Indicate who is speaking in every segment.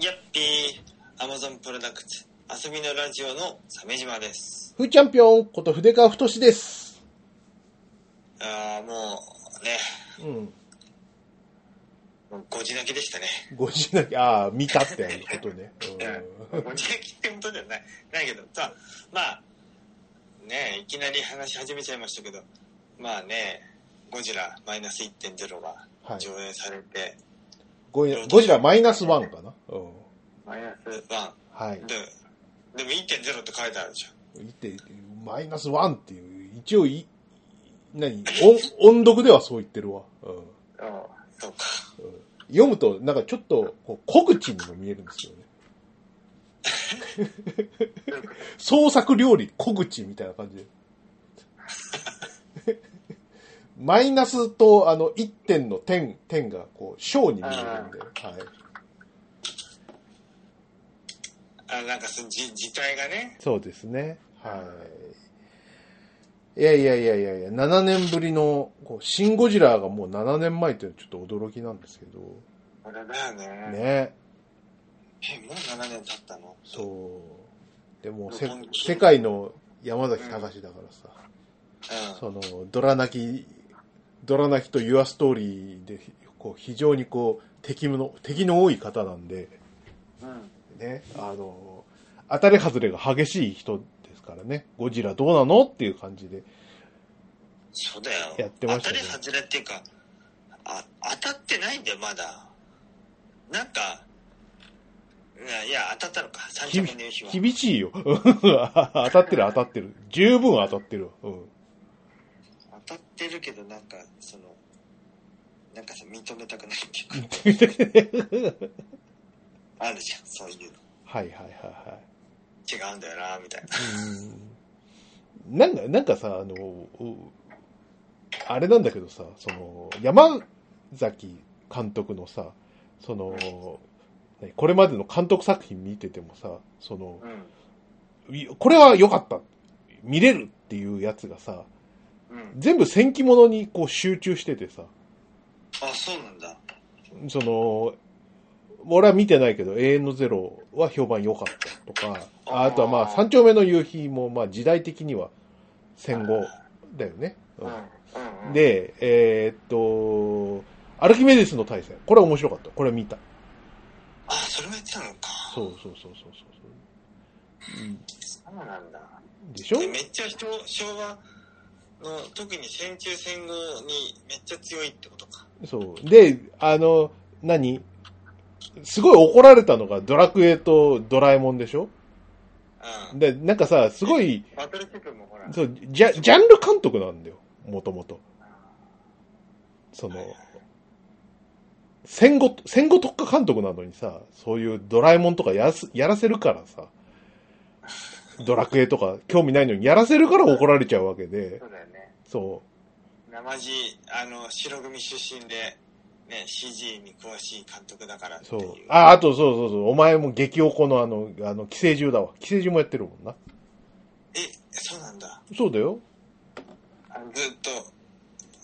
Speaker 1: やっぴー、アマゾンプロダクツ、遊びのラジオの鮫島です。
Speaker 2: フーチャンピオンこと筆川太志です。
Speaker 1: ああ、もうね、
Speaker 2: うん。
Speaker 1: もう5時泣きでしたね。
Speaker 2: ご時なき、ああ、見たってことね。
Speaker 1: 5時泣きってことじゃない、ないけど、さ、まあ、ね、いきなり話し始めちゃいましたけど、まあね、ゴジラマイナス1.0が
Speaker 2: うん。はい。
Speaker 1: 上映されて、
Speaker 2: ゴジラゴジラマイナスワンかな。うん。
Speaker 1: マイナス1
Speaker 2: はい。
Speaker 1: で、でも1.0って書いてあるじゃん。
Speaker 2: いって、マイナスワンっていう、一応い、何音、音読ではそう言ってるわ。うん。うん
Speaker 1: うん、そうか。
Speaker 2: 読むと、なんかちょっと、こう、小口にも見えるんですよね。創作料理小口みたいな感じで。マイナスと、あの、1点の点、点が、こう、小に見えるんで、はい。
Speaker 1: あなんかそのじ、自体がね、
Speaker 2: そうですね。はい。いやいやいやいやいや、7年ぶりの、こう、シン・ゴジラがもう7年前っていうのはちょっと驚きなんですけど、
Speaker 1: これだよね。
Speaker 2: ね。
Speaker 1: え、もう7年経ったの
Speaker 2: そう。でも、せ世界の山崎隆だからさ。
Speaker 1: うん。
Speaker 2: そのドラ泣き、ドラ泣きと Your Story で、こう非常にこう敵の、敵の多い方なんで、
Speaker 1: うん
Speaker 2: ね、あの、当たり外れが激しい人ですからね、ゴジラどうなのっていう感じで、
Speaker 1: そうだよ。
Speaker 2: やってましたね
Speaker 1: 当たり外れっていうか、あ、当たってないんだよ、まだ。なんか、いや、当たったのか、三
Speaker 2: ひ
Speaker 1: 着
Speaker 2: び
Speaker 1: 目の日は。
Speaker 2: 厳しいよ。 当たってる当たってる。十分当たってる。うん。
Speaker 1: 当たってるけど、なんか、その、なんかさ、認めたくないっていうか、あるじゃん、そういうの。
Speaker 2: はいはいはいはい。
Speaker 1: 違うんだよな、みたいな。
Speaker 2: うんなんか、なんかさ、あの、うあれなんだけどさ、その、山崎監督のさ、その、ねこれまでの監督作品見ててもさ、その、
Speaker 1: う
Speaker 2: いこれは良かった見れるっていうやつがさ、
Speaker 1: ん。うん。
Speaker 2: 全部戦記物にこう集中しててさ、
Speaker 1: あ、そうなんだ。
Speaker 2: その、俺は見てないけど、永遠のゼロは評判良かったとか、ああとはまあ、三丁目の夕日もまあ時代的には戦後だよね。うん
Speaker 1: うん。うん、
Speaker 2: で、えーっと、アルキメデスの対戦。これは面白かった。これは見た。
Speaker 1: あ、それも言ってたのか。
Speaker 2: そうそうそうそうそう。うん
Speaker 1: そうなんだ。
Speaker 2: でしょ
Speaker 1: でめっちゃ人、昭和の、特に戦中戦後にめっちゃ強いってことか。
Speaker 2: そう。で、あの、何すごい怒られたのがドラクエとドラえもんでしょ
Speaker 1: うん。
Speaker 2: で、なんかさ、すごい、
Speaker 1: バトルシップもほら。
Speaker 2: そう、ジャ、ジャンル監督なんだよ。もともと。その、戦後、戦後特化監督なのにさ、そういうドラえもんとかやらすやらせるからさ、ドラクエとか興味ないのにやらせるから怒られちゃうわけで
Speaker 1: そ、うだよね。
Speaker 2: そ
Speaker 1: 生地、あの、白組出身で、ね、CG に詳しい監督だからっ
Speaker 2: う、
Speaker 1: て
Speaker 2: そ
Speaker 1: いうう。。
Speaker 2: あ、あとそうそうそう、お前も激おこのあの、あの、寄生獣だわ。寄生獣もやってるもんな。
Speaker 1: え、そうなんだ。
Speaker 2: そうだよ。
Speaker 1: あのずっと、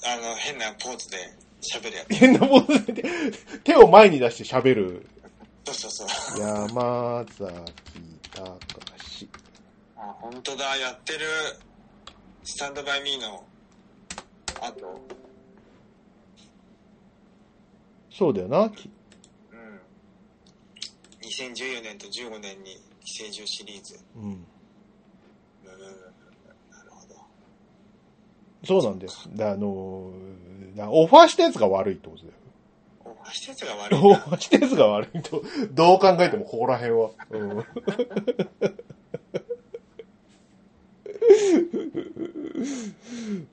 Speaker 1: あの、変なポーズで喋るや
Speaker 2: 変なもんで、手を前に出して喋る。
Speaker 1: つ。そうそうそう。
Speaker 2: 山崎隆史。
Speaker 1: あ、本当だ、やってる。スタンドバイミーの、あと、
Speaker 2: そうだよな。
Speaker 1: うん。2014年と15年に寄生獣シリーズ。
Speaker 2: うん。
Speaker 1: うん。なるほど。
Speaker 2: そうなんだよ。だあのーなオファーしたやつが悪いってことだよ。
Speaker 1: オファーしたやつが悪い
Speaker 2: オ
Speaker 1: な。
Speaker 2: ファーしたやつが悪いと、どう考えてもここら辺は。うん、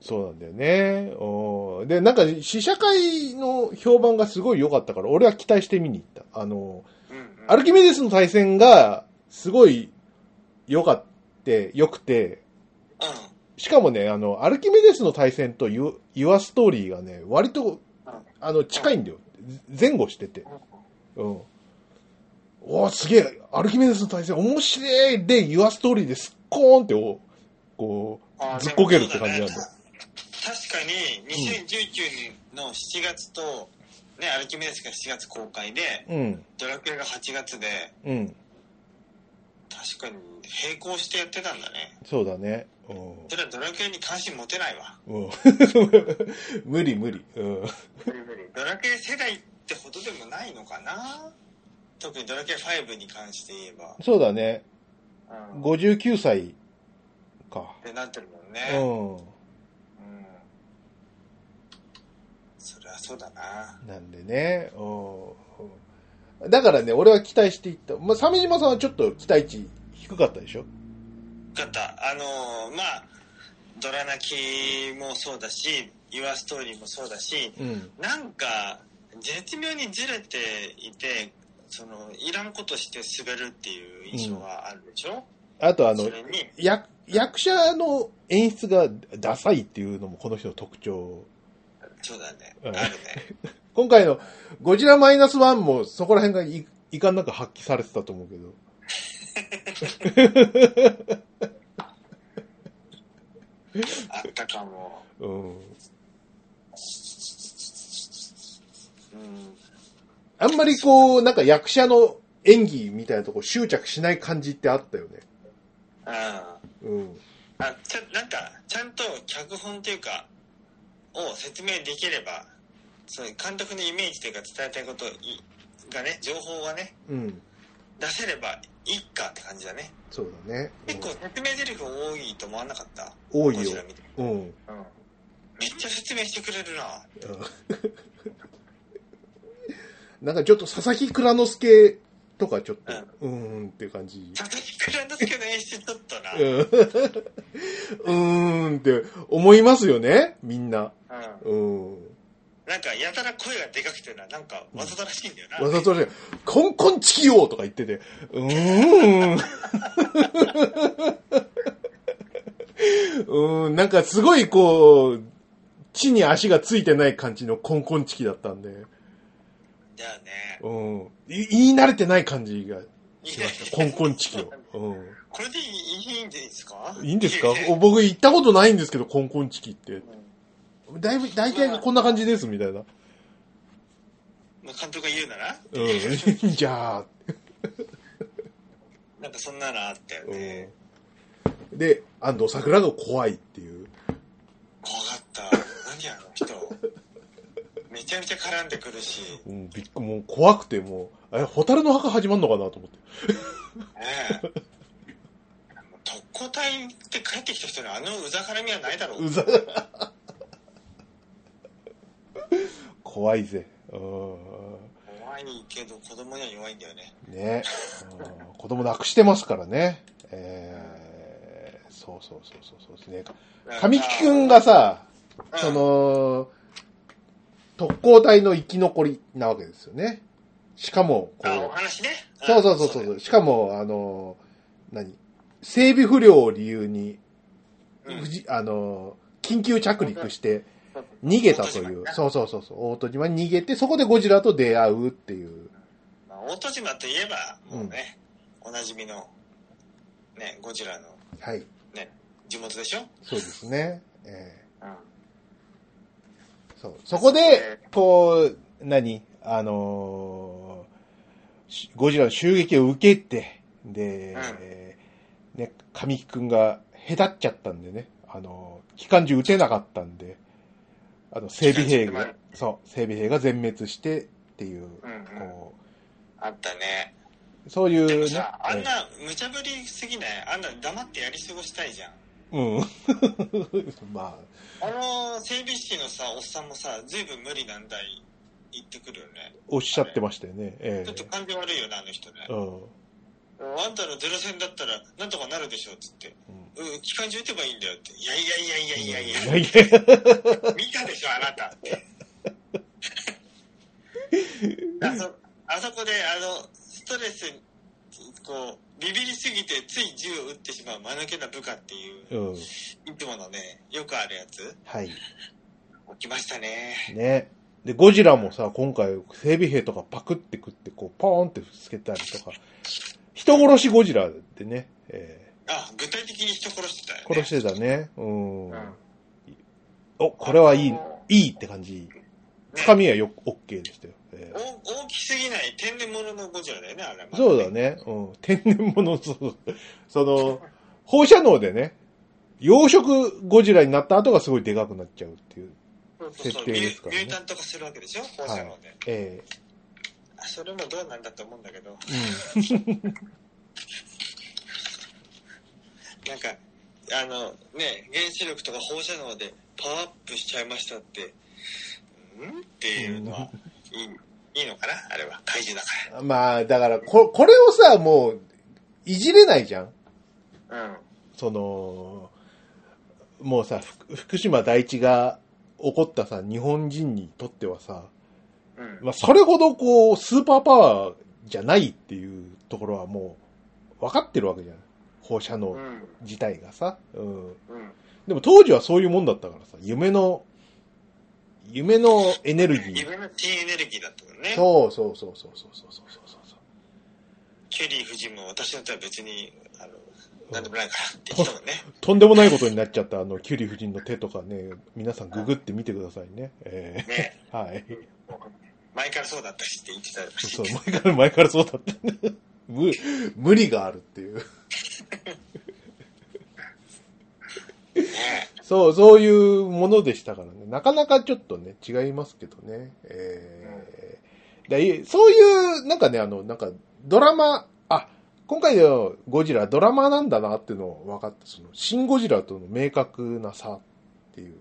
Speaker 2: そうなんだよね。うんで、なんか試写会の評判がすごい良かったから、俺は期待して見に行った。あの
Speaker 1: うん、うん。
Speaker 2: アルキメデスの対戦がすごい良かって、良くて、
Speaker 1: うん。
Speaker 2: しかもね、あの、アルキメデスの対戦とユユアストーリーがね、割と、あの、近いんだよ。前後してて。うん。おーすげえ、アルキメデスの対戦面白いで、ユアストーリーですっこーんって、おこ
Speaker 1: あー
Speaker 2: ずっこけるって感じなんだ
Speaker 1: でもそうね確かに、2019年の7月とね、アルキメデスが7月公開で、
Speaker 2: うん、
Speaker 1: ドラクエが8月で、
Speaker 2: うん、
Speaker 1: 確かに並行してやってたんだね。
Speaker 2: そうだね。うん
Speaker 1: それはドラクエに関心持てないわ。
Speaker 2: うん、 無理無理、うん。
Speaker 1: ドラクエ世代ってほどでもないのかな特にドラクエ5に関して言えば。
Speaker 2: そうだね。
Speaker 1: うん。っ
Speaker 2: 59歳か。
Speaker 1: てなってるもん
Speaker 2: う
Speaker 1: ね。
Speaker 2: ん。
Speaker 1: うん。そりゃそうだな。
Speaker 2: なんでね。うん。だからね、俺は期待していった。まあ、鮫島さんはちょっと期待値低かったでしょ
Speaker 1: よかった。あのーまあ、ドラ泣きもそうだし、ユアストーリーもそうだし、
Speaker 2: うん。
Speaker 1: なんか、絶妙にずれていて、その、いらんことして滑るっていう印象はあるでしょ、
Speaker 2: あとあの
Speaker 1: そ、れに、
Speaker 2: 役、役者の演出がダサいっていうのもこの人の特徴。
Speaker 1: そうだね。
Speaker 2: うん
Speaker 1: あるね。
Speaker 2: 今回のゴジラマイナスワンもそこら辺がいいかんなく発揮されてたと思うけど。
Speaker 1: あったかも。
Speaker 2: う
Speaker 1: う
Speaker 2: ん。
Speaker 1: ん。
Speaker 2: あんまりこう、なんか役者の演技みたいなとこ執着しない感じってあったよね。
Speaker 1: あ
Speaker 2: うん。
Speaker 1: あちゃなんかちゃんと脚本というかを説明できればそういう監督のイメージというか伝えたいこといがね情報がね
Speaker 2: うん。
Speaker 1: 出せればいいかって感じだね
Speaker 2: そうだね。
Speaker 1: 結構説明台詞多いと思わなかった
Speaker 2: うん、多
Speaker 1: こ
Speaker 2: い
Speaker 1: ち
Speaker 2: よ
Speaker 1: ら。見て
Speaker 2: うん。うん
Speaker 1: めっちゃ説明してくれるな
Speaker 2: なんかちょっと佐々木蔵之介とかちょっと、うん、うんっていう感じ。
Speaker 1: 佐々木蔵之介の演出ちょっとな
Speaker 2: うん うーんって思いますよね、みんな。
Speaker 1: うん
Speaker 2: うん。
Speaker 1: なんかやたら声がでかくてななんかわざとらしいんだよな、
Speaker 2: わざとで、コンコンチキよとか言ってて、うーん。うーん、なん かすごいこう、地に足がついてない感じのコンコンチキだったんで、
Speaker 1: だよね
Speaker 2: うん。い言い慣れてない感じがしました。コンコンチキを。
Speaker 1: これでいいいいんですか
Speaker 2: うん。いいんですか
Speaker 1: ね
Speaker 2: お僕行ったことないんですけど、コンコンチキって。だいぶ、大体こんな感じです、みたいな。
Speaker 1: まあ監督が言うなら
Speaker 2: うん。じゃあ、
Speaker 1: なんかそんなのあったよね。
Speaker 2: うん。で、安藤桜が怖いっていう。
Speaker 1: 怖かった。何あの人。めちゃめちゃ絡んでくるし、
Speaker 2: うん、びっくもう怖くて、もう、え、ホタルの墓始まんのかなと思って。
Speaker 1: ねえ。特攻隊って帰ってきた人にあのうざ絡みはないだろう。
Speaker 2: うざ怖いぜ。う
Speaker 1: 怖いけど子供には弱いんだよね。
Speaker 2: ん。ね。うん子供なくしてますからね。えー、そうそうそうそうそうですね。神木くんがさ、
Speaker 1: うん、
Speaker 2: その、特攻隊の生き残りなわけですよね。しかも、こ
Speaker 1: あ、お
Speaker 2: う、
Speaker 1: 話ね。
Speaker 2: そうそうそうそう。しかも、あの、何整備不良を理由に、
Speaker 1: うん
Speaker 2: 無事あの、緊急着陸して
Speaker 1: そう
Speaker 2: 逃げたとい
Speaker 1: 大戸島に、
Speaker 2: う
Speaker 1: な
Speaker 2: そうそうそうそう、大戸島に逃げて、そこでゴジラと出会うっていう、
Speaker 1: まあ、大戸島といえば、もうね、おなじみの、ね、ゴジラの
Speaker 2: はい、
Speaker 1: 地元でしょ
Speaker 2: そうですね。え
Speaker 1: うん。
Speaker 2: ーそうそこで
Speaker 1: え、
Speaker 2: こう、何あのーしゴジラの襲撃を受けて、で、
Speaker 1: うん
Speaker 2: えーね、神木くんがへたっちゃったんでね、あのー機関銃撃てなかったんで、あの、整備兵
Speaker 1: 機関銃撃
Speaker 2: が
Speaker 1: て、
Speaker 2: そう、整備兵が全滅してっていう、
Speaker 1: うんうん
Speaker 2: こ
Speaker 1: あったね。
Speaker 2: う、そうい
Speaker 1: でも
Speaker 2: うね
Speaker 1: さ、、あんな無茶ぶりすぎないあんな黙ってやり過ごしたいじゃん。
Speaker 2: うん。 まあ、
Speaker 1: あの整備士のさ、おっさんもさ、ずいぶん無理難題言ってくるよね。
Speaker 2: おっしゃってましたよね。え
Speaker 1: ちょっと感じ悪いよな、あの人ね
Speaker 2: え。うん。
Speaker 1: あんたのゼロ戦だったら、なんとかなるでしょ、つって。うん、機関銃撃てばいいんだよって。いやいやいやいやいやいや、
Speaker 2: いやいや。
Speaker 1: 見たでしょ、あ なたって。あそあそこで、あの、ストレス、こう、ビビりすぎて、つい銃を撃ってしまう間抜けな部下っていう。
Speaker 2: うん。
Speaker 1: いつものね、よくあるやつ
Speaker 2: はい。
Speaker 1: 起きましたね。
Speaker 2: ね。で、ゴジラもさ、今回、整備兵とかパクって食って、こう、ポーンってつけたりとか、人殺しゴジラってね、え
Speaker 1: あ、具体的に人殺してたよ、ね
Speaker 2: え。殺してたね。うん。
Speaker 1: うん
Speaker 2: お、これはいい
Speaker 1: あの、
Speaker 2: いいって感じつかみはよ、OK でしたよ。えー
Speaker 1: お大きすぎない天然物のゴジラだよね、あれは
Speaker 2: そうだ。ね。うん。天然物、そうその、放射能でね、養殖ゴジラになった後がすごいでかくなっちゃうっていう。
Speaker 1: そうそう
Speaker 2: 設定ですからね
Speaker 1: ミューミュータント化するわけでしょ、放射能で。
Speaker 2: ええ
Speaker 1: あそれもどうなんだと思うんだけど、なんか、あのね、原子力とか放射能でパワーアップしちゃいましたって、んっていうのは、いい、いいのかなあれは、怪獣だか
Speaker 2: うん。まあ、だから、こ、これをさ、もう、いじれないじゃん。
Speaker 1: ら。うん。
Speaker 2: その、もうさ、ふ福島第一が起こったさ、日本人にとってはさ、
Speaker 1: うん。
Speaker 2: まあ、それほどこう、スーパーパワーじゃないっていうところはもう、分かってるわけじゃん。放射能
Speaker 1: うん。
Speaker 2: 自体がさ。うん。
Speaker 1: うん。
Speaker 2: でも当時はそういうもんだったからさ、夢の、夢のエネルギー。
Speaker 1: 夢の新エネルギーだったもんね。
Speaker 2: そうそうそうそうそうそうそうそうそう。
Speaker 1: キュリー夫人も私の手は別に、あの、なんでもないからって言ってたもんね。
Speaker 2: とんでもないことになっちゃった、あの、キュリー夫人の手とかね、皆さんググってみてくださいね。え
Speaker 1: ね。
Speaker 2: ー、はい。
Speaker 1: 前からそうだったしって言ってたらしい。
Speaker 2: そう、前から前からそうだったんだ。無無理があるっていう。
Speaker 1: ね。
Speaker 2: そう、そういうものでしたからね。なかなかちょっとね、違いますけどね。えーだいそういう、なんかね、あの、なんか、ドラマ、あ、今回のゴジラ、ドラマなんだなっていうのを分かった。その、シン・ゴジラとの明確な差っていう。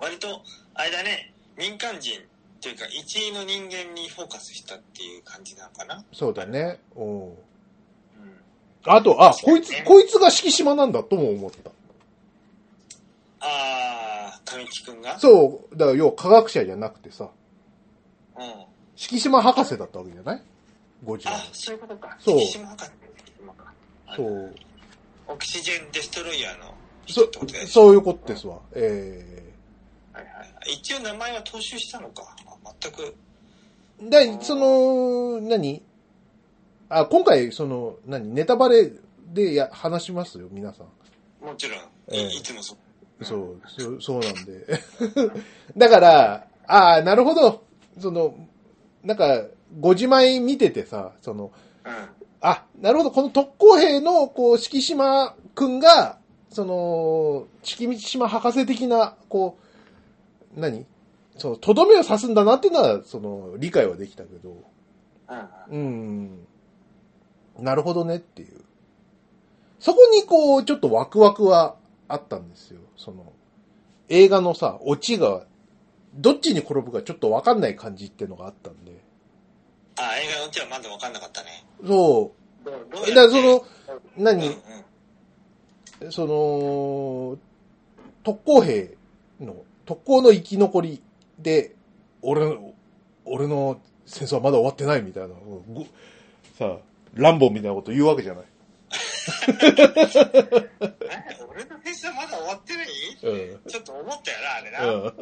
Speaker 1: 割と、あれだね、民間人っていうか、一位の人間にフォーカスしたっていう感じなのかな。
Speaker 2: そうだね。うん。
Speaker 1: うん。
Speaker 2: あと、あ、
Speaker 1: そう
Speaker 2: こ
Speaker 1: だ
Speaker 2: い
Speaker 1: ね
Speaker 2: つ、こいつが敷島なんだとも思った。
Speaker 1: あー、神木くんが
Speaker 2: そう、だから要は科学者じゃなくてさ、
Speaker 1: うん。
Speaker 2: 敷島博士だったわけじゃないゴジラの
Speaker 1: あ、そういうことか。
Speaker 2: そう
Speaker 1: 月島博士今か。あ
Speaker 2: そ
Speaker 1: の
Speaker 2: う。
Speaker 1: オキシジェンデストロイヤーの人
Speaker 2: そ
Speaker 1: ってことだよね。
Speaker 2: そういうことですわ。え
Speaker 1: はいはい。一応名前は踏襲したのか。あ全く。
Speaker 2: えで、その、何あ、今回、その、何ネタバレでや話しますよ、皆さん。
Speaker 1: もちろん、
Speaker 2: ええ
Speaker 1: いいつもそう。
Speaker 2: そう、そうそうなんで。 だから、ああ、なるほど。その、なんか、ご自前見ててさ、その、
Speaker 1: うん。
Speaker 2: あ、なるほど、この特攻兵の、こう、敷島くんが、その、敷島博士的な、こう、何その、とどめを刺すんだなっていうのは、その、理解はできたけど、
Speaker 1: うん。
Speaker 2: うん。なるほどねっていう。そこにこう、ちょっとワクワクはあったんですよ。その、映画のさ、オチが、どっちに転ぶかちょっとわかんない感じっていうのがあったんで。
Speaker 1: あ、映画のうちはまだ分かんなかったね。
Speaker 2: そ
Speaker 1: どう
Speaker 2: う。だからその、
Speaker 1: うんう
Speaker 2: 何
Speaker 1: ん、
Speaker 2: その、特攻兵の、特攻の生き残りで、俺の、俺の戦争はまだ終わってないみたいな、ごさ、ランボーみたいなこと言うわけじゃない。
Speaker 1: え俺のフェスはまだ終わってない
Speaker 2: うん。
Speaker 1: ちょっと思ったよな、あれな。
Speaker 2: うん。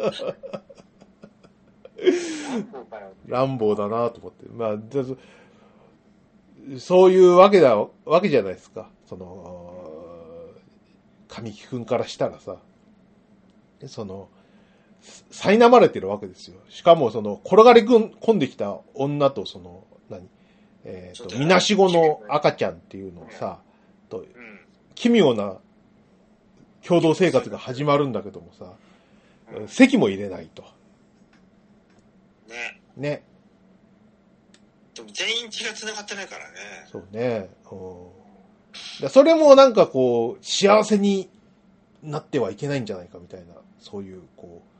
Speaker 1: そうかよ
Speaker 2: ランボーだなと思って。まあ、だそそういうわけだ、わけじゃないですか。その、神木くんからしたらさ、その、さ苛まれてるわけですよ。しかも、その、転がり込んできた女と、その、何えっ、
Speaker 1: そうだ
Speaker 2: と、
Speaker 1: よ
Speaker 2: みなしごの赤ちゃんっていうのをさ、と、
Speaker 1: うん。
Speaker 2: 奇妙な共同生活が始まるんだけどもさ、席も入れないと。
Speaker 1: ね。
Speaker 2: ね。
Speaker 1: でも全員血が繋がってないからね。
Speaker 2: そうね。うん、それもなんかこう、幸せになってはいけないんじゃないかみたいな、そういうこう、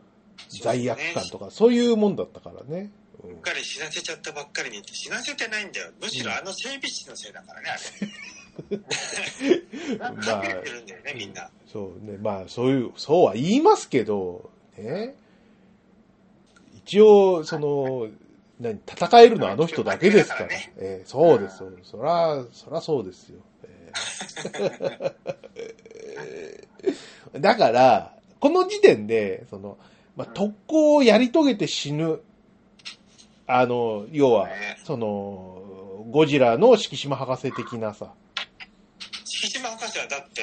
Speaker 2: 罪悪感とか、そういうもんだったからね。う
Speaker 1: うんっかり死なせちゃったばっかりにって死なせてないんだよむしろあの整備士のせいだからねあれ
Speaker 2: ま あ
Speaker 1: 隠れてるんだよねみんな
Speaker 2: そうね。まあ、そういう、そうは言いますけど、ね。一応、その、何、戦えるのはあの人だけですから。
Speaker 1: はい
Speaker 2: ええそうです、そうです。そら、そらそうですよ。ええ だから、この時点で、その、まあ、特攻をやり遂げて死ぬ、あの、要は
Speaker 1: ね、
Speaker 2: その、ゴジラの敷島博士的なさ、
Speaker 1: 敷島博士はだって、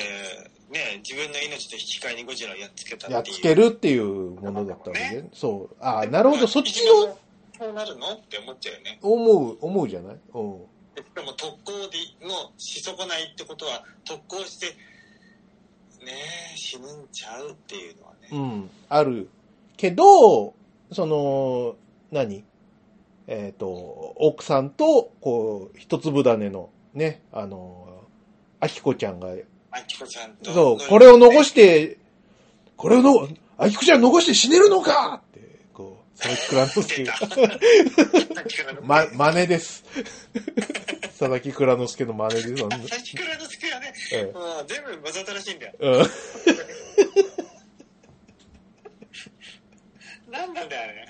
Speaker 1: ね、自分の命と引き換えにゴジラをやっつけたっていう。
Speaker 2: やっつけるっていうものだったわけで、そう。ああ、なるほど。そっちの、。
Speaker 1: そうなるのって思っちゃうよね。
Speaker 2: 思う、思うじゃないうん。
Speaker 1: でしかも特攻でのし損ないってことは、特攻して、ねえ、死ぬんちゃうっていうのは
Speaker 2: う
Speaker 1: ね。
Speaker 2: ん、ある。けど、その、何えっ、と、奥さんと、こう、一粒種の、ね、あの、あきこちゃんが、
Speaker 1: あきこちゃんと。
Speaker 2: そう、これを残
Speaker 1: し
Speaker 2: して、これをの、あきこちゃん残して死ねるのかって、こう、佐々木蔵之
Speaker 1: て
Speaker 2: 介
Speaker 1: た。
Speaker 2: が。
Speaker 1: さっきからの
Speaker 2: ま、真似です。 佐々木蔵之介の真似です。
Speaker 1: あさっきからの好きはね、
Speaker 2: え
Speaker 1: もう全部わざとらしいんだよ。
Speaker 2: えうん
Speaker 1: なんなんだよ、あれ。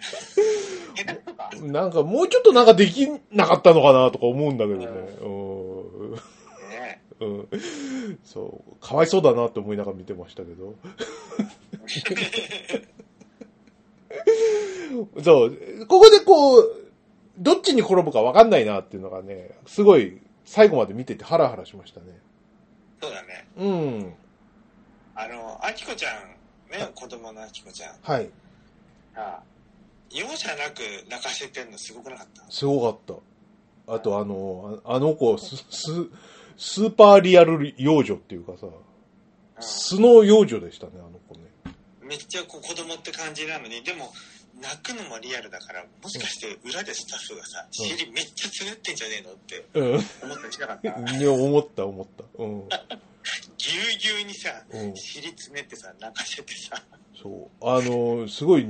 Speaker 1: 下手とか。
Speaker 2: なんかもうちょっとなんかできなかったのかなとか思うんだけどね。うん
Speaker 1: ね
Speaker 2: うんそう、かわいそうだなって思いながら見てましたけど。そう、ここでこう、どっちに転ぶかわかんないなっていうのがね、すごい最後まで見ててハラハラしましたね。
Speaker 1: そうだね。
Speaker 2: うん。
Speaker 1: あの、あきこちゃん、ね、子供のあきこちゃん
Speaker 2: はい。
Speaker 1: が、容赦なく泣かせてんのすごくなかった。
Speaker 2: すごかった。あとあの、ああの子、す、す、スーパーリアル幼女っていうかさ、素の幼女でしたね、あの子ね。
Speaker 1: うん、めっちゃこう子供って感じなのに、でも、泣くのもリアルだから、もしかして裏でスタッフがさ、
Speaker 2: うん
Speaker 1: 尻めっちゃつぶってんじゃねえのって
Speaker 2: う
Speaker 1: 思ったりしなかった。ぎゅうん
Speaker 2: 。いや、思った、思った。う
Speaker 1: ぎ
Speaker 2: ん。
Speaker 1: ゅうにさ、
Speaker 2: うん。
Speaker 1: 尻詰めてさ、泣かせてさ、
Speaker 2: そう。あの、すごい、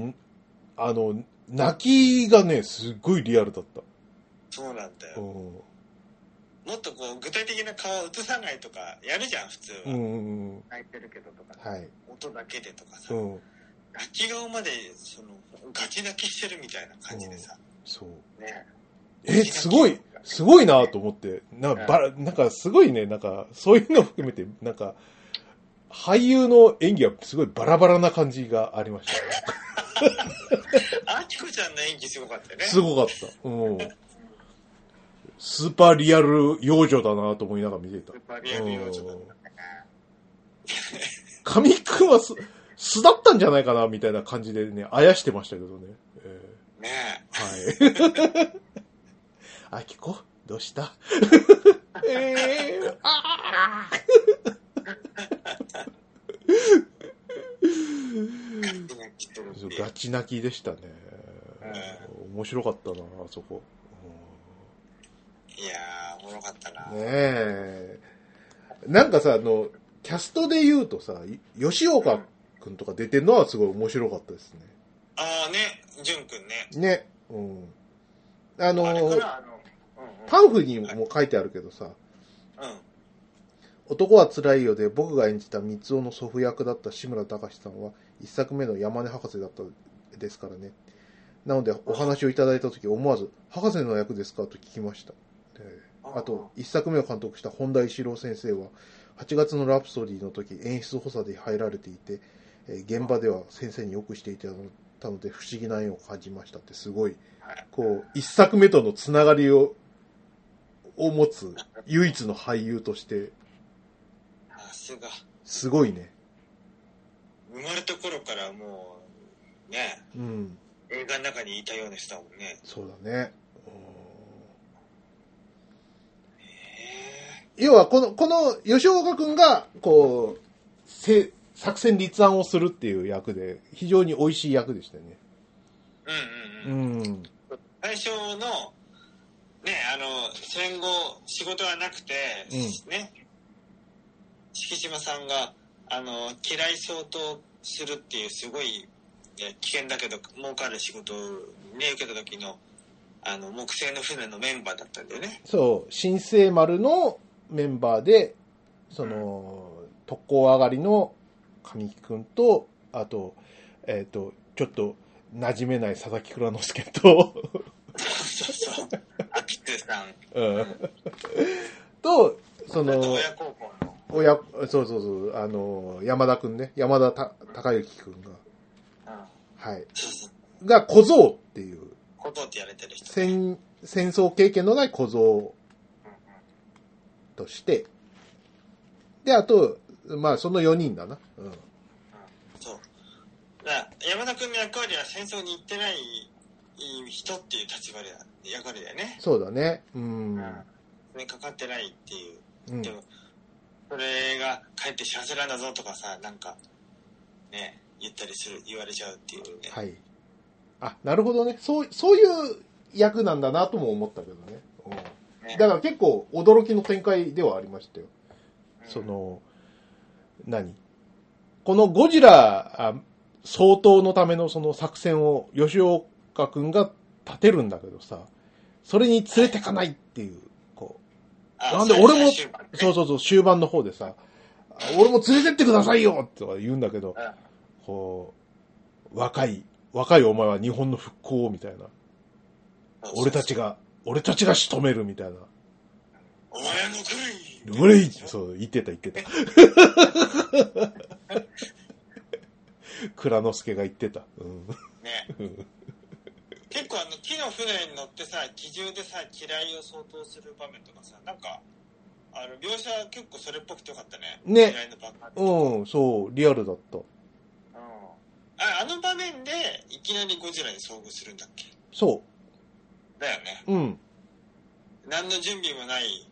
Speaker 2: あの、泣きがね、すっごいリアルだった。
Speaker 1: そうなんだ
Speaker 2: う
Speaker 1: よ。
Speaker 2: ん。
Speaker 1: もっとこう、具体的な顔を映さないとか、やるじゃん、普通は。
Speaker 2: うんうんうん。
Speaker 1: 泣いてるけどとか、
Speaker 2: はい。
Speaker 1: 音だけでとかさ、
Speaker 2: うん。
Speaker 1: 泣き顔まで、その、ガチ泣きしてるみたいな感じでさ、
Speaker 2: そう。
Speaker 1: ね。
Speaker 2: え、すごい、すごいなと思って。なんか、ばら、なんか、すごいね、なんか、そういうの含めて、なんか、俳優の演技はすごいバラバラな感じがありましたね。
Speaker 1: あきこちゃんの演技すごかったよね。
Speaker 2: すごかった。うん。スーパーリアル幼女だなと思いながら見てた
Speaker 1: スー。パーリアル幼女だったね。
Speaker 2: 神くんはす、素だったんじゃないかな、みたいな感じでね、あやしてましたけどね。え
Speaker 1: ね
Speaker 2: ーはい。 あきこ、どうした えー、ああ
Speaker 1: え。ガチ泣きしてるって
Speaker 2: そう
Speaker 1: いう
Speaker 2: ガチ泣きでしたね。面白かったな、あそこ。
Speaker 1: いやー、おもろかったな。
Speaker 2: うんねえ。なんかさ、あの、キャストで言うとさ、い吉岡くんとか出てるのはすごい面白かったですね。
Speaker 1: あーね、じゅんくんね。
Speaker 2: ね。うん。あの
Speaker 1: あれから、あの、
Speaker 2: パンフにも書いてあるけどさ、
Speaker 1: うんうん。うん。
Speaker 2: 男は辛いよで僕が演じた三尾の祖父役だった志村隆さんは一作目の山根博士だったですからね。なのでお話をいただいた時思わず、博士の役ですかと聞きました。えーあと、一作目を監督した本田一郎先生は、8月のラプソディの時演出補佐で入られていて、えー現場では先生によくしていただいたので不思議な縁を感じましたってすごい
Speaker 1: はい、
Speaker 2: こう、一作目とのつながりを、を持つ唯一の俳優として、
Speaker 1: さすが。
Speaker 2: すごいね。
Speaker 1: 生まれた頃からもう、ね、
Speaker 2: うん。
Speaker 1: 映画の中にいたような人だもんね。
Speaker 2: そうだね。うん
Speaker 1: へ
Speaker 2: 要は、この、この、吉岡くんが、こう、せ、作戦立案をするっていう役で、非常に美味しい役でしたよね。
Speaker 1: え。うんうんうん。
Speaker 2: ん。
Speaker 1: 最初の、ね、あの、戦後、仕事はなくて、
Speaker 2: う
Speaker 1: ね、敷島さんが、あの、嫌い相当するっていう、すごい、ね危険だけど、儲かる仕事をね、受けた時の、あの、木製の船のメンバーだったんだよ ね。
Speaker 2: そう、新生丸のメンバーで、その、特攻上がりの神木くんと、あと、えっ、と、ちょっと、馴染めない佐々木蔵之介と、
Speaker 1: そうそう。アキテさん、
Speaker 2: うんと、そ
Speaker 1: あと
Speaker 2: の、
Speaker 1: 親孝行の。
Speaker 2: 親、そうそうそう、あの、山田くんね、山田た孝之くんが、
Speaker 1: うん。
Speaker 2: はい、
Speaker 1: そうそう。
Speaker 2: が小僧っていう、
Speaker 1: 小僧って言われてる人。
Speaker 2: 戦、戦争経験のない小僧
Speaker 1: うんうん
Speaker 2: として、で、あと、まあ、その4人だな。うん。
Speaker 1: そう。だから山田君の役割は戦争に行ってない人っていう立場で、役割だよね。
Speaker 2: そうだね。うん。
Speaker 1: ね、かかってないっていう。
Speaker 2: うん
Speaker 1: で。も、それが帰って幸せなんだぞとかさ、なんか、ね、言ったりする、言われちゃうっていうね。
Speaker 2: はい。あ、なるほどね。そう、そういう役なんだなとも思ったけどね。うん。
Speaker 1: ね
Speaker 2: だから結構驚きの展開ではありました
Speaker 1: う
Speaker 2: よ。
Speaker 1: ん
Speaker 2: そ、の、何このゴジラあ総統のためのその作戦を吉岡くんが立てるんだけどさ、それに連れてかないっていう、こ
Speaker 1: あ
Speaker 2: なんで俺
Speaker 1: 最
Speaker 2: も
Speaker 1: 終盤ね
Speaker 2: う、そうそうそう、終盤の方でさ、あ俺も連れてってくださいよとか言うんだけど、
Speaker 1: うん
Speaker 2: こう、若い、若いお前は日本の復興をみたいな。俺たちが、俺たちが仕留めるみたいな。
Speaker 1: お前の国
Speaker 2: 俺いそう、言ってた言ってた。 蔵之介が言ってた。うん。
Speaker 1: ね
Speaker 2: うん
Speaker 1: 結構あの木の船に乗ってさ機銃でさ機雷を相当する場面とかさなんかあの描写結構それっぽくてよかったね
Speaker 2: ね
Speaker 1: 機雷の爆発
Speaker 2: うん、そう、リアルだった。
Speaker 1: ああの場面でいきなりゴジラに遭遇するんだっけ
Speaker 2: そ
Speaker 1: だよね
Speaker 2: う、うん。
Speaker 1: 何の準備もない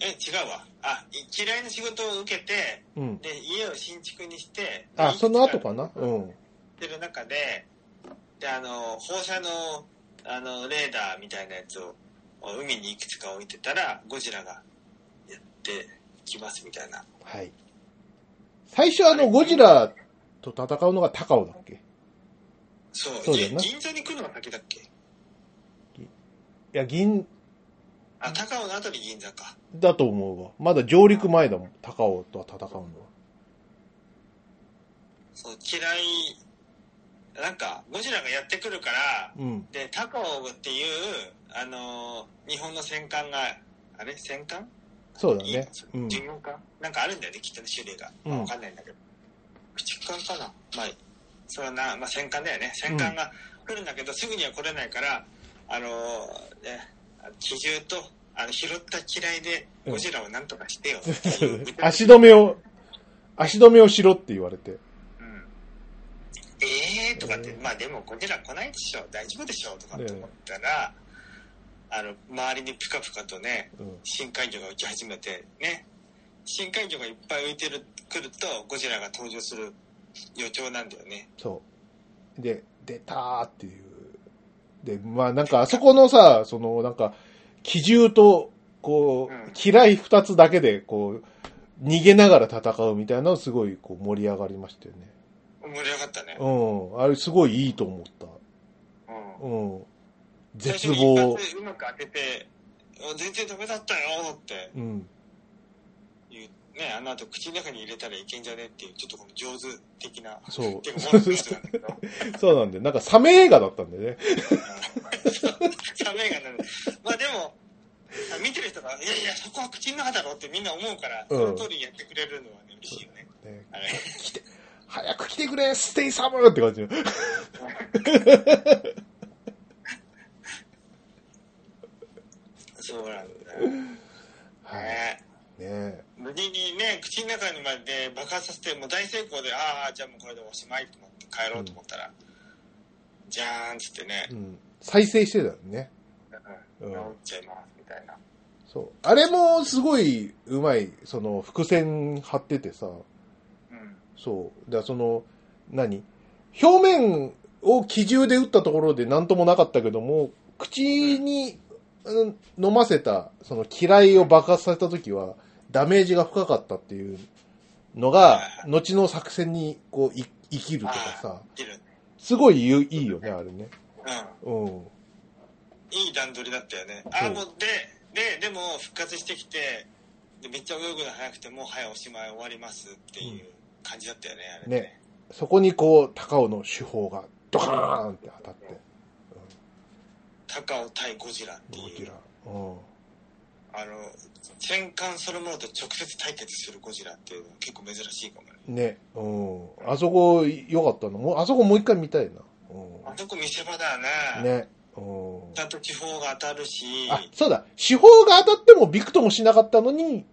Speaker 1: え違うわあい機雷の仕事を受けて
Speaker 2: うん。
Speaker 1: で家を新築にして
Speaker 2: あ、
Speaker 1: で
Speaker 2: その後かなうん。
Speaker 1: ってる中で、で、あの、放射能、あの、レーダーみたいなやつを、海にいくつか置いてたら、ゴジラがやってきますみたいな。
Speaker 2: はい。最初あの、ゴジラと戦うのが高尾だっけ
Speaker 1: そう、
Speaker 2: そうだよ
Speaker 1: で
Speaker 2: な
Speaker 1: 銀座に来るのが先だっけ
Speaker 2: いや、銀
Speaker 1: あ、高尾の後に銀座か。
Speaker 2: だと思うわ。まだ上陸前だもん。高尾とは戦うのは。
Speaker 1: そう、嫌い、なんか、ゴジラがやってくるから、
Speaker 2: うん。
Speaker 1: で、高尾っていう、あのー日本の戦艦が、あれ戦艦
Speaker 2: そうだ
Speaker 1: いい
Speaker 2: ね。うん。
Speaker 1: 巡洋艦なんかあるんだよね、きっとね、種類が。
Speaker 2: うん
Speaker 1: まあわかんないんだけど。駆逐艦かなまあ、それはな、まあ戦艦だよね。戦艦が来るんだけど、すぐには来れないから、あのーね、あの機銃と、あの、拾った機雷で、ゴジラをなんとか してよっていう。うん
Speaker 2: 足止めを、足止めをしろって言われて。
Speaker 1: えーとかって、まあでもゴジラ来ないでしょ、大丈夫でしょとかって思ったら、あの、周りにピカピカとね、
Speaker 2: うん。
Speaker 1: 深海魚が浮き始めてね深海魚がいっぱい浮いてるくるとゴジラが登場する予兆なんだよね
Speaker 2: そう。で、出たーっていう。で、まあなんかあそこのさ、そのなんか、機銃と、こ
Speaker 1: うん
Speaker 2: う、嫌い二つだけで、こう、逃げながら戦うみたいなのすごいこう盛り上がりましたよね。
Speaker 1: 盛り上がったね、
Speaker 2: うん。あれすごいいいと思った。
Speaker 1: うん、
Speaker 2: うん。
Speaker 1: 最初
Speaker 2: 絶
Speaker 1: に
Speaker 2: 望
Speaker 1: 一。発うまく当ててあ全然ダメだったよって
Speaker 2: うん。
Speaker 1: いうねあの後口の中に入れたらいけんじゃねっていうちょっとこの上手的な
Speaker 2: そう
Speaker 1: てかモンスターなんだけど
Speaker 2: そうなんだよ。なんかサメ映画だったんだよね。
Speaker 1: サメがなるまあでもあ見てる人が「いやいやそこは口の中だろ」ってみんな思うから、
Speaker 2: うん
Speaker 1: その通りにやってくれるのはね嬉しいよね
Speaker 2: ね
Speaker 1: あれ
Speaker 2: 早く来てくれステイサムって感じ。
Speaker 1: そうなんだよ
Speaker 2: はい。
Speaker 1: ね
Speaker 2: ね
Speaker 1: 無理にね口の中にまで爆発させてもう大成功でああじゃあもうこれでおしまいと思って帰ろうと思ったら、じゃーんっつってね
Speaker 2: う、ん。再生してたよね。
Speaker 1: う、
Speaker 2: うんん
Speaker 1: 治っちゃいますみたいな
Speaker 2: そう。あれもすごいうまい、その、伏線張っててさ、
Speaker 1: うん
Speaker 2: そう。だからその、何表面を機銃で撃ったところで何ともなかったけども、口に、うん飲ませた、その、嫌いを爆発させた時は、ダメージが深かったっていうのが、後の作戦に、こう、い生きるとかさ、
Speaker 1: いる
Speaker 2: すごいいいよね、あれね。
Speaker 1: う
Speaker 2: うん。
Speaker 1: んいい段取りだったよねああ
Speaker 2: うん
Speaker 1: もうでででも復活してきてでめっちゃ泳ぐの早くてもうはいおしまい終わりますっていう感じだったよねあれ
Speaker 2: ねそこにこう、高尾の手法が、ドカーンって当たって、
Speaker 1: 高尾対ゴジラって
Speaker 2: ゴ
Speaker 1: い
Speaker 2: ジ
Speaker 1: う
Speaker 2: ラ。うん。
Speaker 1: あの戦艦そのものと直接対決するゴジラっていうのは結構珍しいかもね
Speaker 2: ね、うん。あそこ良かったの。もう、あそこもう一回見たいな。
Speaker 1: あ
Speaker 2: う
Speaker 1: そこ見せ場だよね
Speaker 2: ん。ね。うん
Speaker 1: ち。ゃんと地方が当たるし
Speaker 2: あ、そうだ。手法が当たってもびくともしなかったのに、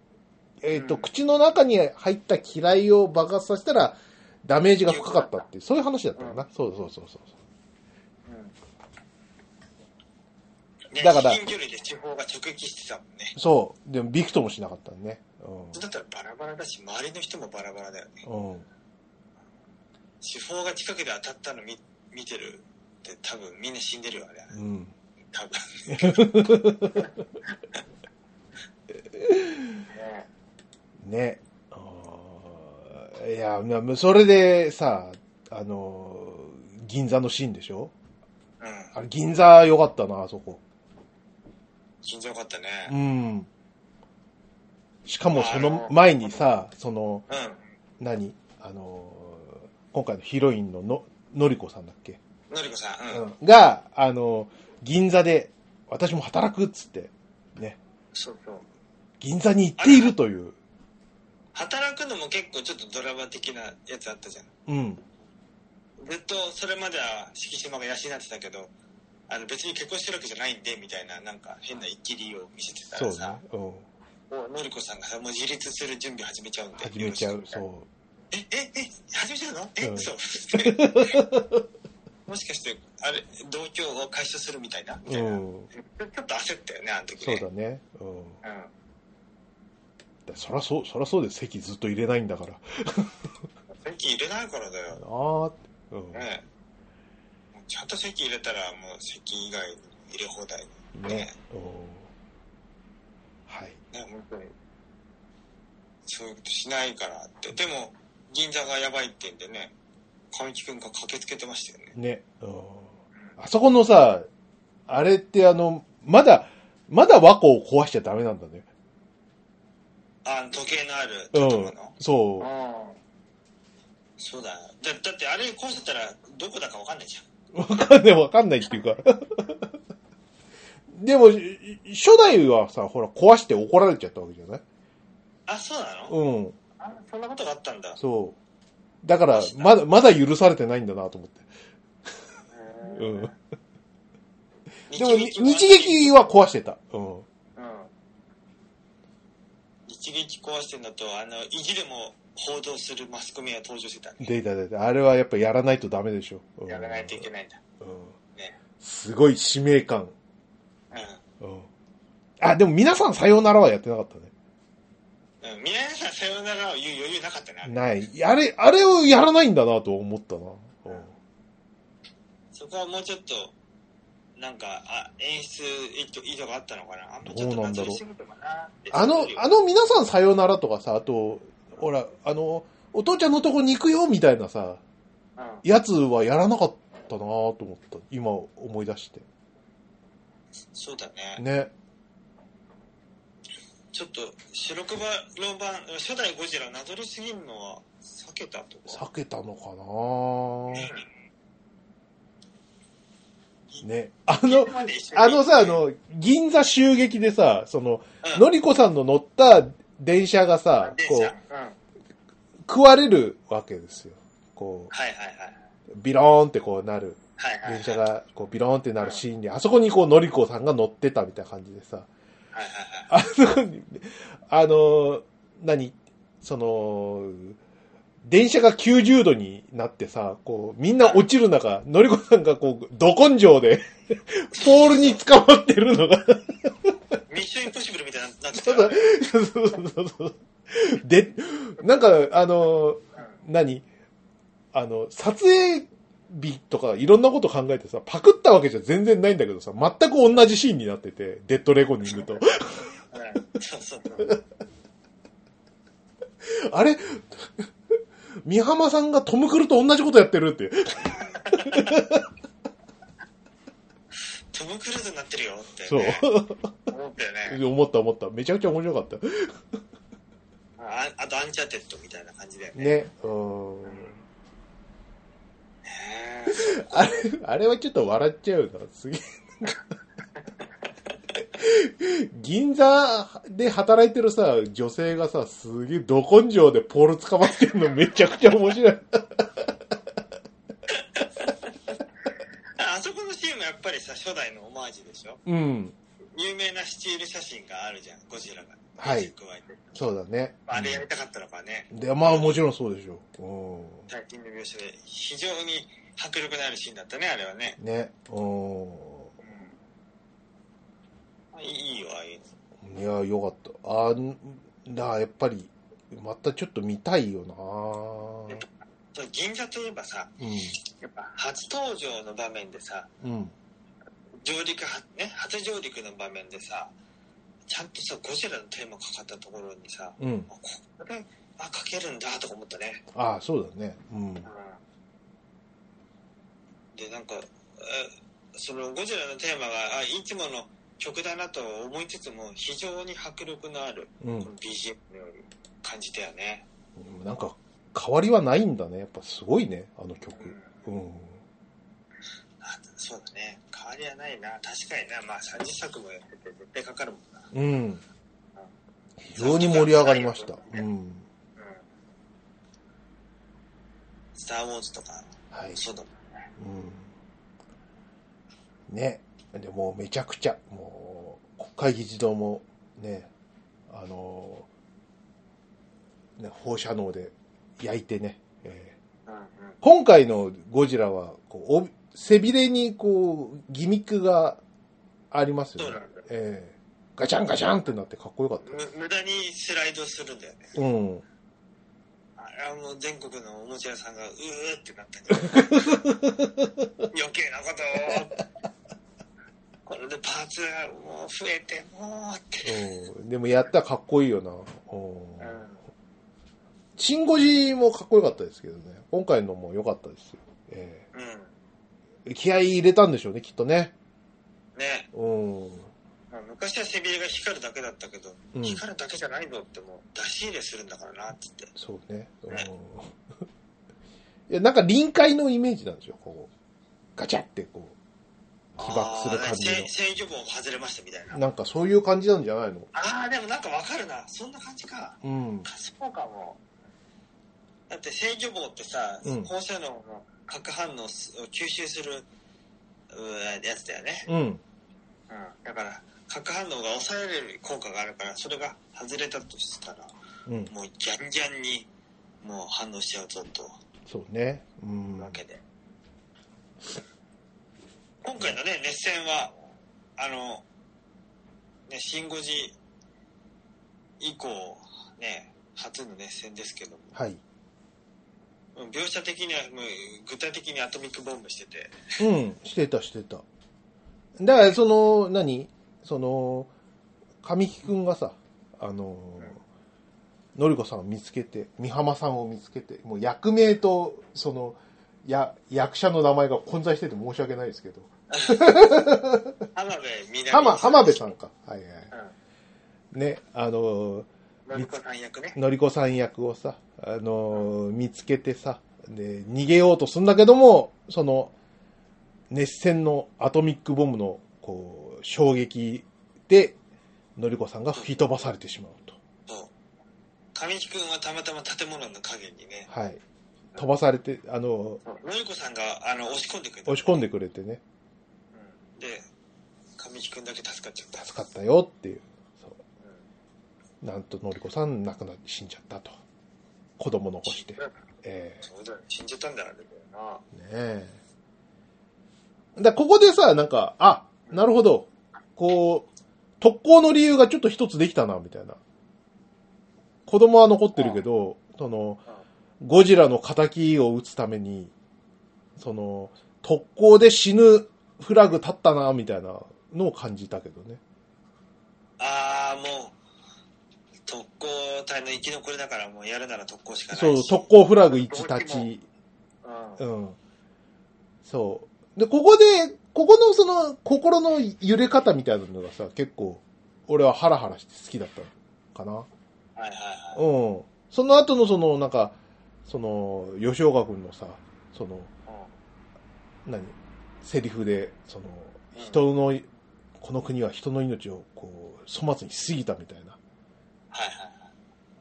Speaker 2: えっ、と、
Speaker 1: うん
Speaker 2: 口の中に入った機雷を爆発させたら、ダメージが深かったっていう、そういう話だったかな。そうそうそうそう。
Speaker 1: ね、
Speaker 2: だから
Speaker 1: 至近距離で地方が直撃してたもんね。
Speaker 2: そう。でも、びくともしなかったね。
Speaker 1: だったらバラバラだし、周りの人もバラバラだよね。
Speaker 2: うん。うん。
Speaker 1: 地方が近くで当たったの見見てるって多分みんな死んでるよ、あれ。
Speaker 2: うん。
Speaker 1: 多分。ね
Speaker 2: ね。あーいや、なそれでさ、あのー、銀座のシーンでしょ
Speaker 1: うん。
Speaker 2: あれ、銀座良かったな、あそこ。
Speaker 1: 心臓よかったね。
Speaker 2: うん。しかもその前にさ、その、
Speaker 1: うん。
Speaker 2: 何あのー、今回のヒロインのの、のりこさんだっけ、
Speaker 1: のりこさん、うん。
Speaker 2: うん、が、あのー、銀座で、私も働くっつって、ね、
Speaker 1: そうそう。
Speaker 2: 銀座に行っているという、
Speaker 1: 働くのも結構ちょっとドラマ的なやつあったじゃん。
Speaker 2: うん。
Speaker 1: ずっとそれまでは敷島が養ってたけど、あの別に結婚してるわけじゃないんで、みたいな、なんか変な一気りを見せてた
Speaker 2: そう
Speaker 1: ら
Speaker 2: ね
Speaker 1: さ、。
Speaker 2: うん。
Speaker 1: もうのりこさんがさ、もう自立する準備始めちゃうんで。
Speaker 2: 始めちゃ
Speaker 1: よ
Speaker 2: う
Speaker 1: ろ。しく
Speaker 2: そ
Speaker 1: え、え、え、始めちゃうのえ、
Speaker 2: うん
Speaker 1: そう。もしかして、あれ、同居を解消するみたいなみた
Speaker 2: う。う
Speaker 1: いな。ち
Speaker 2: ん。
Speaker 1: ょっと焦ったよね、あの時
Speaker 2: そう
Speaker 1: ね。
Speaker 2: だね。うん。
Speaker 1: だ。うん。
Speaker 2: だそらそう、そらそうで席ずっと入れないんだから。
Speaker 1: 席入れないからだよ。
Speaker 2: あーうん。
Speaker 1: ねえちゃんと席入れたら、もう席以外に入れ放題。
Speaker 2: ね
Speaker 1: ね。
Speaker 2: うん。はい。
Speaker 1: ね、本当に。そういうことしないからって。でも、銀座がやばいって言うんでね、神木くんが駆けつけてましたよね。
Speaker 2: ね。うん。あそこのさ、あれってあの、まだ、まだ和光を壊しちゃダメなんだね。
Speaker 1: あの、時計のある
Speaker 2: う
Speaker 1: 建
Speaker 2: ん
Speaker 1: 物。。
Speaker 2: そ
Speaker 1: そうだよだ。だってあれ壊せたら、どこだかわかんないじゃん。
Speaker 2: う。わかんない、わかんないっていうか。 でも、い初代はさ、ほら、壊して怒られちゃったわけじゃない
Speaker 1: あ、そうなの
Speaker 2: うん。
Speaker 1: あそんなことがあったんだ。
Speaker 2: そう。だから、まだ、まだ許されてないんだなと思って。うん。でも、日日劇は壊してた。うん。
Speaker 1: うん。日劇壊してんだと、あの、意地でも報道するマスコミが登場してたね。
Speaker 2: データで、あれはやっぱやらないとダメでしょ。うん
Speaker 1: やらないといけないんだ。
Speaker 2: うん
Speaker 1: ね
Speaker 2: すごい使命感。
Speaker 1: う
Speaker 2: うんあ、でも皆さんさようならはやってなかったね。
Speaker 1: ん。うん。皆さんさようならを言う余裕なかったね。あれ
Speaker 2: ない。あれ、あれをやらないんだなと思ったな。うん
Speaker 1: そこはもうちょっと、なんか、あ、演出意図意図があったのかな。あんまちょっ
Speaker 2: どう
Speaker 1: と
Speaker 2: なん
Speaker 1: 謎
Speaker 2: だろう
Speaker 1: にしてみてもなって
Speaker 2: あの
Speaker 1: 思う、よ
Speaker 2: あの皆さんさようならとかさ、あと、ほら、あの、お父ちゃんのとこに行くよみたいなさ、
Speaker 1: うん。
Speaker 2: やつはやらなかったなと思った。今思い出して。
Speaker 1: そうだね。
Speaker 2: ね。
Speaker 1: ちょっと、白黒版、初代ゴジラなぞりすぎるのは避けたとか。
Speaker 2: 避けたのかなね。あの、あのさ、あ、の、銀座襲撃でさ、その、
Speaker 1: うん、
Speaker 2: のりこさんの乗った電車がさ、
Speaker 1: 電車
Speaker 2: こ
Speaker 1: うん。
Speaker 2: う、
Speaker 1: はい
Speaker 2: 食われるわけですよ。こ
Speaker 1: はいはい。
Speaker 2: う、ビローンってこうなる。
Speaker 1: はいはいはい。
Speaker 2: 電車がこうビローンってなるシーンで、あそこにこう、のりこさんが乗ってたみたいな感じでさ、
Speaker 1: はいはいはい。
Speaker 2: あそこに、あの、何その、電車が90度になってさ、こう、みんな落ちる中、のりこさんがこう、ど根性で、 ポールに捕まってるのが、
Speaker 1: ミッションインポッシブルみたいになってた
Speaker 2: た
Speaker 1: よ
Speaker 2: だ
Speaker 1: ね。、
Speaker 2: そうそうそうそう。で、なんか、あの、何あの、撮影日とかいろんなこと考えてさ、パクったわけじゃ全然ないんだけどさ、全く同じシーンになってて、デッドレコーディングと。
Speaker 1: うんそうそうそう。
Speaker 2: あれ 三浜さんがトム・クルと同じことやってるって。
Speaker 1: トム・クルーズになってるよって、ね。
Speaker 2: そう。
Speaker 1: 思ったよね。
Speaker 2: 思った思った。めちゃくちゃ面白かった。
Speaker 1: ああと、アンチャーテッドみたいな感じだよね。
Speaker 2: ね。うん。
Speaker 1: ね
Speaker 2: あれ、あれはちょっと笑っちゃうな。すげえ。なんか銀座で働いてるさ、女性がさ、すげえど根性でポール捕まってるのめちゃくちゃ面白い。
Speaker 1: あそこのシーンもやっぱりさ、初代のオマージュでしょ
Speaker 2: うん。
Speaker 1: 有名なスチール写真があるじゃん、ゴジラが。
Speaker 2: はい
Speaker 1: 加えて
Speaker 2: そうだね。
Speaker 1: あれやりたかったのかね、
Speaker 2: で、まあもちろんそうでしょ
Speaker 1: 最近の描写で、非常に迫力のあるシーンだったね、あれはね。
Speaker 2: う。うん。ね。う
Speaker 1: いいいいよ、ああいうの。
Speaker 2: ん。いや、よかった。あん、だからやっぱり、またちょっと見たいよな
Speaker 1: そう銀座といえばさ、やっぱ初登場の場面でさ、
Speaker 2: うん。うん。
Speaker 1: 上陸は、ね、初上陸の場面でさ、ちゃんとさ、ゴジラのテーマかかったところにさ、
Speaker 2: うん。
Speaker 1: あこれ、あ、かけるんだとか思ったね。
Speaker 2: ああ、そうだね。うん。
Speaker 1: で、なんか、えそのゴジラのテーマが、あいつもの曲だなと思いつつも、非常に迫力のある、
Speaker 2: う
Speaker 1: こ
Speaker 2: ん
Speaker 1: の。BGM のように感じたよね。
Speaker 2: なんか、変わりはないんだね。やっぱすごいね、あの曲。うん。
Speaker 1: あそうだね変わりはないな確かになまあ30作もやってて絶対かかるもんな、
Speaker 2: うん。非常に盛り上がりました。うん。
Speaker 1: うん、スター・ウォーズとか
Speaker 2: はい。
Speaker 1: そうだもん
Speaker 2: うん。ね。でもうめちゃくちゃ、もう、国会議事堂も、ね、あのーね、放射能で焼いてね、えー
Speaker 1: うんうん
Speaker 2: 今回のゴジラは、こう、お背びれに、こう、ギミックがありますよ
Speaker 1: そう
Speaker 2: ね
Speaker 1: な。んだよ
Speaker 2: ええガチャンガチャンってなってかっこよかった。
Speaker 1: む無駄にスライドするんだよね
Speaker 2: うん。
Speaker 1: あれはもう全国のおもちゃ屋さんがうーってなったんじゃない 余計なことをこれでパーツがもう増えてもうって、
Speaker 2: うん、でもやったらかっこいいよな。
Speaker 1: う
Speaker 2: うん
Speaker 1: ん
Speaker 2: チンゴジもかっこよかったですけどね。今回のも良かったですよ。え
Speaker 1: うん
Speaker 2: え気合い入れたんでしょうね、きっとね。
Speaker 1: ね
Speaker 2: うん。うん。
Speaker 1: まあ、昔は背びれが光るだけだったけど、
Speaker 2: うん
Speaker 1: 光るだけじゃないぞってもう出し入れするんだからなっつって
Speaker 2: そうね。うん。い や、なんか臨海のイメージなんですよ、こう。ガチャってこう、起爆する感
Speaker 1: あー
Speaker 2: じ
Speaker 1: ね制制御棒外れましたみたいな
Speaker 2: の。なんかそういう感じなんじゃないの
Speaker 1: ああでもなんかわかるなそんな感じか
Speaker 2: うん。
Speaker 1: かそうかもだって制御棒ってさ、
Speaker 2: うん
Speaker 1: 放射能の核反応を吸収するうんやつだよね、
Speaker 2: うん。
Speaker 1: うん、だから核反応が抑えれる効果があるからそれが外れたとしたら
Speaker 2: うん。
Speaker 1: もうギャンギャンにもう反応しちゃうぞと。
Speaker 2: そうね。うん。
Speaker 1: わけで、今回のね熱戦はあのね新5時以降ね初の熱戦ですけども
Speaker 2: はい。
Speaker 1: うん描写的にはもう具体的にアトミックボンブしてて
Speaker 2: うん、してた、してた。だから、その、何その、神木くんがさ、あのー、のりこさんを見つけて、美浜さんを見つけて、もう役名と、その、や、役者の名前が混在してて申し訳ないですけど、
Speaker 1: 浜辺美波
Speaker 2: 浜、浜辺さんか。はいはい。
Speaker 1: う
Speaker 2: ね、あのー、
Speaker 1: んのりこさん役ね
Speaker 2: のりこさん役をさ、あのー見つけてさ、で、逃げようとするんだけども、その、熱戦のアトミックボムの、こう、衝撃で、のりこさんが吹き飛ばされてしまうと。
Speaker 1: そう神木君はたまたま建物の影にね
Speaker 2: はい。飛ばされて、あの
Speaker 1: のりこさんがあの押し込んでくれ
Speaker 2: ー
Speaker 1: た
Speaker 2: 押し込んでくれてね、
Speaker 1: うんで神木君だけ助かっちゃった
Speaker 2: 助かったよっていう。そう
Speaker 1: うん
Speaker 2: なんとのりこさん亡くなって死んじゃったと。子供残して。ええ
Speaker 1: そうだよ死んじゃったんだからねだよ
Speaker 2: ねえ。だここでさ、なんか、あ、なるほど。こう、特攻の理由がちょっと一つできたな、みたいな。子供は残ってるけど、その、ゴジラの仇を撃つために、その、特攻で死ぬフラグ立ったな、みたいなのを感じたけどね。
Speaker 1: なああもう特攻隊の生き残りだからもうやるなら特攻しかない
Speaker 2: そう、
Speaker 1: し
Speaker 2: 特攻フラグ1立
Speaker 1: どうし
Speaker 2: ち。
Speaker 1: うん
Speaker 2: うん。そう。で、ここで、ここのその、心の揺れ方みたいなのがさ、結構、俺はハラハラして好きだったのか
Speaker 1: はいはい
Speaker 2: な。
Speaker 1: は
Speaker 2: うん。その後のその、なんか、その、吉岡君のさ、その、何セリフで、その、
Speaker 1: うん
Speaker 2: 人の、この国は人の命を、こう、粗末にしすぎたみたいない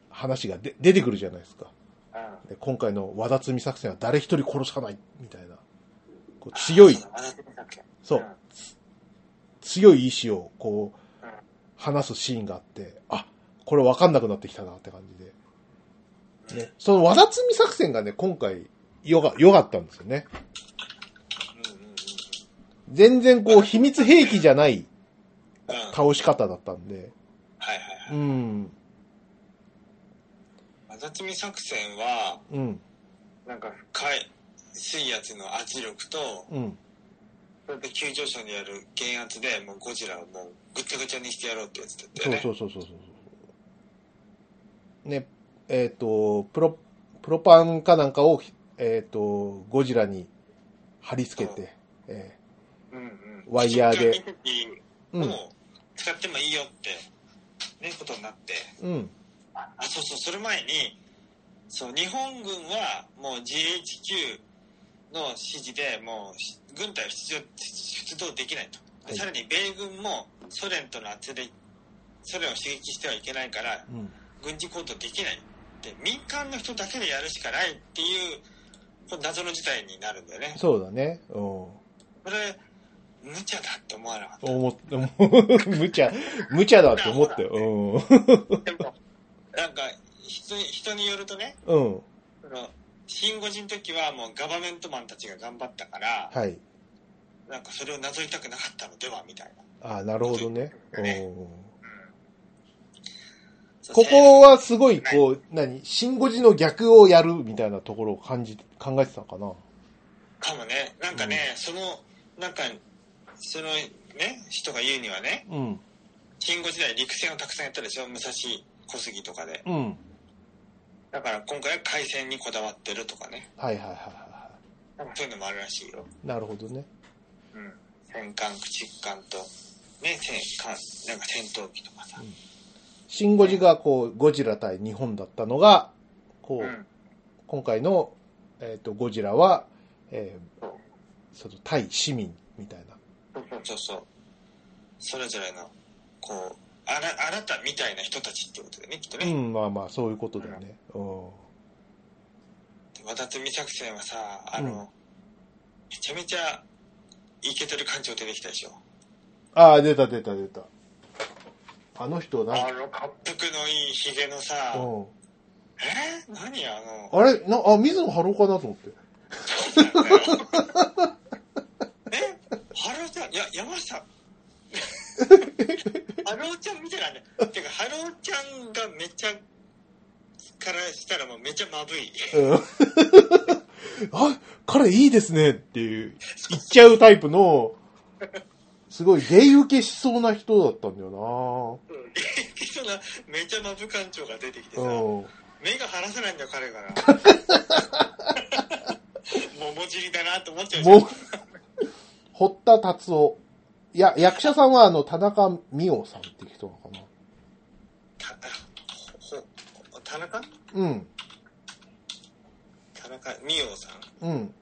Speaker 2: 話がで出てくるじゃないですか。
Speaker 1: はいはい
Speaker 2: で今回の和田摘み作戦は誰一人殺さない、みたいな。こう
Speaker 1: うん
Speaker 2: 強い
Speaker 1: そうだまだ出てたっけ
Speaker 2: そう
Speaker 1: うん
Speaker 2: 強い意志をこう
Speaker 1: うん、
Speaker 2: 話すシーンがあって、あ、これわかんなくなってきたなって感じで。ね、そのわだつみ作戦がね、今回、よが、よかったんですよね。
Speaker 1: うんうん
Speaker 2: 全然こう、秘密兵器じゃない
Speaker 1: うんうん
Speaker 2: 倒し方だったんで。
Speaker 1: はいはいはい。
Speaker 2: うん。
Speaker 1: あざつみ作戦は、
Speaker 2: うん。
Speaker 1: なんか深い水圧の圧力と、
Speaker 2: うん。
Speaker 1: それで急上昇にある減圧で、もうゴジラをもうぐっちゃぐちゃにしてやろうってやつだったよ
Speaker 2: そう
Speaker 1: ね。
Speaker 2: そうそうそうそう。ね、えっ、と、プロ、プロパンかなんかを、えっ、と、ゴジラに貼り付けて、え
Speaker 1: うんうん、
Speaker 2: ワイヤーで
Speaker 1: 緊急エネル
Speaker 2: ー
Speaker 1: ギーを使ってもいいよって、ね、ことになって。
Speaker 2: うん、うん、
Speaker 1: あ、そうそう、それ前に、そう、日本軍はもう GHQ の指示で、もうし軍隊を出動出動できないと。で
Speaker 2: はい
Speaker 1: さらに米軍もソ連との圧力、ソ連を刺激してはいけないから、
Speaker 2: うん、
Speaker 1: 軍事行動できないで民間の人だけでやるしかないっていうこの謎の事態になるんだよね
Speaker 2: そうだね、うん。
Speaker 1: これ無茶だって思わなかっ
Speaker 2: 思って、もう無茶、無茶だって思ったよ。
Speaker 1: たでもなんか人に人によるとね
Speaker 2: うん、うん、
Speaker 1: そのシン・ゴジの時はもうガバメントマンたちが頑張ったから
Speaker 2: はい。
Speaker 1: なんかそれをなぞりたくなかったのではみたいな、
Speaker 2: あなるほどね。うん
Speaker 1: そう
Speaker 2: ここはすごい、こう、何シンゴジの逆をやるみたいなところを感じ、考えてたのかな。
Speaker 1: かもねなんかね、そのなんかそのね人が言うにはね
Speaker 2: うん、
Speaker 1: シン・ゴ時代陸戦をたくさんやったでしょ武蔵小杉とかで
Speaker 2: うん。
Speaker 1: だから今回は海鮮にこだわってるとかね。
Speaker 2: はいはいはいはいは
Speaker 1: そういうのもあるらしいよ。
Speaker 2: い。なるほどね。
Speaker 1: うん。戦艦、駆逐艦と、ね、戦艦、なんか戦闘機とかさ。
Speaker 2: シン・ゴジがこう、ゴジラ対日本だったのが、こう、
Speaker 1: うん。
Speaker 2: 今回の、えっ、と、ゴジラは、えー
Speaker 1: そう
Speaker 2: その対市民みたいな。
Speaker 1: そうそうそうそう。それぞれの、こう、あな、あなたみたいな人たちってことでね、きっと
Speaker 2: う
Speaker 1: ね。
Speaker 2: ん、まあまあ、そういうことだよね。うん。
Speaker 1: でわたつみ作戦はさ、あの、
Speaker 2: うん
Speaker 1: めちゃめちゃ、イケてる艦長出てきたでしょ。
Speaker 2: ああ、出た出た出た。あの人な、
Speaker 1: あの、滑覆のいいヒゲのさ、
Speaker 2: うん。
Speaker 1: えー何あ の、
Speaker 2: あれな、あ、水野ハローかなと思って。
Speaker 1: えハローちゃん、いや、山 下。ハローちゃん見てないね。てか、ハローちゃんがめちゃ、からしたらもうめちゃまぶい。
Speaker 2: うん。 あ、彼いいですねっていう、言っちゃうタイプの、すごいゲイ受けしそうな人だったんだよ
Speaker 1: そんな、めちゃまぶ艦長が出てきてさ、
Speaker 2: なうん。
Speaker 1: 目が離せないんだよ、彼 から。桃尻だなと思っちゃうじゃん
Speaker 2: もう、堀田達夫。いや、役者さんはあの、田中美桜さんって人なのか
Speaker 1: たほほ田中
Speaker 2: な。うん、
Speaker 1: 田中美桜さん。
Speaker 2: うん。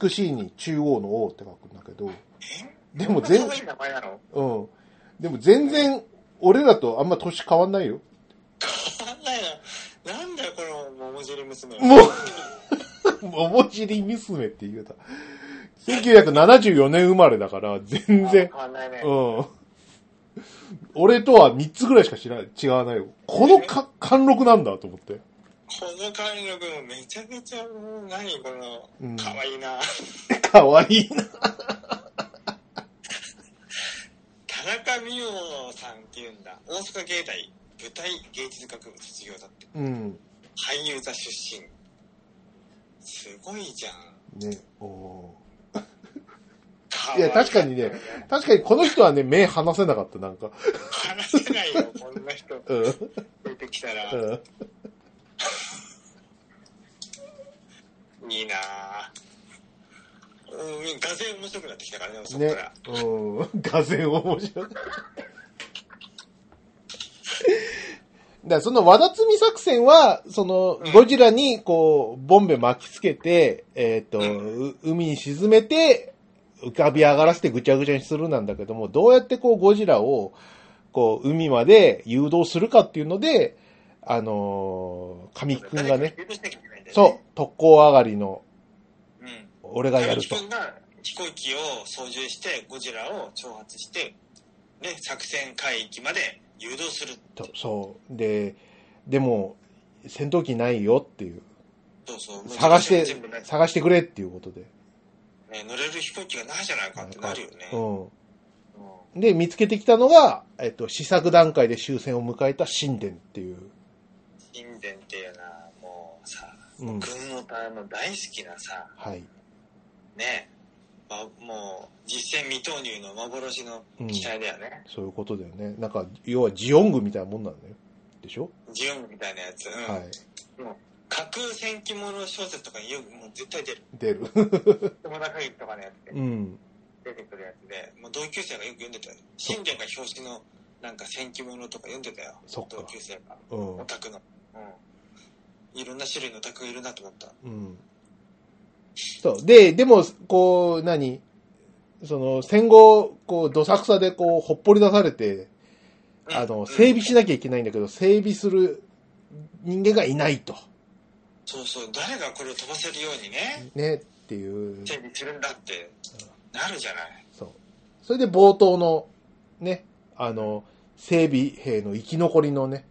Speaker 2: 美しいに中央の王って書くんだけど。でも
Speaker 1: そ
Speaker 2: 全
Speaker 1: んな可愛、い名前なの
Speaker 2: うん。でも全然、俺らとあんま年変わんないよ。
Speaker 1: なんだよ。なんだよ、この桃尻娘は。
Speaker 2: もう、桃尻娘って言うた。1974年生まれだから、全然。
Speaker 1: 変わんないね。
Speaker 2: うん。俺とは3つぐらいしか知ら、違わないよ。このか、貫禄なんだと思って。
Speaker 1: この貫禄もめちゃめちゃ、もう何この
Speaker 2: うん、
Speaker 1: 可愛いな。
Speaker 2: かわいいな。
Speaker 1: 田中美桜さんっていうんだ。大阪芸大舞台芸術学部卒業だって。
Speaker 2: うん。
Speaker 1: 俳優座出身。すごいじゃん。
Speaker 2: ね、お
Speaker 1: 可
Speaker 2: ーいや、確かにね、確かにこの人はね、目離せなかった、なんか。
Speaker 1: 話せない よ、こんな人
Speaker 2: うん。
Speaker 1: 出てきたら。
Speaker 2: うん
Speaker 1: いいなうん、画然面白くなってきたからね、そこか
Speaker 2: ね
Speaker 1: ら。。
Speaker 2: うん。がぜん面白い。だからその、わだつみ作戦は、その
Speaker 1: うん、
Speaker 2: ゴジラに、こう、ボンベ巻きつけて、えっ、と、
Speaker 1: う
Speaker 2: う海に沈めて、浮かび上がらせてぐちゃぐちゃにするなんだけども、どうやってこう、ゴジラを、こう、海まで誘導するかっていうので、あのー神木くんが
Speaker 1: 誰
Speaker 2: ね、
Speaker 1: かに許しなきゃいけないんだよ
Speaker 2: そう、特攻上がりの、
Speaker 1: う。うん。
Speaker 2: 俺がやると
Speaker 1: 神木。君が飛行機を操縦して、ゴジラを挑発して、ね、作戦海域まで誘導する。
Speaker 2: とそう。で、でも、戦闘機ないよっていう。
Speaker 1: そうそう。
Speaker 2: 探し
Speaker 1: 全部な
Speaker 2: て、
Speaker 1: い
Speaker 2: 探してくれっていうことで。
Speaker 1: ね、乗れる飛行機がないじゃないかってなるよね。
Speaker 2: うん。で、見つけてきたのが、えっと、試作段階で終戦を迎えた神殿っていう。
Speaker 1: 神殿っていうのは、もうさ、
Speaker 2: うん。
Speaker 1: 軍の隊の大好きなさ、
Speaker 2: はい。
Speaker 1: ね、ま、もう実戦未投入の幻の
Speaker 2: うん。
Speaker 1: 機体だよね。
Speaker 2: そういうことだよね。なんか、要はジオングみたいなもんなんだよ。でしょ、
Speaker 1: ジオンみたいなやつ。うん
Speaker 2: はい。
Speaker 1: 架空戦記物小説とかによくもう絶対出る。
Speaker 2: 出る。
Speaker 1: 友田会とかのやつで
Speaker 2: うん。
Speaker 1: 出てくるやつで、もう同級生がよく読んでたよ。神殿が表紙のなんか戦記物とか読んでたよ。
Speaker 2: そっか
Speaker 1: 同級生が。
Speaker 2: うん
Speaker 1: オ。タクの。うん。いろんな種類のオタクがいるなと思った。
Speaker 2: うん。そう。で、でも、こう、何その、戦後、こう、どさくさで、こう、ほっぽり出されて、
Speaker 1: うん
Speaker 2: あ
Speaker 1: うん
Speaker 2: の、整備しなきゃいけないんだけど、整備する人間がいないと。
Speaker 1: そうそう、誰がこれを飛ばせるようにね、
Speaker 2: ね、っていう。
Speaker 1: 整備するんだってなるじゃない。
Speaker 2: そう。それで冒頭の、ね、あの、整備兵の生き残りのね、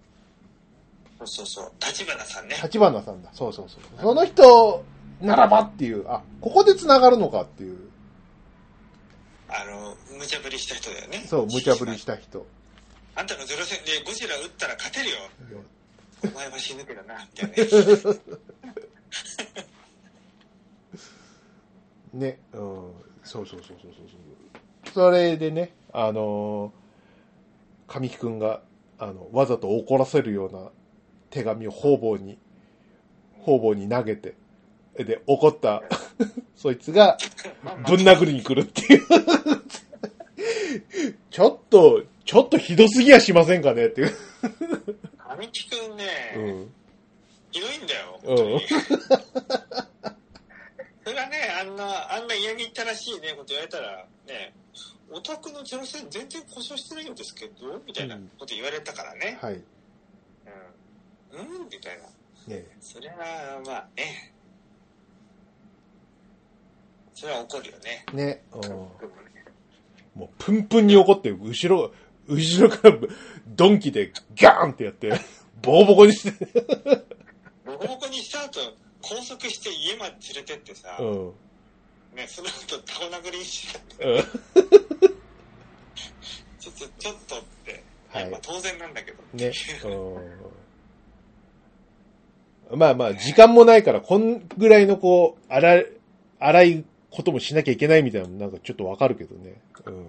Speaker 1: そうそうそう。立花さんね。
Speaker 2: 立花さんだ。そうそうそう。その人ならばっていう、あ、ここで繋がるのかっていう。
Speaker 1: あの、無茶ぶりした人だよね。
Speaker 2: そう、無茶ぶりした人。
Speaker 1: あんたのゼロ戦でゴジラ撃ったら勝てるよ。お前は死ぬけどな、みたいな。
Speaker 2: ね、うん、そうそうそうそうそうそう。それでね、あのー神木くんが、あの、わざと怒らせるような手紙を方々に、方々に投げて、で、怒った、 そいつが、ぶん殴りに来るっていう。ちょっと、ちょっとひどすぎやしませんかねっていう。
Speaker 1: 神木くんね、
Speaker 2: うん。
Speaker 1: ひどいんだよ。
Speaker 2: う
Speaker 1: 本
Speaker 2: ん
Speaker 1: 当に それはね、あんな、あんな嫌みったらしいね、こと言われたら、ね、オタクのゼロ戦全然故障してないんですけど、みたいなこと言われたからね。
Speaker 2: はい。
Speaker 1: うん、うん、みたいな。
Speaker 2: ね
Speaker 1: それは、まあね。それは怒るよね。
Speaker 2: ね、うん。
Speaker 1: 僕もね
Speaker 2: もうプンプンに怒って、後ろ、後ろからドンキでガーンってやって、ボコボコにして。
Speaker 1: ボコボコにした後、拘束して家まで連れてってさ、
Speaker 2: うん。うん。
Speaker 1: ね、その後、タオ殴りにして、ちょっと、ちょっとって、
Speaker 2: はい
Speaker 1: まあ当然なんだけど。
Speaker 2: ね。うん。まあまあ、時間もないから、こんぐらいのこう、荒い、荒いこともしなきゃいけないみたいなのなんかちょっとわかるけどね。うん。
Speaker 1: うん。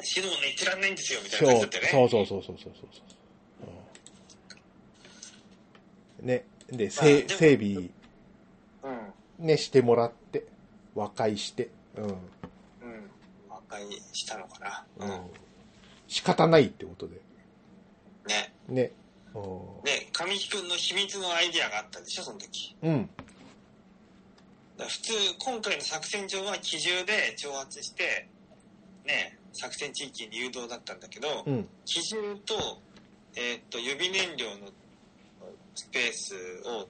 Speaker 1: 指導ね、言ってらんないんですよ、みたいな
Speaker 2: そ
Speaker 1: 感
Speaker 2: う
Speaker 1: じだったよね。
Speaker 2: そうそうそうそうそうそうそう、うんね。で、せい
Speaker 1: まあ
Speaker 2: 整備、
Speaker 1: うん。
Speaker 2: ね、してもらって、和解して。うん。
Speaker 1: うん。和解したのかな。
Speaker 2: うん。仕方ないってことで。
Speaker 1: ね。
Speaker 2: ね。う
Speaker 1: で、神木くんの秘密のアイディアがあったでしょ、その時。
Speaker 2: ん。
Speaker 1: だから普通、今回の作戦上は機銃で挑発して、ね、作戦地域に誘導だったんだけど、
Speaker 2: うん。
Speaker 1: 機銃と、えーっと、予備燃料のスペースを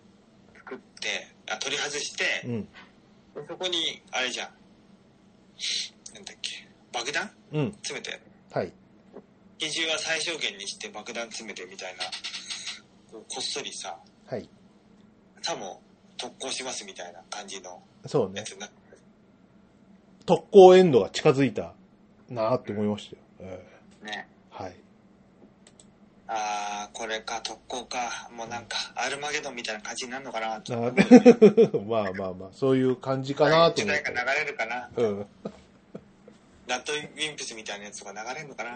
Speaker 1: 作って、あ、取り外して、
Speaker 2: うん。
Speaker 1: そこに、あれじゃん。なんだっけ、爆弾
Speaker 2: うん。
Speaker 1: 詰めて。
Speaker 2: はい。
Speaker 1: 機銃は最小限にして爆弾詰めてみたいな、こうこっそりさ、
Speaker 2: はい。
Speaker 1: さも特攻しますみたいな感じの
Speaker 2: そうね
Speaker 1: やつ。になって
Speaker 2: 特攻エンドが近づいたなーって思いましたよ。え
Speaker 1: ね。
Speaker 2: えはい。
Speaker 1: あー、これか、特攻か、もうなんか、アルマゲドンみたいな感じになるのかな、と
Speaker 2: な
Speaker 1: 思うよ
Speaker 2: まあまあまあ、そういう感じかなと
Speaker 1: 時
Speaker 2: 思
Speaker 1: 代
Speaker 2: っ
Speaker 1: が
Speaker 2: て
Speaker 1: 流。れるかな、
Speaker 2: うん。うん。
Speaker 1: ラッドウィンプスみたいなやつとか流れるのかな、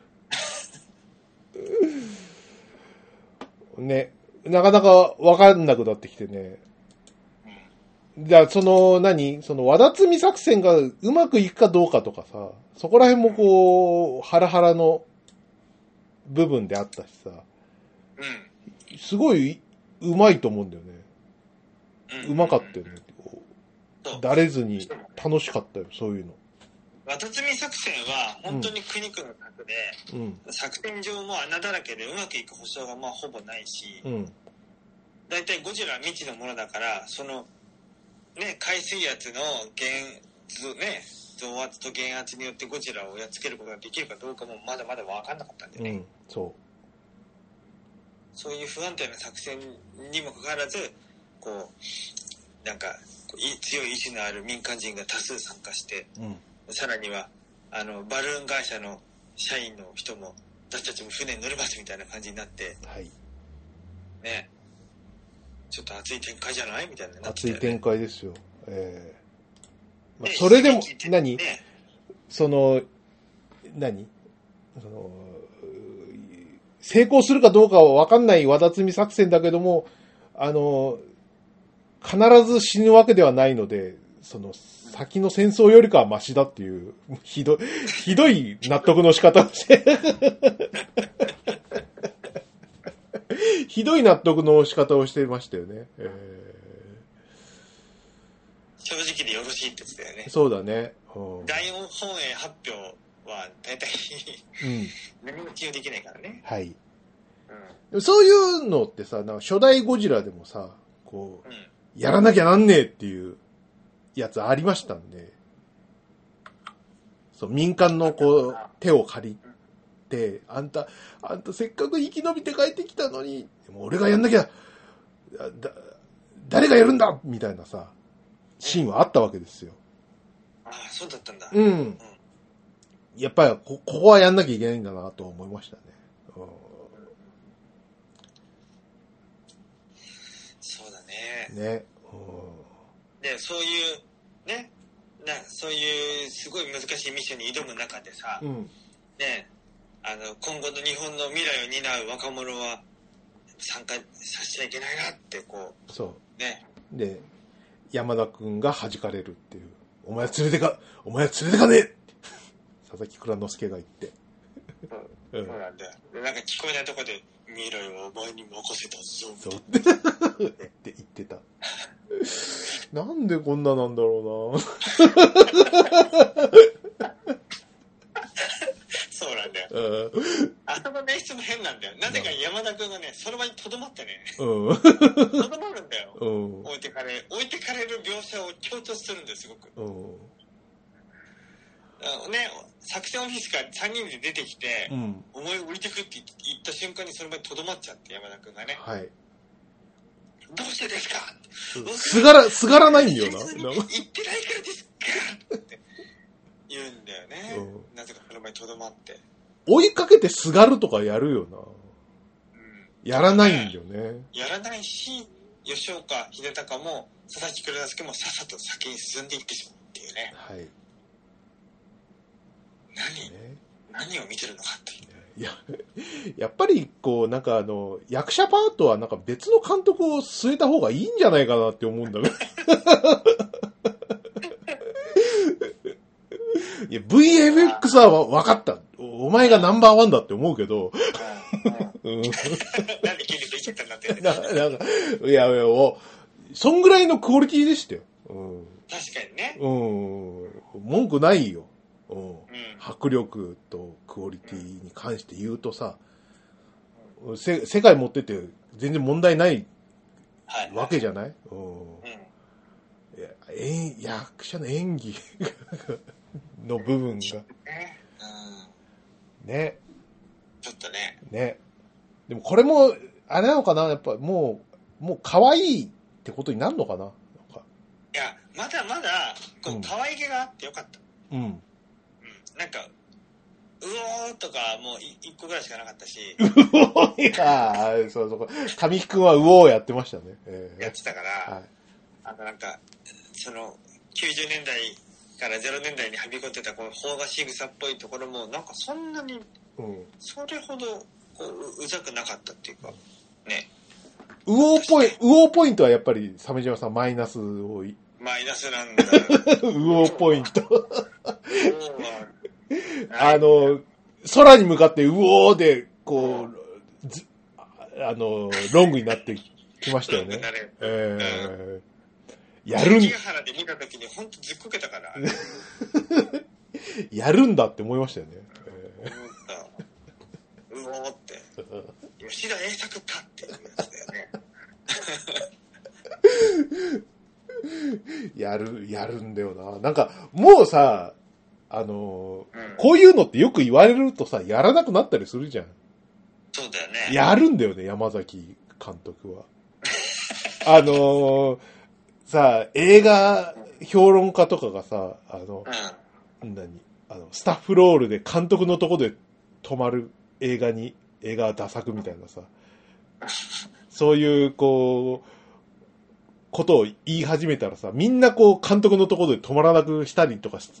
Speaker 2: ね。なかなかわかんなくなってきてね。じゃあ、その、何その、和田摘み作戦がうまくいくかどうかとかさ、そこら辺もこう、ハラハラの部分であったしさ、
Speaker 1: う
Speaker 2: すごい、うまいと思うんだよね。
Speaker 1: ん。うん。
Speaker 2: うまかったよね。
Speaker 1: そう。
Speaker 2: だれずに楽しかったよ、そういうの。
Speaker 1: わたつみ作戦は、本当に苦肉の策で、
Speaker 2: うん。
Speaker 1: 作戦上も穴だらけでうまくいく保証がまあほぼないし、
Speaker 2: うん。
Speaker 1: 大体ゴジラは未知のものだから、その、ね、海水圧の原、ね、増圧と減圧によってゴジラをやっつけることができるかどうかもまだまだ分かんなかったんで
Speaker 2: う
Speaker 1: ね、
Speaker 2: ん、そ
Speaker 1: そういう不安定な作戦にもかかわらずこうなんかこうい強い意志のある民間人が多数参加して
Speaker 2: う。うん。
Speaker 1: さらにはあのバルーン会社の社員の人も私たちも船に乗りますみたいな感じになって
Speaker 2: はい。
Speaker 1: ねちょっと熱い展開じゃないみたいななって
Speaker 2: 熱
Speaker 1: たよ
Speaker 2: い
Speaker 1: ね
Speaker 2: 展開ですよ。ええまあ
Speaker 1: ね、
Speaker 2: それでも
Speaker 1: 聞い、てて
Speaker 2: 何
Speaker 1: ね
Speaker 2: その、何その、成功するかどうかは分かんない和田摘み作戦だけども、あの、必ず死ぬわけではないので、その、先の戦争よりかはマシだっていう、ひどい、ひどい納得の仕方をして、ひどい納得の仕方をしてましたよね。え
Speaker 1: 正直でよろしいって言ってたよね
Speaker 2: ーそうだね。うん。うん。
Speaker 1: 第4本営発表は大体 何も起用できないからね、
Speaker 2: はい。
Speaker 1: う
Speaker 2: でもそういうのってさ、なんか初代ゴジラでもさ、こう、
Speaker 1: んうん、
Speaker 2: やらなきゃなんねえっていうやつありましたんで、そう、民間のこう、手を借りて、あんた、あんたせっかく生き延びて帰ってきたのに、でも俺がやんなきゃ、だ、だ誰がやるんだみたいなさ、シーンはあったわけですよ。
Speaker 1: ああそうだったんだ、
Speaker 2: うん。やっぱりこ、ここはやんなきゃいけないんだなと思いましたね。うん
Speaker 1: そうだね
Speaker 2: ね。
Speaker 1: でそういうねなそういうすごい難しいミッションに挑む中でさ、
Speaker 2: うん。
Speaker 1: ねあの今後の日本の未来を担う若者は参加させちゃいけないなってこ
Speaker 2: そう。
Speaker 1: うね
Speaker 2: で、山田くんが弾かれるっていう。お前は連れてか、お前は連れてかねえって 佐々木蔵之介が言って。うん
Speaker 1: そうなんだよでなんか聞こえないとこで「未来はお前に任せたぞ」
Speaker 2: そう。 って言ってた。なんでこんななんだろ
Speaker 1: そうなんだよ
Speaker 2: うな。
Speaker 1: あそこの演出も変なんだよなぜか山田君がねその場にとどまってね
Speaker 2: うん。
Speaker 1: とどまるんだよ
Speaker 2: うん。
Speaker 1: 置いてかれ置いてかれる描写を強調するんですすごく
Speaker 2: うん。
Speaker 1: あのね作戦オフィスから3人で出てきて、
Speaker 2: うん。
Speaker 1: お前置いてくって言った瞬間にその場にとどまっちゃって山田君がね
Speaker 2: はい。
Speaker 1: どうしてですか
Speaker 2: すがら、すがらないんだよ
Speaker 1: 別に言ってな
Speaker 2: な。
Speaker 1: いからですかって言うんだよね、
Speaker 2: う
Speaker 1: なぜかその場にとどまって、
Speaker 2: 追いかけてすがるとかやるよな。
Speaker 1: うん、
Speaker 2: やらないんだよね。
Speaker 1: やらないし吉岡秀隆も佐々木蔵之介もさっさと先に進んでいってしまうっていうね
Speaker 2: はい。
Speaker 1: 何
Speaker 2: ね
Speaker 1: 何を見てるのかっていう
Speaker 2: いや、やっぱり、こう、なんかあの、役者パートはなんか別の監督を据えた方がいいんじゃないかなって思うんだけど。いや、VFX は分かった。おお前がナンバーワンだって思うけど、う
Speaker 1: な
Speaker 2: ん、
Speaker 1: んで急にできちゃったんだって確か
Speaker 2: ななんか、いやいや、おそんぐらいのクオリティでしたよ。
Speaker 1: にね
Speaker 2: うん。うん。文句ないよ。うん。
Speaker 1: うん
Speaker 2: 迫力とクオリティに関して言うとさ、せ世界持ってて全然問題ない
Speaker 1: はい
Speaker 2: わけじゃない、うん
Speaker 1: うん
Speaker 2: いや演役者の演技の部分が。
Speaker 1: ねうん
Speaker 2: ね、
Speaker 1: ちょっとね
Speaker 2: ね。でもこれも、あれなのかなやっぱもう、もう可愛いってことになるのかななんか
Speaker 1: いやまだまだこ
Speaker 2: う
Speaker 1: うん可愛げがあってよかった、
Speaker 2: うん。
Speaker 1: うん、なんかうおーとかもう1個ぐらいしかなかったし
Speaker 2: いやーそうそう。神木くんはうおーやってましたね。えー
Speaker 1: やってたから、
Speaker 2: はい。
Speaker 1: あとなんか、その、90年代から0年代にはびこってた、この邦画仕草っぽいところも、なんかそんなに、
Speaker 2: うん。
Speaker 1: それほどこうう、うざくなかったっていうか、ね、
Speaker 2: うおーポイント、うおーポイントはやっぱり、鮫島さんマイナスを い、
Speaker 1: マイナスなんだ よ。
Speaker 2: うおーポイント。あ
Speaker 1: あ、
Speaker 2: の、空に向かってうおーで、こう、ずあの、ロングになってきましたよ
Speaker 1: ロング
Speaker 2: ね
Speaker 1: になる。
Speaker 2: えー、やるん
Speaker 1: 関、ヶ原で見た時に本当ずっこけたから、思 っ
Speaker 2: やるんだって思いましたよね。え
Speaker 1: た。うおーって。吉田栄作かっていうやつだよね。
Speaker 2: ーやる、やるんだよな。なんか、もうさ、あのー
Speaker 1: うん。
Speaker 2: こういうのってよく言われるとさ、やらなくなったりするじゃん。
Speaker 1: そうだよね。
Speaker 2: やるんだよね、山崎監督は。あのーさ、映画評論家とかがさ、あの
Speaker 1: う、ん。
Speaker 2: 何あの、スタッフロールで監督のとこで止まる映画に、映画ダ作みたいなさ、そういう、こう、ことを言い始めたらさ、みんなこう、監督のところで止まらなくしたりとかし、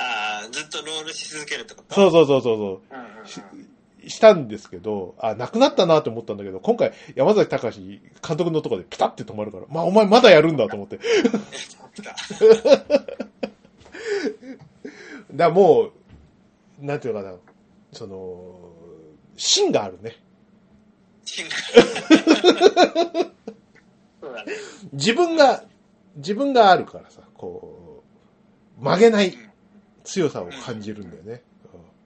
Speaker 1: ああ、ずっとロールし続けるってこと
Speaker 2: そう
Speaker 1: う。
Speaker 2: そうそうそうそう、
Speaker 1: うんうんうん、
Speaker 2: ししたんですけど、あ、なくなったなと思ったんだけど、今回、山崎隆監督のとこでピタって止まるから、まあお前まだやるんだと思って。だか
Speaker 1: 来た
Speaker 2: らもう、なんていうのかな、その、芯があるね。
Speaker 1: シンガ ーそうだね。
Speaker 2: 自分が、自分があるからさ、こう、曲げない強さを感じるんだよね。うん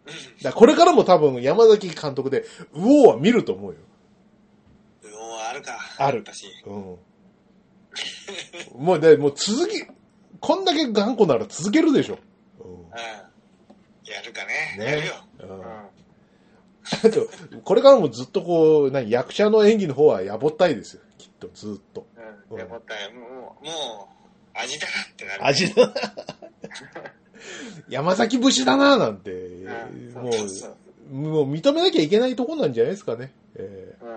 Speaker 2: だからこれからも多分山崎監督で、ウォーは見ると思うよ。
Speaker 1: うん。うおーあるか。
Speaker 2: ある
Speaker 1: やっぱし
Speaker 2: うん。もう、でもう続き、こんだけ頑固なら続けるでしょ。う
Speaker 1: うん。やるかね。
Speaker 2: ね
Speaker 1: やるよ。
Speaker 2: ん。う
Speaker 1: うんん。
Speaker 2: だってこれからもずっとこう、何、役者の演技の方はやぼったいですよ。きっと、ずっと。
Speaker 1: うん。やっぱりもう、もう、味だなってなる。
Speaker 2: 味だな 山崎節だななんて、
Speaker 1: うん。
Speaker 2: も
Speaker 1: そうそう
Speaker 2: う、もう認めなきゃいけないとこなんじゃないですかね。え
Speaker 1: そう。うん。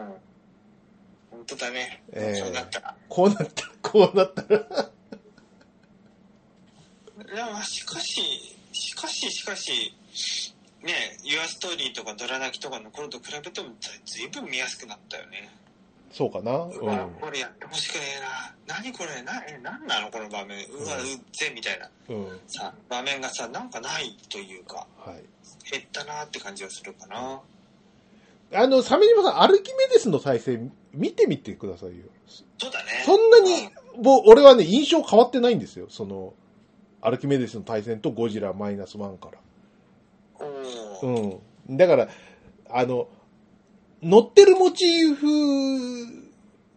Speaker 1: 本当だね。
Speaker 2: ええ
Speaker 1: そうなったら
Speaker 2: ー。こうなった、こうなったら。
Speaker 1: いやまあしかし、しかし、しかし、ね、ユアストーリーとかドラ泣きとかの頃と比べてもずずいぶん見やすくなったよね。
Speaker 2: そうかな。
Speaker 1: う
Speaker 2: う
Speaker 1: わ、
Speaker 2: ん。
Speaker 1: これやってほしくねえな。何これな、え、なんなのこの場面。うわ、う
Speaker 2: うん
Speaker 1: っぜ、みたいな
Speaker 2: うん。
Speaker 1: さ、場面がさ、なんかないというか、
Speaker 2: はい。
Speaker 1: 減ったなって感じはするかな。
Speaker 2: あの、サメニマさん、アルキメデスの体制見てみてくださいよ。
Speaker 1: そうだね。
Speaker 2: そんなに、もう俺はね、印象変わってないんですよ。その、アルキメデスの対戦とゴジラマイナスワンか
Speaker 1: う
Speaker 2: ら。
Speaker 1: んおー
Speaker 2: うん。だから、あの、乗ってるモチーフ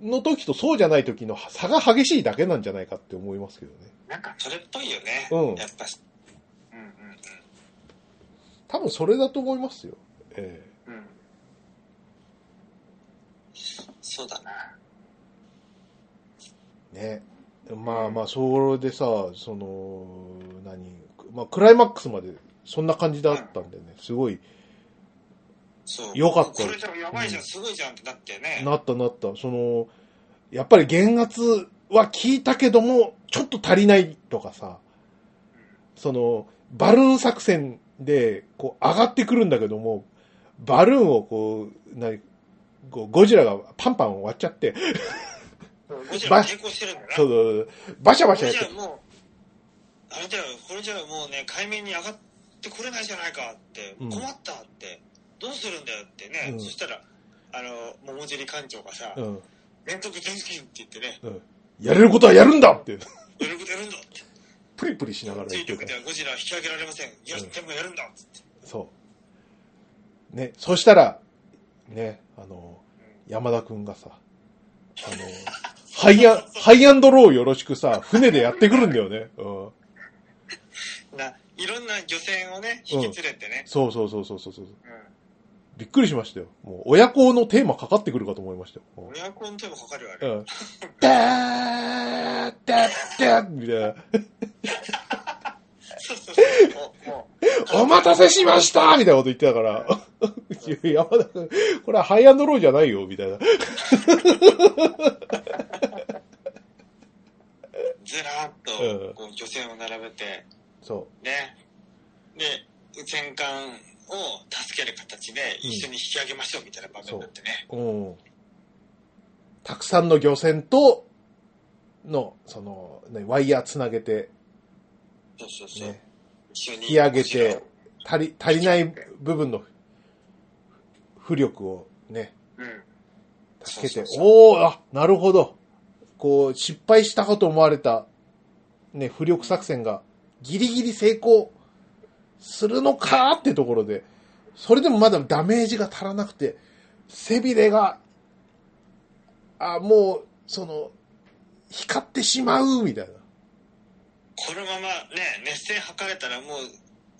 Speaker 2: の時とそうじゃない時の差が激しいだけなんじゃないかって思いますけどね。
Speaker 1: なんかそれっぽいよね。
Speaker 2: うん
Speaker 1: やっぱし。うん
Speaker 2: 多分それだと思いますよ。え
Speaker 1: う
Speaker 2: え
Speaker 1: んうん。うん。そうだな。
Speaker 2: ね。まあまあ、それでさ、その、何、まあ、クライマックスまでそんな感じだったんでね、すごい、
Speaker 1: そう。
Speaker 2: よかった
Speaker 1: これじゃやばいじゃん、
Speaker 2: うん
Speaker 1: すごいじゃんってなってね。
Speaker 2: なったなった。その、やっぱり減圧は効いたけども、ちょっと足りないとかさ、その、バルーン作戦で、こう、上がってくるんだけども、バルーンをこう、なに、こうゴジラがパンパン割っちゃって、
Speaker 1: ゴジラ抵抗してるんだな。
Speaker 2: そうそうそうバシャバ
Speaker 1: こ
Speaker 2: シャ
Speaker 1: れ
Speaker 2: やっ
Speaker 1: じ
Speaker 2: て
Speaker 1: ゃ、もう、あれだよ、これじゃもうね、海面に上がってこれないじゃないかって、
Speaker 2: うん
Speaker 1: 困ったって、どうするんだよってね、
Speaker 2: うん
Speaker 1: そしたら、あの、桃尻館長がさ、
Speaker 2: うん、
Speaker 1: 連続全金って言ってね、
Speaker 2: うん。やれることはやるんだって、
Speaker 1: やることやるんだって、
Speaker 2: プリプリしながら言
Speaker 1: 水
Speaker 2: って
Speaker 1: 力
Speaker 2: た
Speaker 1: で。はゴジラは引き上げられません、やってもやるんだっつって、
Speaker 2: そう。ね、そしたら、ね、あの、山田くんがさ、あの、ハイアン、ハイアンドローよろしくさ、船でやってくるんだよね。うん。
Speaker 1: ないろんな漁船をね、引き連れてね、
Speaker 2: そうそうそうそうそうそう。
Speaker 1: う
Speaker 2: びっくりしましたよ。もう、親子のテーマかかってくるかと思いました
Speaker 1: ん
Speaker 2: よ。
Speaker 1: 親子の手もかかるよ、あ
Speaker 2: う
Speaker 1: れ。
Speaker 2: ん。だー、だー、だー、みたいな。
Speaker 1: そうそうそう。もう
Speaker 2: お待たせしましたみたいなこと言ってたから。 いや山田君、これはハイアンドローじゃないよ、みたいな。
Speaker 1: ずらーっ
Speaker 2: うん
Speaker 1: と、こう、漁船を並べて、
Speaker 2: そう。
Speaker 1: ね。で、戦艦を助ける形で一緒に引き上げましょうみたいな場面になってね。
Speaker 2: うん。たくさんの漁船と、の、その、ね、ワイヤーつなげて、
Speaker 1: そうそうそう。
Speaker 2: ね、
Speaker 1: 一緒に。
Speaker 2: 引き上げて。足り、足りない部分の浮力をね、
Speaker 1: うん。
Speaker 2: 助け
Speaker 1: そ
Speaker 2: て
Speaker 1: う、そう
Speaker 2: おー、あ、なるほど。こう、失敗したかと思われた、ね、浮力作戦が、ギリギリ成功するのかってところで、それでもまだダメージが足らなくて、背びれが、あ、もう、その、光ってしまう、みたいな。
Speaker 1: このままね、熱戦吐かれたらもう、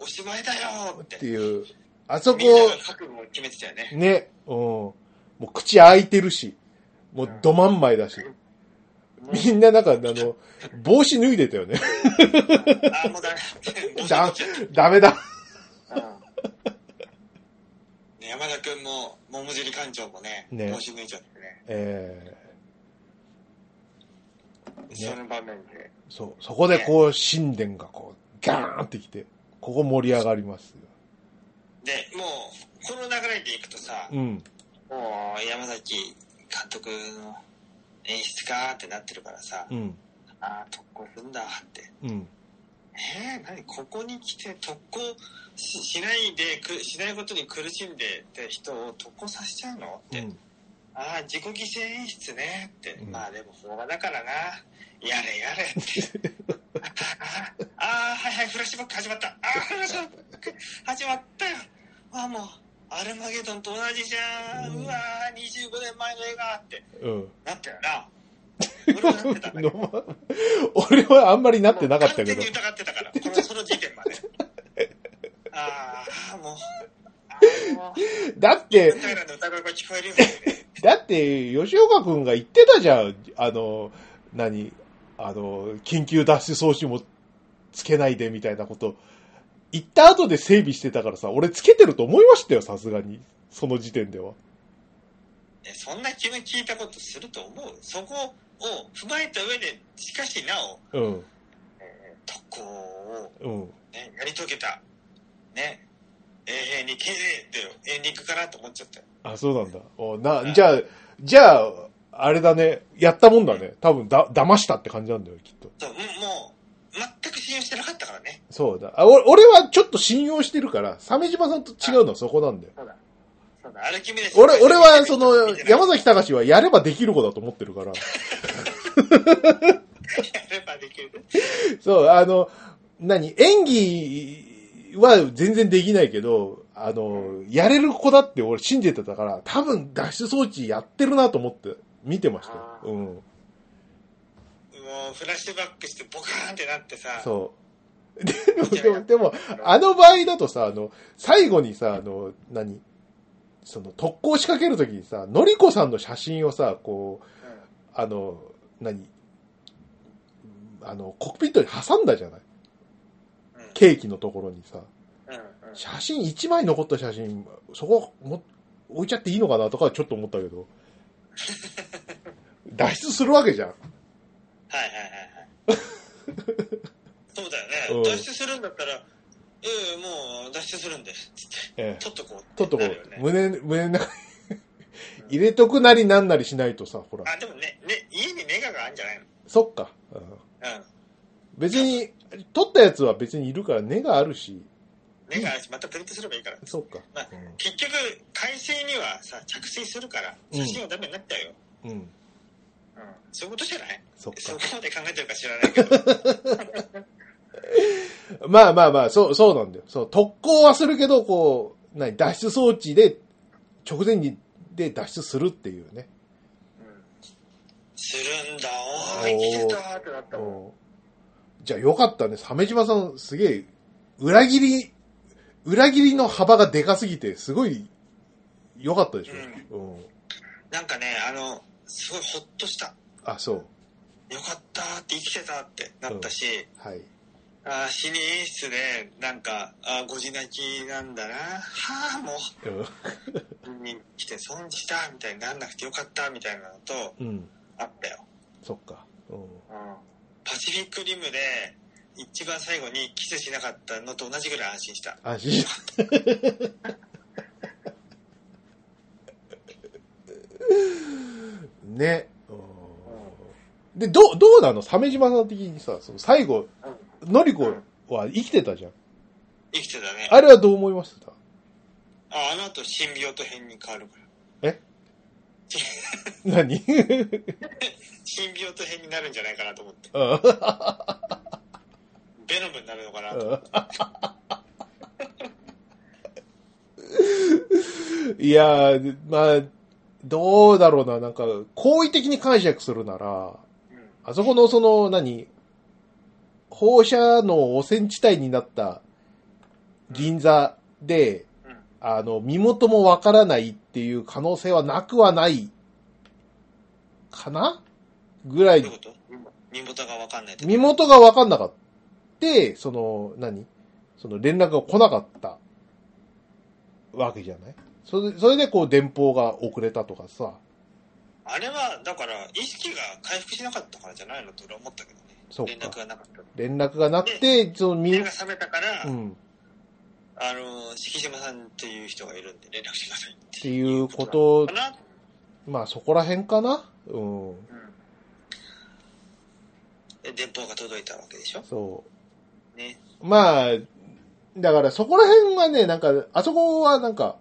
Speaker 1: おしまいだよっ
Speaker 2: って
Speaker 1: て。
Speaker 2: いう。あそこ
Speaker 1: みん、なが覚悟を決めてたよね。
Speaker 2: ね、うん。もう口開いてるし、もうど真ん前だし。
Speaker 1: もう
Speaker 2: みんななんか、あの、帽子脱いでたよね。
Speaker 1: あ、もうダメ。
Speaker 2: だ、ダメだ。
Speaker 1: ね山田君も、桃尻館長もね、
Speaker 2: ね
Speaker 1: 申し抜いちゃってね。
Speaker 2: えね
Speaker 1: その場面で。
Speaker 2: ー、そう、そこでこう、神殿がこう、ガーンってきて、ここ盛り上がりますよ。
Speaker 1: で、もう、この流れでいくとさ、
Speaker 2: うん。
Speaker 1: もう山崎監督の演出かってなってるからさ、
Speaker 2: うん。
Speaker 1: ああ、特攻するんだって。
Speaker 2: うん。
Speaker 1: えー、何ここに来て特攻ししないでく、しないことに苦しんでって人を特攻させちゃうのっ
Speaker 2: う
Speaker 1: て。
Speaker 2: ん。
Speaker 1: ああ、自己犠牲演出ねって。
Speaker 2: うん
Speaker 1: まあでも、法話だからな。やれやれって。 ああ、はいはい、フラッシュバック始まった。ああ、フラッシュバック始まったよ。ああ、もう、アルマゲドンと同じじゃん。
Speaker 2: うん
Speaker 1: うわー、25年前の映画って。
Speaker 2: うん。
Speaker 1: なったよな。俺はなってたんだけど。
Speaker 2: 俺はあんまりなってなかったけど
Speaker 1: もう完全に。疑ってたから、このその時点まで。 ああ、もう。ああもう
Speaker 2: だって
Speaker 1: み、たいなの歌声が聞こえるよね。
Speaker 2: だって、吉岡くんが言ってたじゃん。あの、何あの、緊急脱出装置もつけないでみたいなこと。言った後で整備してたからさ、俺つけてると思いましたよ、さすがに。その時点では。
Speaker 1: えそんな気分聞いたことすると思うそこを踏まえた上で、しかしなお、
Speaker 2: うん、
Speaker 1: 特攻を、
Speaker 2: うん。
Speaker 1: ね、やり遂げた、ね、永遠に経営ってエンディングかなと思っちゃったよ。
Speaker 2: あ、そうなんだ。おな、じゃあ、じゃあ、あれだね。やったもんだね。多分、だ、騙したって感じなんだよ、きっと。
Speaker 1: そううんもう、全く信用してなかったからね。
Speaker 2: そうだ。あお俺はちょっと信用してるから、鮫島さんと違うのはそこなんだよ。
Speaker 1: そうだ。そうだ、歩き目で
Speaker 2: 俺、俺は、その、山崎隆はやればできる子だと思ってるから。
Speaker 1: やればでき る。
Speaker 2: そう、あの、何、演技は全然できないけど、あの、やれる子だって俺信じてたから、多分脱出装置やってるなと思って見てましたよ
Speaker 1: あ。ー
Speaker 2: うん。
Speaker 1: もう、フラッシュバックして、ボカーンってなってさ、
Speaker 2: そう。でも、でも、あの場合だとさ、あの、最後にさ、あの、何その、特攻仕掛けるときにさ、のりこさんの写真をさ、こう、
Speaker 1: うん
Speaker 2: あの、何あの、コックピットに挟んだじゃない
Speaker 1: うん
Speaker 2: ケーキのところにさ。
Speaker 1: うんうん
Speaker 2: 写真1枚残った写真そこも置いちゃっていいのかなとかちょっと思った けど脱出するわけじゃん
Speaker 1: はいはいはいはい。そうだよ
Speaker 2: うん
Speaker 1: ね。脱出するんだったら、ええもう脱出するんで、つって、
Speaker 2: ええ
Speaker 1: 取っとこう
Speaker 2: 取っとこ
Speaker 1: なるよ
Speaker 2: う
Speaker 1: ね
Speaker 2: 胸胸の中に入れとくなりなんなりしないとさほら
Speaker 1: あ、でもね、ね、家にネガがあるんじゃないの
Speaker 2: そっか、うん
Speaker 1: うん。
Speaker 2: 別に取ったやつは別にいるから根があるし
Speaker 1: ネガあるし、またプリントすればいいから。
Speaker 2: そっか
Speaker 1: まあ、結局、海水にはさ、着水するから、
Speaker 2: うん
Speaker 1: 写真はダメになっちゃうよ。
Speaker 2: うん、うん、
Speaker 1: うん。そういうことじゃない
Speaker 2: そっ
Speaker 1: そこ
Speaker 2: か
Speaker 1: まで考えてるか知らないけど。
Speaker 2: まあまあまあそうそうなんだよそう特攻はするけどこう何脱出装置で直前にで脱出するっていうね
Speaker 1: うんするんだ、おー、生きてたーってなったもん。
Speaker 2: うんじゃあよかったね。鮫島さんすげえ、裏切り、裏切りの幅がでかすぎて、すごい、よかったでしょ、うん
Speaker 1: なんかね、あの、すごいほっとした。
Speaker 2: あ、そう。
Speaker 1: よかったーって生きてたってなったし、
Speaker 2: はい。
Speaker 1: あー死に演出で、なんか、あーご自泣きなんだな。はあ、も
Speaker 2: うん
Speaker 1: う、海に来て損したみたいになんなくてよかったみたいなのと、
Speaker 2: うん。
Speaker 1: あったよ。
Speaker 2: そっか。う
Speaker 1: うん。パシフィックリムで、一番最後にキスしなかったのと同じぐらい安心した。
Speaker 2: ん。安心した。 ね。うんで、どう、どうなの鮫島さん的にさ、その最後、のりこは生きてたじゃん。
Speaker 1: 生きてたね。あ
Speaker 2: あれはどう思いました
Speaker 1: あの後、神病と変に変わるから。
Speaker 2: 何
Speaker 1: 神病と変になるんじゃないかなと思って。
Speaker 2: うん
Speaker 1: ベノムになるのかなと。
Speaker 2: いやー、まあ、どうだろうな、なんか、好意的に解釈するなら、
Speaker 1: うん
Speaker 2: あそこのその、何、放射能汚染地帯になった銀座で、あの、身元もわからないっていう可能性はなくはない、かなぐらい
Speaker 1: どういうこと身元がわかんないって
Speaker 2: 身元が分かんなかって、その、何その連絡が来なかったわけじゃないそれそれでこう電報が遅れたとかさ、
Speaker 1: あれは、だから、意識が回復しなかったからじゃないのと俺は思ったけどね。
Speaker 2: そう
Speaker 1: 連絡
Speaker 2: か。
Speaker 1: がなかった。
Speaker 2: 連絡がなくて、そのみ
Speaker 1: 目が、覚めたから、
Speaker 2: うん、
Speaker 1: あの、敷島さんっていう人がいるんで連絡してくださいっ
Speaker 2: っていうこ
Speaker 1: ことと、な。
Speaker 2: まあそこら辺かなうん。
Speaker 1: うん。で電報が届いたわけでしょ
Speaker 2: そ
Speaker 1: ね。
Speaker 2: う。まあ、だからそこら辺はね、なんか、あそこはなんか、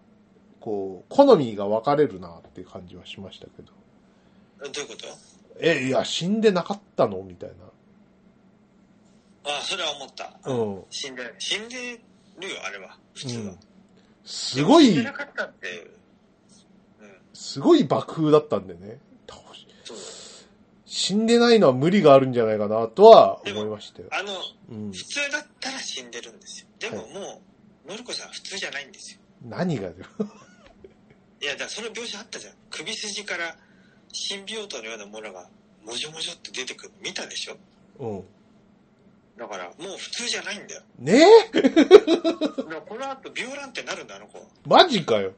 Speaker 2: こう、好みが分かれるなっていう感じはしましたけど。
Speaker 1: どういうこと
Speaker 2: え、いや、死んでなかったのみたい
Speaker 1: あ、それは思った。
Speaker 2: な。うん。
Speaker 1: 死んで、死んでるよ、あれは。普通は。
Speaker 2: うんすご
Speaker 1: 死んで
Speaker 2: い
Speaker 1: な、かったって、うん。
Speaker 2: すごい爆風だったんでね。倒し
Speaker 1: そう。
Speaker 2: 死んでないのは無理があるんじゃないかなとは思いましたよ。
Speaker 1: あの、
Speaker 2: うん。
Speaker 1: 普通だったら死んでるんですよ。でももう、のりこさん普通じゃないんですよ。
Speaker 2: 何がだよ。
Speaker 1: いや、だからその描写あったじゃん。首筋から新病棟のようなものが、もじょもじょって出てくるの見たでしょ
Speaker 2: うん。
Speaker 1: だから、もう普通じゃないんだよ。
Speaker 2: ねえ
Speaker 1: だからこの後、病卵ってなるんだ、あの子。
Speaker 2: マジかよ。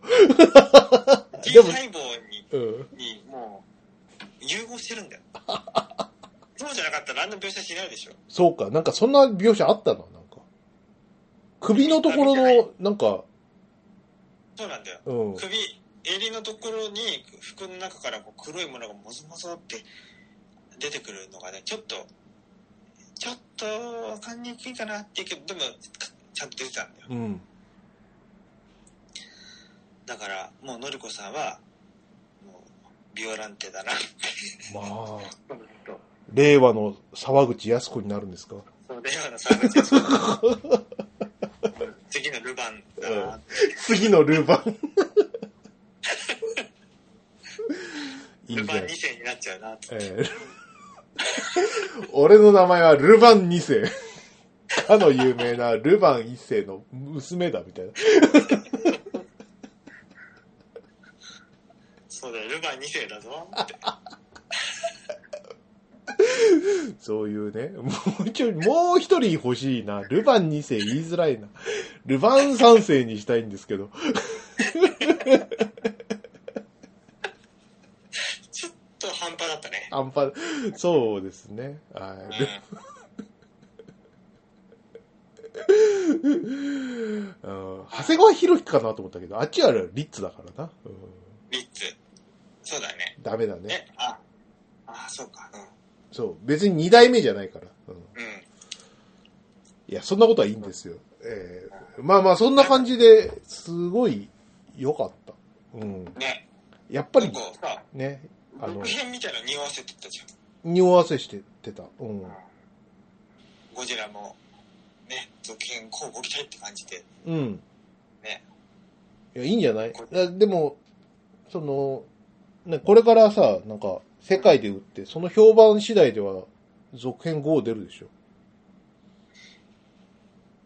Speaker 1: T
Speaker 2: でも
Speaker 1: 細胞に、
Speaker 2: うん。
Speaker 1: にもう、融合してるんだよ。そうじゃなかったらあんな描写しないでしょ。
Speaker 2: そうか。なんかそんな描写あったのなんか。首のところの、なんか、
Speaker 1: そうなんだよ。
Speaker 2: うん。
Speaker 1: 首、襟のところに、服の中からこう黒いものがもぞもぞって出てくるのがね、ちょっと、ちょっと、わかんにくいかなって言うけど、でも、ちゃんと出てたんだよ。
Speaker 2: うん。
Speaker 1: だから、もうのりこさんは、もう、ビオランテだな。
Speaker 2: まあ、
Speaker 1: 本当。
Speaker 2: 令和の沢口靖子になるんですか。
Speaker 1: そう、令和のサービスです。次のルバンだな。
Speaker 2: 次のルーバン。 いいじゃ
Speaker 1: ル
Speaker 2: ん
Speaker 1: バン2世になっちゃうな。
Speaker 2: えー俺の名前はルバン二世。かの有名なルバン一世の娘だみたいな。
Speaker 1: そうだよ、ルバン2世だぞ。
Speaker 2: そういうね。もうちょい、もう一人欲しいな。ルバン二世言いづらいな。ルバン三世にしたいんですけど。
Speaker 1: ちょっと半端だったね。
Speaker 2: あんぱ、そうですね。はい。
Speaker 1: う
Speaker 2: うん長谷川博己かなと思ったけど、あっちはリッツだからな。うん
Speaker 1: ん。リッツ。そうだね。
Speaker 2: ダメだね。
Speaker 1: え、あ、あ、そうか。う
Speaker 2: そう。別に二代目じゃないから。うん
Speaker 1: ん。うん。
Speaker 2: いや、そんなことはいいんですよ。ええまあまあ、そんな感じで、すごい良かった。うん。
Speaker 1: ね。
Speaker 2: やっぱ
Speaker 1: やっ
Speaker 2: り
Speaker 1: ぱ、さ、
Speaker 2: ね、あの
Speaker 1: 続、編みたいなの匂わせてたじゃん。
Speaker 2: 匂わせしてってた。うん。
Speaker 1: ゴジラも、ね、続編こうご期待って感じで。
Speaker 2: うん。
Speaker 1: ね。
Speaker 2: いや、いいんじゃないだでも、その、ね、これからさ、なんか、世界で売って、その評判次第では、続編5出るでしょ。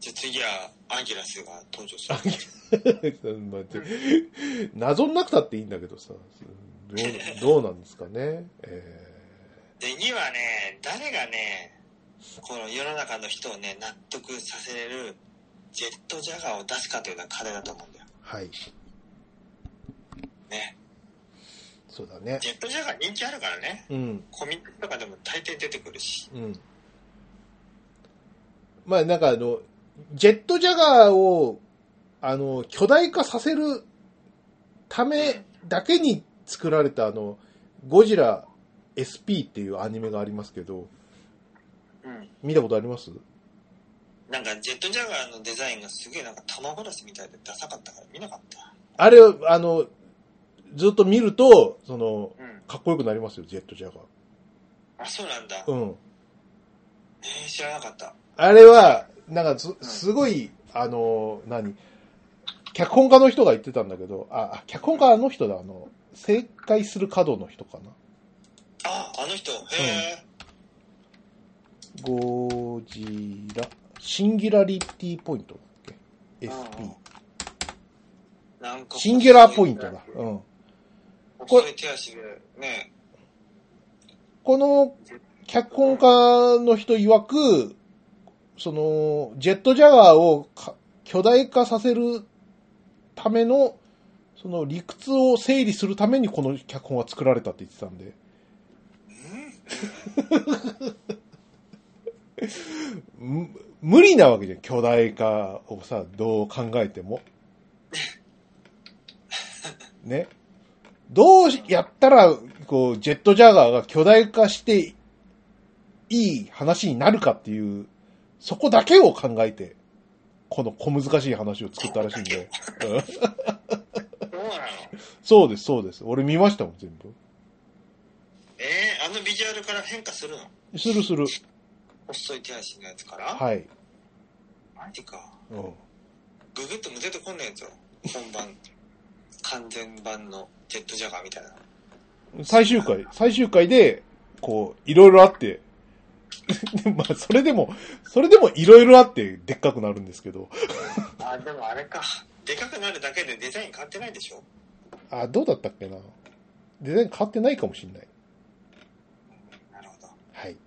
Speaker 1: じゃあ次は、アンギラスが登場する。
Speaker 2: まあ謎になくたっていいんだけどさ、どうどうなんですかね。え
Speaker 1: で、2はね、誰がね、この世の中の人をね、納得させれるジェットジャガーを出すかというのは課題だと思うんだよ。
Speaker 2: えはい。
Speaker 1: ね。
Speaker 2: そうだね。
Speaker 1: ジェットジャガー人気あるからね。
Speaker 2: うん、
Speaker 1: コミックとかでも大抵出てくるし。
Speaker 2: うん。まあなんかあの、ジェットジャガーを、あの、巨大化させるためだけに作られたあの、ゴジラ SP っていうアニメがありますけど、
Speaker 1: うん。
Speaker 2: 見たことあります
Speaker 1: なんか、ジェットジャガーのデザインがすげえなんか玉ガラスみたいでダサかったから見なかった。
Speaker 2: あれ、あの、ずっと見ると、その、
Speaker 1: うん。
Speaker 2: かっこよくなりますよ、ジェットジャガ
Speaker 1: あ、そうなんだ。
Speaker 2: ー。うん。
Speaker 1: えー、知らなかった。
Speaker 2: あれは、なんかす、すごい、あの、何脚本家の人が言ってたんだけど、あ、あ脚本家あの人だ、あの、正解する角の人かな。
Speaker 1: あ、あの人。へえ。
Speaker 2: ゴジラ、シンギュラリティポイントだっ
Speaker 1: うんう
Speaker 2: SP
Speaker 1: ん。なんか
Speaker 2: シンギュラーポイントだ。うん。
Speaker 1: 細い手足で、ね、
Speaker 2: この、脚本家の人曰く、その、ジェットジャガーをか巨大化させるための、その理屈を整理するためにこの脚本は作られたって言ってたんで。 む無理なわけじゃん。巨大化をさ、どう考えても。ね。どうしやったら、こう、ジェットジャガーが巨大化していい話になるかっていう、そこだけを考えて、この小難しい話を作ったらしいんで。うん
Speaker 1: そうなの
Speaker 2: そうです、そうです。俺見ましたもん、全部。
Speaker 1: えー、あのビジュアルから変化するの
Speaker 2: するする。
Speaker 1: 細い手足のやつから
Speaker 2: はい。
Speaker 1: マジか。
Speaker 2: うん。
Speaker 1: ググっても出てこんねんぞ。本番。完全版のジェットジャガーみたいな。
Speaker 2: 最終回、最終回で、こう、いろいろあって、 まあ、それでも、それでもいろいろあって、でっかくなるんですけど。
Speaker 1: あ、でもあれか。でかくなるだけでデザイン変わってないでしょ
Speaker 2: あ、どうだったっけな。デザイン変わってないかもしれない。
Speaker 1: なるほど。
Speaker 2: はい。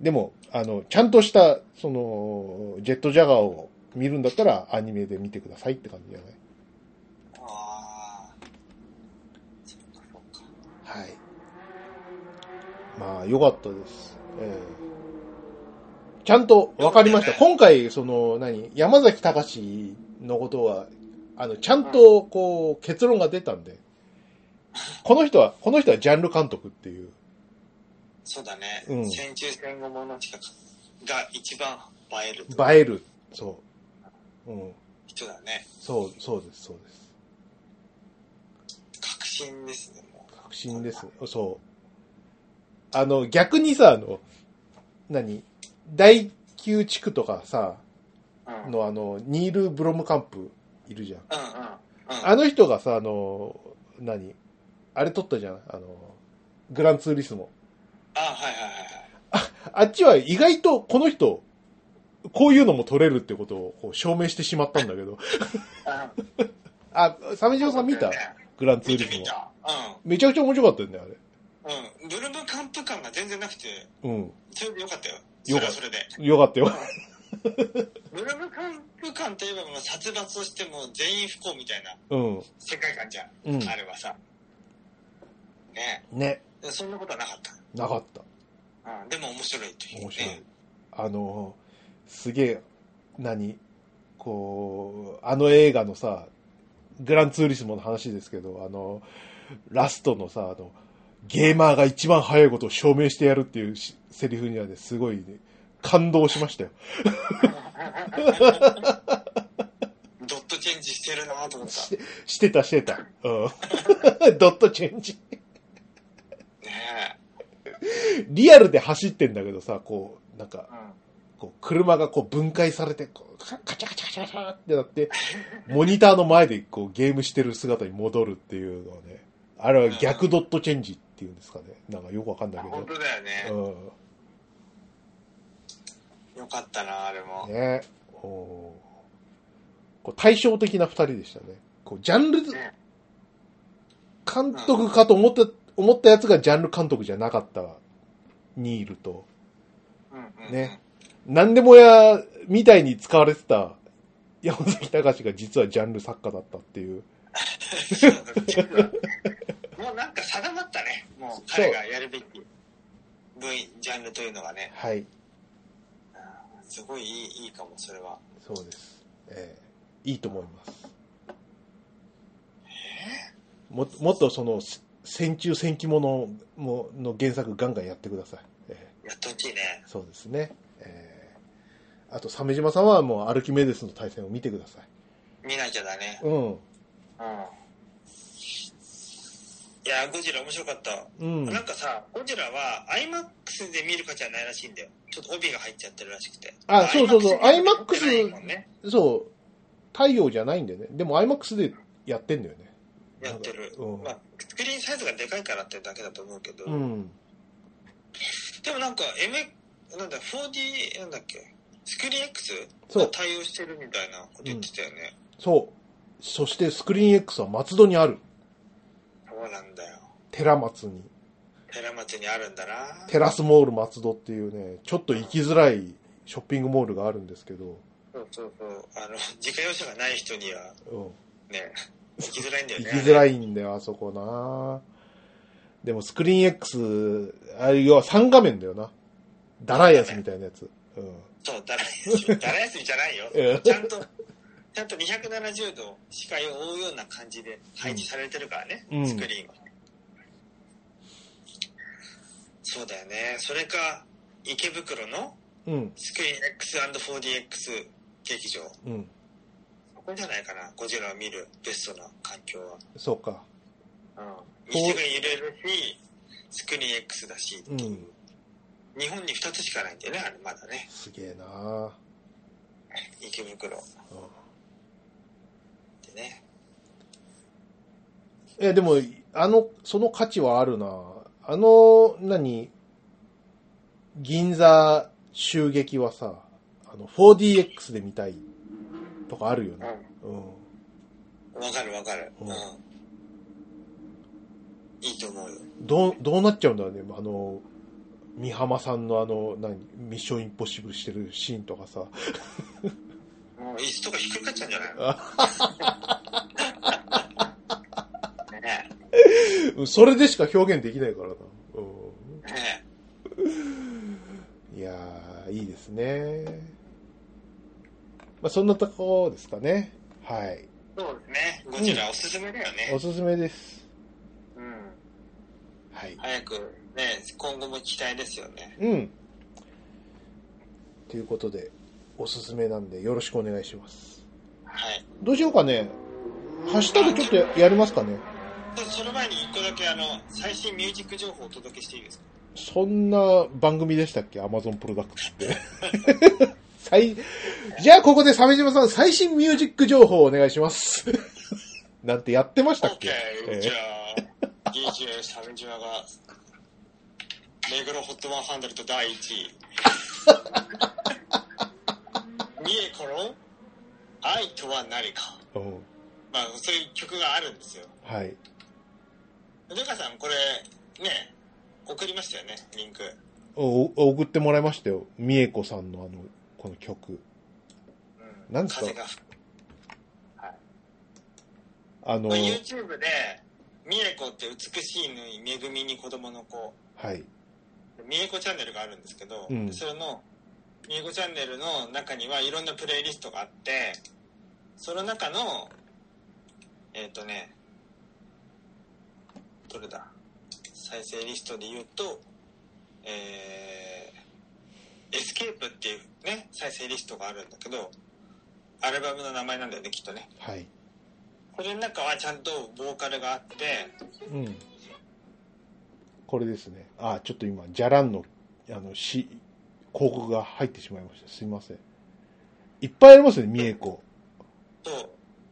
Speaker 2: でも、あの、ちゃんとした、その、ジェットジャガーを見るんだったら、アニメで見てくださいって感じじゃない
Speaker 1: ああ。そうか、そうか。
Speaker 2: はい。まあ、良かったです。ええちゃんと分かりまし
Speaker 1: よ
Speaker 2: た。
Speaker 1: か
Speaker 2: 今回、その、何、山崎隆のことは、あの、ちゃんと、こう、結論が出たんで、この人は、この人はジャンル監督っていう、
Speaker 1: そうだね。
Speaker 2: うん
Speaker 1: 戦中戦後ものしかが一番映える
Speaker 2: 映える、そう。うん。
Speaker 1: 人だね。
Speaker 2: そう、そうです、そうです。
Speaker 1: 確信ですね、もう。
Speaker 2: 確信です。そう。あの、逆にさ、あの、何第9地区とかさ、
Speaker 1: うん。うんうん。うん。
Speaker 2: のあの、ニール・ブロムカンプいるじゃん。あの人がさ、あの、何あれ撮ったじゃんあの、グランツーリスモ。
Speaker 1: あ、はいはいはいはい。
Speaker 2: あっちは意外とこの人、こういうのも撮れるってことをこう証明してしまったんだけど。
Speaker 1: あ
Speaker 2: あ、サメジオさん見たグランツー
Speaker 1: 見
Speaker 2: リ
Speaker 1: た
Speaker 2: ス
Speaker 1: 見
Speaker 2: モ。
Speaker 1: た。
Speaker 2: めちゃくちゃ面白かったよね、あれ。
Speaker 1: うん。うん。ブルムカンプ感が全然なくて、
Speaker 2: うん。
Speaker 1: それでよかったよ。そ
Speaker 2: よか
Speaker 1: れ
Speaker 2: っ
Speaker 1: は
Speaker 2: た
Speaker 1: それで。
Speaker 2: よかったよ。
Speaker 1: ブルムカンプ感といえば、まあ、殺伐としても全員不幸みたいな
Speaker 2: うん。
Speaker 1: 世界観じゃん。
Speaker 2: うん。
Speaker 1: あれはさ。ね
Speaker 2: ね。
Speaker 1: えそんなことはなかった。
Speaker 2: なかった。
Speaker 1: うん。でも面白いという。
Speaker 2: 面白い
Speaker 1: ね。
Speaker 2: あの、すげえ、何こう、あの映画のさ、グランツーリスモの話ですけど、あの、ラストのさ、あの、ゲーマーが一番早いことを証明してやるっていうしセリフにはね、すごい、ね、感動しましたよ。
Speaker 1: ドットチェンジしてるなと思っ。
Speaker 2: したてしてた、してた。うん。 ドットチェンジ。
Speaker 1: ね
Speaker 2: リアルで走ってんだけどさ、こう、なんか
Speaker 1: え。、うん。
Speaker 2: こう車がこう分解されて、こうカカチャカチャカチャカチャってなって、モニターの前でこうゲームしてる姿に戻るっていうのはね、あれは逆ドットチェンジっていうんですかね。なんかよくわかん
Speaker 1: あ
Speaker 2: ないけ
Speaker 1: 本当だよね。
Speaker 2: ど。
Speaker 1: よかったな、あれも
Speaker 2: うん。。ねおーこう対照的な二人でしたね。こうジャンル
Speaker 1: ね
Speaker 2: 監督かと思った、思ったやつがジャンル監督じゃなかったニールと、
Speaker 1: うんうんうん。
Speaker 2: ねなんでもやみたいに使われてた山崎隆が実はジャンル作家だったっていう。
Speaker 1: もうなんか定まったね。もう彼がやるべき分野、ジャンルというのがね。
Speaker 2: はい。
Speaker 1: すごいいいいいかも、それは。
Speaker 2: そうです。ええいいと思います。ももっとその、せ戦中戦記ものもの原作ガンガンやってください。え
Speaker 1: やってほしいね
Speaker 2: え。そうですね。ええあと、鮫島さんはもうアルキメデスの対戦を見てください。
Speaker 1: 見なきゃだね。
Speaker 2: うん。
Speaker 1: うん。いや、ゴジラ面白かった。
Speaker 2: うん。
Speaker 1: なんかさ、ゴジラは IMAX で見る価値はないらしいんだよ。ちょっと帯が入っちゃってるらしくて。
Speaker 2: あそうそうそう
Speaker 1: IMAX で見
Speaker 2: IMAX
Speaker 1: る価値ないもんね
Speaker 2: そう。太陽じゃないんでね。でも IMAX でやってんだよね。
Speaker 1: やってる。
Speaker 2: うん
Speaker 1: まあ、スクリーンサイズがでかいからってだけだと思うけど。
Speaker 2: うん。
Speaker 1: でもなんか、M、なんだ、4D、なんだっけ、スクリーン X
Speaker 2: そう
Speaker 1: が対応してるみたいなこと言ってたよね。
Speaker 2: そう。そしてスクリーン X は松戸にある。
Speaker 1: そうなんだよ。
Speaker 2: 寺松に。
Speaker 1: 寺町にあるんだな。
Speaker 2: テラスモール松戸っていうね、ちょっと行きづらいショッピングモールがあるんですけど、
Speaker 1: そうそうそう。あの、自家用車がない人には
Speaker 2: うん。
Speaker 1: ね、行きづらいんだよ
Speaker 2: 行
Speaker 1: ね。
Speaker 2: きづら
Speaker 1: い。
Speaker 2: いんだよ、あそこなでもスクリーン X、あ要は3画面だよな。だらいやつみたいなやつ。うん。
Speaker 1: そう、だら休み。だら休みじゃないよ
Speaker 2: うん。
Speaker 1: ちゃんと、ちゃんと270度視界を覆うような感じで配置されてるからね、
Speaker 2: うん
Speaker 1: スクリーンは。そうだよね。それか、池袋の
Speaker 2: うん。
Speaker 1: スクリーン X&4DX 劇場。
Speaker 2: うん。
Speaker 1: ここじゃないかな、ゴジラを見るベストな環境は。
Speaker 2: そうか。
Speaker 1: うん。椅子が揺れるし、スクリーン X だし、
Speaker 2: うん。
Speaker 1: 日本に2つしかないんだよね、あれまだね、
Speaker 2: すげえな
Speaker 1: 池袋
Speaker 2: うん。
Speaker 1: でね。
Speaker 2: え、でも、あの、その価値はあるなあの、何銀座襲撃はさ、あの、4DX で見たいとかあるよね。うん。
Speaker 1: うん。わかるわかる。
Speaker 2: う
Speaker 1: うんん。いいと思うよ。
Speaker 2: どう、どうなっちゃうんだろうね。あの、三浜さんのあの、何、ミッションインポッシブルしてるシーンとかさ。
Speaker 1: もう椅子とかひっくり返っちゃうんじゃないのね
Speaker 2: うんそれでしか表現できないからな。
Speaker 1: え。ね
Speaker 2: うん。いやー、いいですね。まあ、そんなとこですかね。はい。
Speaker 1: え。そうですね。ゴジラおすすめだよ
Speaker 2: お
Speaker 1: ね。
Speaker 2: すすめです。
Speaker 1: うん。
Speaker 2: はい。
Speaker 1: 早く、ね、今後も期待ですよね。
Speaker 2: うん。ということで、おすすめなんでよろしくお願いします。
Speaker 1: はい。
Speaker 2: どうしようかね。ハッシュタグちょっとややりますかね。
Speaker 1: そその前に一個だけあの最新ミュージック情報をお届けしていいですか
Speaker 2: そんな番組でしたっけアマゾンプロダクツって。最、じゃあここで鮫島さん、最新ミュージック情報をお願いします。なんてやってましたっけ、え
Speaker 1: ?OK、
Speaker 2: え
Speaker 1: じゃあ DJ サメジマが目黒ホットワンハンドルと第1位 三重から愛とは何か
Speaker 2: うん
Speaker 1: まあそういう曲があるんですよ
Speaker 2: はい。
Speaker 1: ルカさんこれね送りましたよねリンク
Speaker 2: お、お送ってもらいましたよ。みえこさんのあの、この曲。
Speaker 1: うん
Speaker 2: なんですか
Speaker 1: 風が吹く
Speaker 2: あの、
Speaker 1: これ
Speaker 2: は
Speaker 1: YouTube で三重子って美しい縫い恵みに子供の子
Speaker 2: い。
Speaker 1: みえこチャンネルがあるんですけど、
Speaker 2: うん
Speaker 1: それのみえこチャンネルの中にはいろんなプレイリストがあってその中のえっ、とねどれだ再生リストで言うとえーエスケープっていうね再生リストがあるんだけどアルバムの名前なんだよねきっとね
Speaker 2: はい。
Speaker 1: これの中はちゃんとボーカルがあって
Speaker 2: うん。これですね。あ、ちょっと今、じゃらんの、あの、し、広告が入ってしまいました。すいません。いっぱいありますね、みえこ。
Speaker 1: と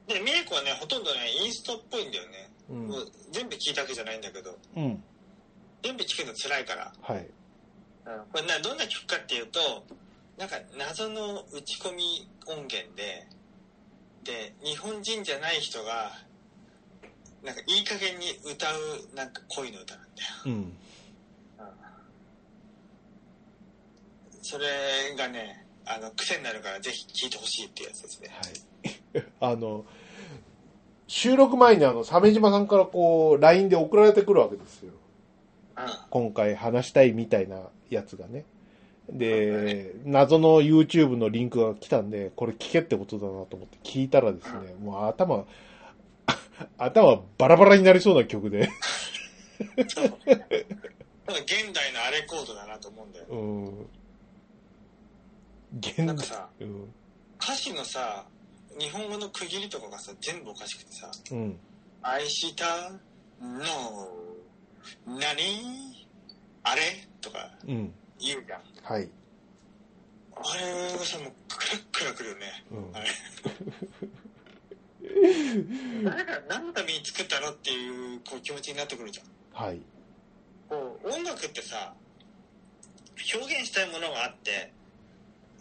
Speaker 1: でみえこはねほとんどねインストっぽいんだよね
Speaker 2: うん
Speaker 1: も。う全部聞いたわけじゃないんだけど
Speaker 2: うん。
Speaker 1: 全部聞くの辛いから、
Speaker 2: はい。
Speaker 1: これなどんな曲かっていうとなんか謎の打ち込み音源でで日本人じゃない人がなんかいい加減に歌うなんか恋の歌なんだよ
Speaker 2: うん。
Speaker 1: それがねあの癖になるからぜひ聴いてほしいっていうやつですね
Speaker 2: はい。 あの、収録前にあの、鮫島さんからこう、LINE で送られてくるわけですよ。
Speaker 1: うん
Speaker 2: 今回話したいみたいなやつがね。で、謎の YouTube のリンクが来たんで、これ聞けってことだなと思って聞いたらですね、もう頭、 頭バラバラになりそうな曲で、
Speaker 1: そうなんか現代のアレコードだなと思うんだよ
Speaker 2: うん。現
Speaker 1: なんかさ
Speaker 2: うん。
Speaker 1: 歌詞のさ日本語の区切りとかがさ全部おかしくてさ
Speaker 2: うん。
Speaker 1: 愛したの何あれとか
Speaker 2: うん。
Speaker 1: 言うじゃん
Speaker 2: はい。
Speaker 1: あれがさもうクラクラくるよね
Speaker 2: うん
Speaker 1: あ。れ誰が何のために作ったのっていうこう気持ちになってくるじゃん
Speaker 2: はい。
Speaker 1: こう音楽ってさ表現したいものがあって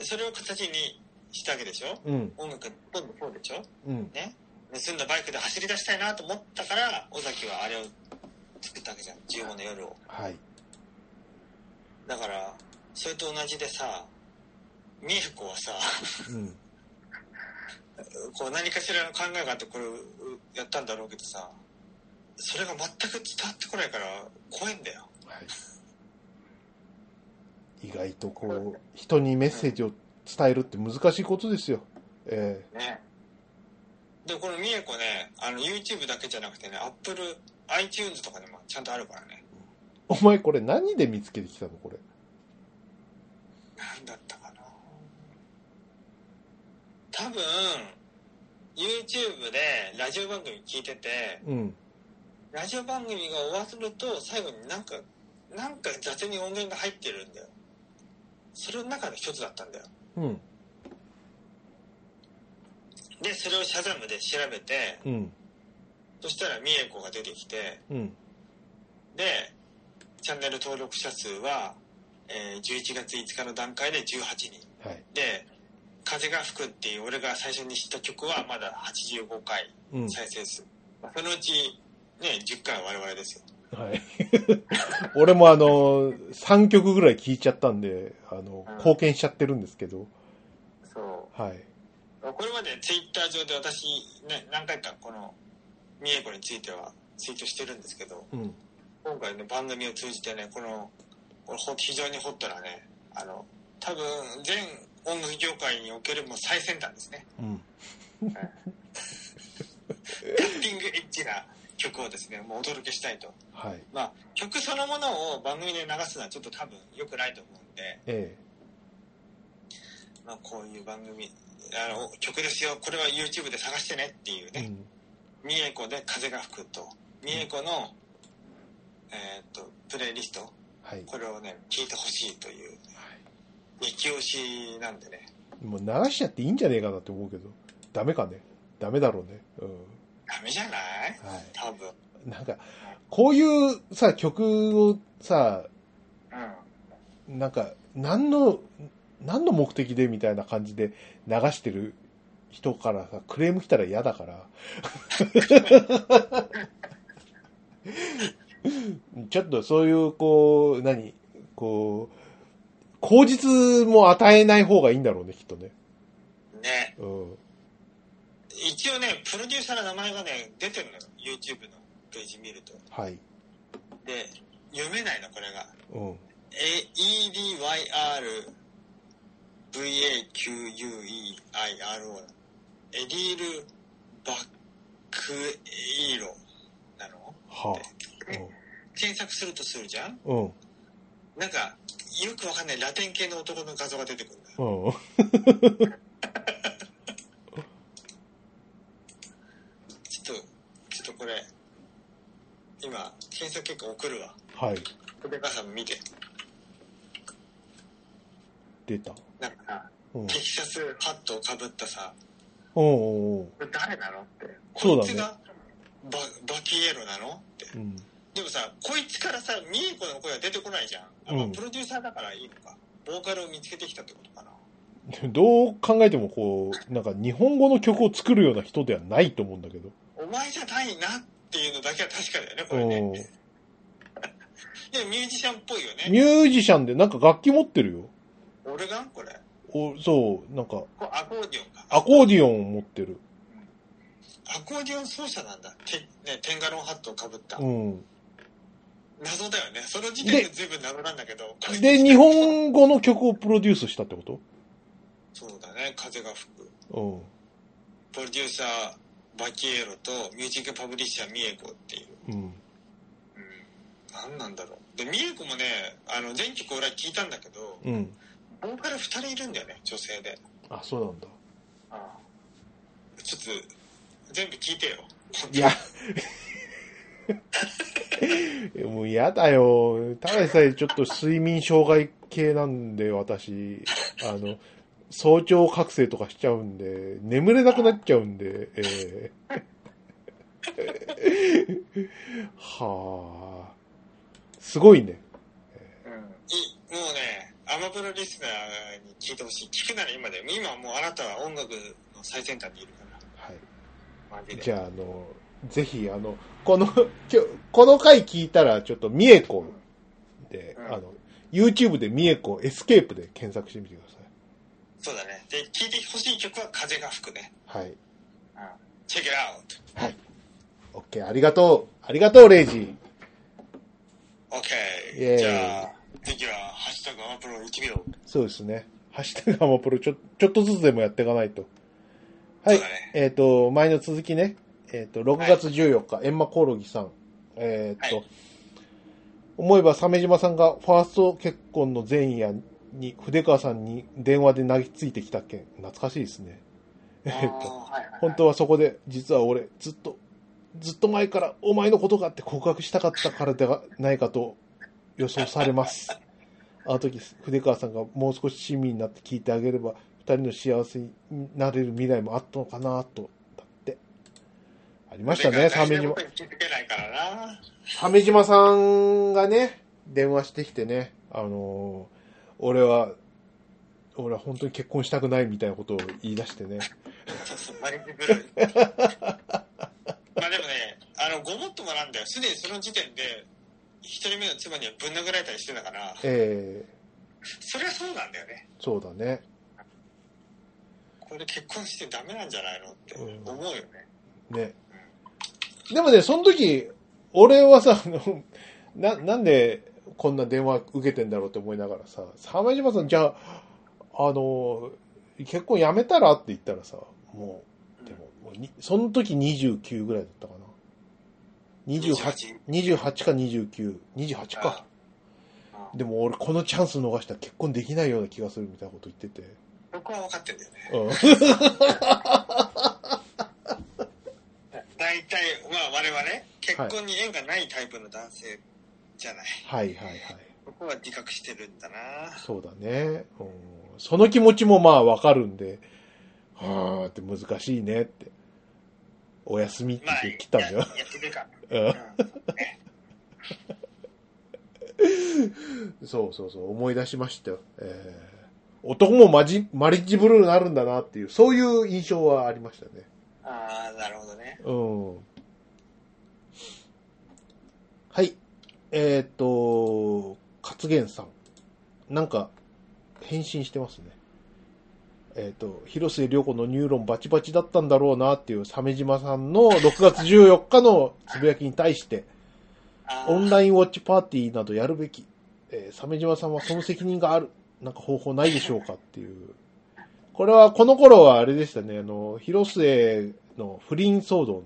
Speaker 1: それを形にしたわけでしょ
Speaker 2: うん、
Speaker 1: 音楽どんどんそうでしょ
Speaker 2: うん、
Speaker 1: ね盗んだバイクで走り出したいなと思ったから尾崎はあれを作ったわけじゃん15の夜を
Speaker 2: はい。
Speaker 1: だからそれと同じでさ美恵子はさ
Speaker 2: うん、
Speaker 1: こう何かしらの考えがあってこれをやったんだろうけどさそれが全く伝わってこないから怖いんだよ
Speaker 2: はい。意外とこう、人にメッセージを伝えるって難しいことですよ。え
Speaker 1: ねでこの美恵子ねあの YouTube だけじゃなくてね AppleiTunes とかでもちゃんとあるからね
Speaker 2: えお前これ何で見つけてきたのこれ。
Speaker 1: なんだったかな多分 YouTube でラジオ番組聞いてて
Speaker 2: うん、
Speaker 1: ラジオ番組が終わると最後になんかなんか雑に音源が入ってるんだよそれの中の一つだったんだよ
Speaker 2: うん、
Speaker 1: でそれをシャザムで調べて
Speaker 2: うん、
Speaker 1: そしたら美恵子が出てきて
Speaker 2: うん。
Speaker 1: でチャンネル登録者数は、えー11月5日の段階で18人
Speaker 2: はい。
Speaker 1: で「風が吹く」っていう俺が最初に知った曲はまだ85回
Speaker 2: うん、
Speaker 1: 再生数、そのうち、ね、10回は我々ですよ
Speaker 2: はい。 俺もあの、3曲ぐらい聴いちゃったんで、あの、貢献しちゃってるんですけど、
Speaker 1: そ
Speaker 2: はい。
Speaker 1: うこれまでツイッター上で私、ね、何回かこの三重子についてはツイートしてるんですけど
Speaker 2: うん、
Speaker 1: 今回の番組を通じてねこのこれほ非常にホットなねあの多分全音楽業界におけるもう最先端ですね
Speaker 2: うん。
Speaker 1: タッピングエッジな曲をですねもうお届けしたいと
Speaker 2: はい。
Speaker 1: まあ曲そのものを番組で流すのはちょっと多分良くないと思うんで
Speaker 2: え
Speaker 1: まあ、こういう番組あの曲ですよこれは YouTube で探してねっていう
Speaker 2: え。う
Speaker 1: ね
Speaker 2: ん。
Speaker 1: 「三重子で風が吹く」と「三重子の」えーっとプレイリスト
Speaker 2: はい。
Speaker 1: これをね聞いてほしいという激推しなんでね
Speaker 2: もう流しちゃっていいんじゃねえかなって思うけど、ダメかね。ダメだろうね。う
Speaker 1: ダメじゃない
Speaker 2: ん。はい。
Speaker 1: 多分
Speaker 2: なんか、こういうさ、曲をさ、
Speaker 1: うん
Speaker 2: なんか、何の、何の目的でみたいな感じで流してる人からさ、クレーム来たら嫌だから。ちょっとそういう、こう、何こう、口実も与えない方がいいんだろうね、きっとね。
Speaker 1: ね
Speaker 2: うん。
Speaker 1: 一応ねプロデューサーの名前がね出てるのよ YouTube のページ見ると
Speaker 2: はい。
Speaker 1: で読めないのこれが
Speaker 2: うん。
Speaker 1: え EDYRVAQUEIRO エディール・バックエイロなの
Speaker 2: は
Speaker 1: 検索するとするじゃん
Speaker 2: あ。うん。
Speaker 1: なんかよくわかんないラテン系の男の画像が出てくるんだよ
Speaker 2: うん。うん。
Speaker 1: ちょっとちょっとこれ今検索結果送るわ
Speaker 2: はい。
Speaker 1: 小手川さんも見て
Speaker 2: 出た。
Speaker 1: なんかさ
Speaker 2: うん。
Speaker 1: テキサスハットをかぶったさ
Speaker 2: うんうんうん。
Speaker 1: これ誰なのって
Speaker 2: そう
Speaker 1: こ
Speaker 2: だ
Speaker 1: い
Speaker 2: ね
Speaker 1: つがババキエロなのって
Speaker 2: うん。
Speaker 1: でもさ、こいつからさ、ミエコの声は出てこないじゃん。あまあ
Speaker 2: うん
Speaker 1: プロデューサーだからいいのか。ボーカルを見つけてきたってことかな。
Speaker 2: どう考えてもこう、なんか日本語の曲を作るような人ではないと思うんだけど。
Speaker 1: お前じゃないなっていうのだけは確かだよね、これ
Speaker 2: うん
Speaker 1: ね。。でもミュージシャンっぽいよ
Speaker 2: ミ
Speaker 1: ね。
Speaker 2: ュージシャンでなんか楽器持ってるよ。
Speaker 1: オルガンこれ。
Speaker 2: おそう、なんか
Speaker 1: これアコーディオンか。
Speaker 2: アコーディオンを持ってる。
Speaker 1: アコーディオン奏者なんだ。てね、テンガロンハットをかぶった。
Speaker 2: うん。
Speaker 1: 謎だよね。その時点
Speaker 2: で
Speaker 1: で随分謎なんだけど。
Speaker 2: で、日本語の曲をプロデュースしたってこ
Speaker 1: そうだね、風が吹く。
Speaker 2: と
Speaker 1: プロデューサー、バキエロとミュージックパブリッシャー、ミエコっていう。
Speaker 2: うん。うん。
Speaker 1: うん何なんだろうでミエコもねあの全曲俺は聞いたんだけど
Speaker 2: うん。
Speaker 1: ボーカル2人いるんだよね女性で
Speaker 2: あ、そうなんだ。
Speaker 1: ちょっと全部聞いてよ
Speaker 2: いや。もう嫌だよ。ただでさえちょっと睡眠障害系なんで、私。あの、早朝覚醒とかしちゃうんで、眠れなくなっちゃうんで、ええはあ。すごいね。
Speaker 1: いもうねあアマプロリスナーに聞いてほしい。聞くなら今だよ。今はもうあなたは音楽の最先端にいるから。
Speaker 2: はい。
Speaker 1: マジで。
Speaker 2: じゃあ、あの、ぜひ、あの、この、今日、この回聞いたら、ちょっと、みえこで、
Speaker 1: うん
Speaker 2: あの、YouTube でみえこエスケープで検索してみてくだ
Speaker 1: そうだね。で、聴いてほしい曲は風が吹くね。
Speaker 2: さい。はい。
Speaker 1: うん。チェックアウ
Speaker 2: はい。OK、ありがとう。ありがとう、レイジ。
Speaker 1: ト。
Speaker 2: イ
Speaker 1: OK。
Speaker 2: ェーイ
Speaker 1: じゃあ、次は、ハッシュタグアマプロ1秒。
Speaker 2: そうですね。ハッシュタグアマプロ、ちょ、ちょっとずつでもやっていかないと。はい。
Speaker 1: そうだ ね
Speaker 2: えっ、と、前の続きね。えっ、と、6月14日、エンマコオロギさん。えっ、と、
Speaker 1: はい
Speaker 2: 思えば鮫島さんがファースト結婚の前夜に、筆川さんに電話で泣きついてきた件、懐かしいですね。えっ、
Speaker 1: あー
Speaker 2: と、
Speaker 1: はいはいはい
Speaker 2: 本当はそこで、実は俺、ずっと、ずっと前からお前のことがあって告白したかったからではないかと予想されます。あの時、筆川さんがもう少し親身になって聞いてあげれば、二人の幸せになれる未来もあったのかなと、だって。ありましたね、
Speaker 1: 大事
Speaker 2: 鮫
Speaker 1: な
Speaker 2: 島
Speaker 1: こと。に気づけないからな。
Speaker 2: 鮫島さんがね、電話してきてね、あのー俺は、俺は本当に結婚したくないみたいなことを言い出してね。
Speaker 1: そうそう、マリブルー。 まあでもね、あの、ごもっともなんだよ。すでにその時点で、一人目の妻にはぶん殴られたりしてたから、
Speaker 2: え
Speaker 1: そりゃそうなんだよね。
Speaker 2: ー、そうだね。
Speaker 1: これ結婚してダメなんじゃないのって
Speaker 2: うん
Speaker 1: 思うよね。
Speaker 2: ね。でもね、その時、俺はさ、あの、な、なんでこんな電話受けてんだろうって思いながらさ、鮫島さん、じゃあ、あの、結婚やめたらって言ったらさ、もう、でも、もうにその時29ぐらいだったかな。28、28か29、28か。
Speaker 1: うん
Speaker 2: でも俺このチャンス逃したら結婚できないような気がするみたいなこと言ってて。
Speaker 1: そこは分かってんだよね。
Speaker 2: うん。
Speaker 1: 大体、まあ我々、結婚に縁がないタイプの男性じゃない。
Speaker 2: はいはいはい。
Speaker 1: そこは自覚してるんだな。
Speaker 2: そうだね。うん、その気持ちもまあわかるんで、はあって難しいねって。お休みって
Speaker 1: まあ、
Speaker 2: 言ってきたんだよ
Speaker 1: や。やってるか
Speaker 2: うん
Speaker 1: ら。
Speaker 2: そうそうそう、思い出しましたよ。えー男もマジ、マリッジブルーになるんだなっていう、そういう印象はありましたね。
Speaker 1: ああ、なるほどね。
Speaker 2: うん。はい。えっ、と、勝元さん。なんか、返信してますね。えっ、と、広末涼子のニューロンバチバチだったんだろうなっていう鮫島さんの6月14日のつぶやきに対して、
Speaker 1: あー
Speaker 2: オンラインウォッチパーティーなどやるべき、えー、鮫島さんはその責任がある、なんか方法ないでしょうかっていう。これは、この頃はあれでしたね、あの、広末の不倫騒動の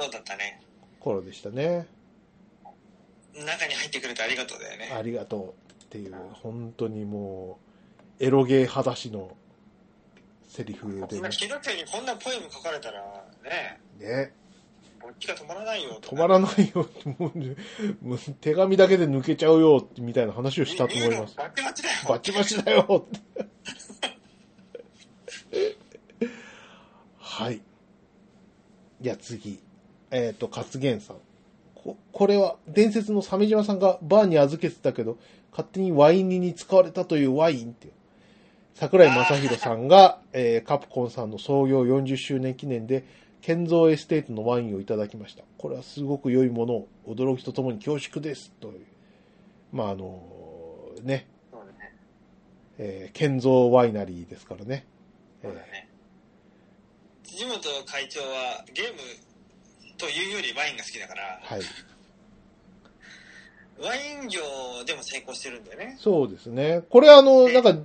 Speaker 1: そうだったね。
Speaker 2: 頃でしたね。
Speaker 1: 中に入ってくれてありがとうだよね。
Speaker 2: ありがとうっていう、本当にもう、エロゲー裸足のセリフで
Speaker 1: 今、気のせにこんなポエム書かれたら、ね、
Speaker 2: ね、
Speaker 1: 勃起が止まらないよと
Speaker 2: 止まらないよ、もうね、もう手紙だけで抜けちゃうよ、みたいな話をしたと思います。
Speaker 1: バチバチだよ。
Speaker 2: バチバチだよって はい。じゃあ次。えっ、と、勝元さん。こ、これは、伝説の鮫島さんがバーに預けてたけど、勝手にワイン煮に使われたというワインっていう。桜井正宏さんが、えーカプコンさんの創業40周年記念で、建造エステートのワインをいただきました。これはすごく良いものを、驚きとともに恐縮です。という。まあ、あのね、
Speaker 1: そうだね。
Speaker 2: えー、建造ワイナリーですからね。
Speaker 1: そうだね。辻本会長はゲームというよりワインが好きだから、
Speaker 2: はい。
Speaker 1: ワイン業でも成功してるんだよね。
Speaker 2: そうですね。これあの、
Speaker 1: え
Speaker 2: なんか、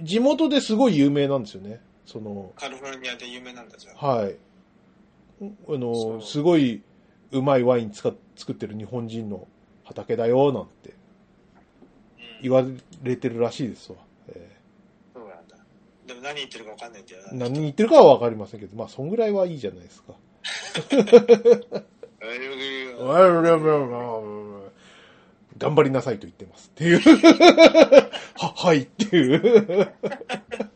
Speaker 2: 地元ですごい有名なんですよね。その、
Speaker 1: カリフォルニアで有名なんだじゃん。
Speaker 2: はい。んあ
Speaker 1: そ
Speaker 2: の、
Speaker 1: う
Speaker 2: すごいうまいワイン使っ作ってる日本人の畑だよ、なんて
Speaker 1: うん
Speaker 2: 言われてるらしいですわ。え
Speaker 1: そうなんだ。でも何言ってるか分かんないんだよ
Speaker 2: ー
Speaker 1: な。
Speaker 2: 何言ってるかはわかりませんけど、まあ、そんぐらいはいいじゃないですか。頑張りなさいと言ってますっていう。 は、はいっていう。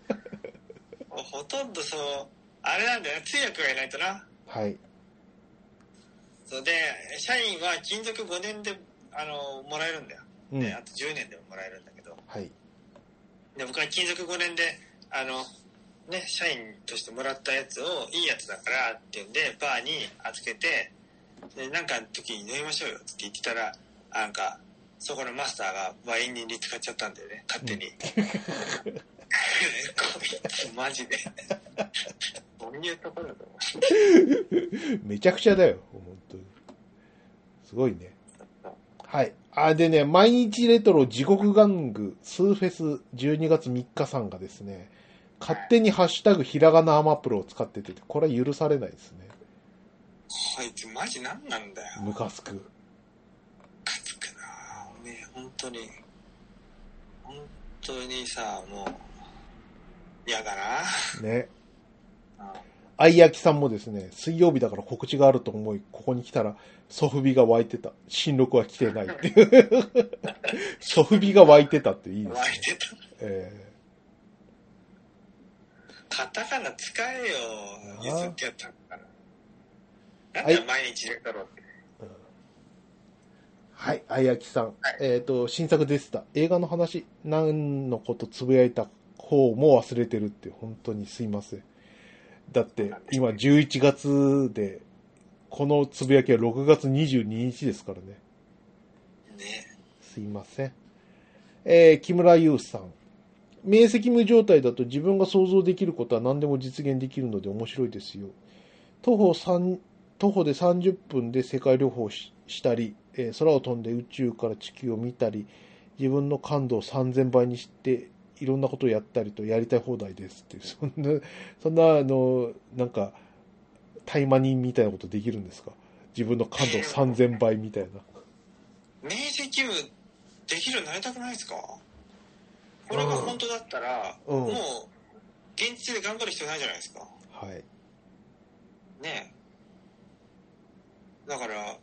Speaker 1: ほとんどそう、あれなんだよな、通訳がいないとな。
Speaker 2: はい。
Speaker 1: そうで社員は勤続5年であのもらえるんだよ、
Speaker 2: うん。
Speaker 1: であ
Speaker 2: は
Speaker 1: と10年でももらえるんだけど
Speaker 2: い。
Speaker 1: で僕は勤続5年であの、ね、社員としてもらったやつをいいやつだからって言うんでバーに預けてでなんかの時に飲みましょうよって言ってたらなんかそこのマスターがワインに見つかっちゃったんだよね勝手に。 こいつマジ でどういうところだと思う
Speaker 2: めちゃくちゃだよ、本当に。すごいね。はい。あ、でね、毎日レトロ地獄玩具、スーフェス12月3日さんがですね、勝手にハッシュタグひらがなアマプロを使ってて、これは許されないですね。
Speaker 1: こいつマジ何なんだよ
Speaker 2: ムカつく。
Speaker 1: かつくなぁね本当に本当にさもう嫌だ
Speaker 2: ね。
Speaker 1: なぁ
Speaker 2: 愛焼さんもですね、水曜日だから告知があると思い、ここに来たら、ソフビが湧いてた。新録は来てないっていう。 ソフビが湧いてたっていいですね。
Speaker 1: 湧いてた
Speaker 2: え
Speaker 1: カタカナ使えよ
Speaker 2: あー
Speaker 1: 譲ってやったんだからなんで毎日出たろって
Speaker 2: ーはい、愛焼さん。
Speaker 1: はい
Speaker 2: えっ、と、新作出てた。映画の話、何のことつぶやいた方も忘れてるって、本当にすいません。だって、今11月で、このつぶやきは6月22日ですからね。
Speaker 1: ね
Speaker 2: すいません。えー木村優さん。明晰夢状態だと自分が想像できることは何でも実現できるので面白いですよ。徒歩三徒歩で30分で世界旅行ししたり、えー空を飛んで宇宙から地球を見たり、自分の感度を3000倍にして、いろんなことをやったりとやりたい放題ですって、 そんな、そんな、あの、なんか、怠慢人みたいなことできるんですか自分の感度を3000倍みたいな。
Speaker 1: 明晰夢できるようになりたくないですかこれが本当だったら、
Speaker 2: うん
Speaker 1: もう現実で頑張る必要ないじゃないですか
Speaker 2: はい。
Speaker 1: ねえだから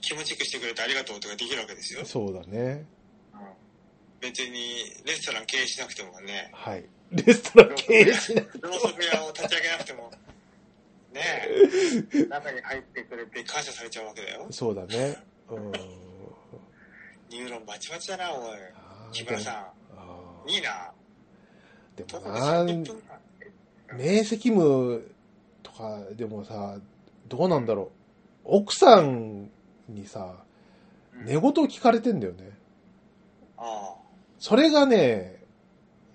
Speaker 1: 気持ちよくしてくれてありがとうとかできるわけですよ
Speaker 2: そうだね。
Speaker 1: 別にレストラン経営しなくてもね
Speaker 2: はい。レストラン経営しない。
Speaker 1: ろうそく屋を立ち上げなくてもね え中に入ってくれて感謝されちゃうわけだよ
Speaker 2: そうだね。うん。
Speaker 1: ニューロンバチバチだなおい
Speaker 2: あー
Speaker 1: 木村さ
Speaker 2: あ
Speaker 1: んいいな
Speaker 2: ーで
Speaker 1: 徒
Speaker 2: も
Speaker 1: 歩で30
Speaker 2: な、明
Speaker 1: 分間
Speaker 2: 晰夢とかでもさ、どうなんだろう。奥さんにさ、
Speaker 1: うん
Speaker 2: 寝言を聞かれてんだよね。
Speaker 1: あ
Speaker 2: それがね、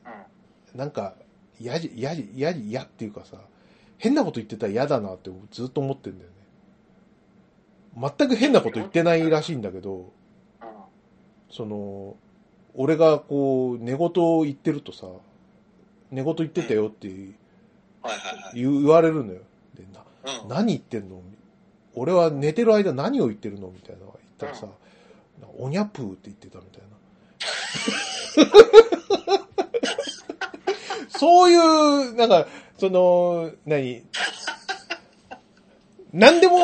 Speaker 1: あうん
Speaker 2: なんか、やじ、やじ、やじ、やっていうかさ、変なこと言ってたら嫌だなってずっと思ってんだよね。全く変なこと言ってないらしいんだけど、
Speaker 1: うん
Speaker 2: その、俺がこう、寝言を言ってるとさ、寝言言ってたよって言
Speaker 1: はいはいはいう
Speaker 2: 言われるのよ。で、な、
Speaker 1: うん
Speaker 2: 何言ってんの俺は寝てる間何を言ってるのみたいなの言ったらさ、なんかおにゃぷーって言ってたみたいな。 そういう、なんか、その、何何でも、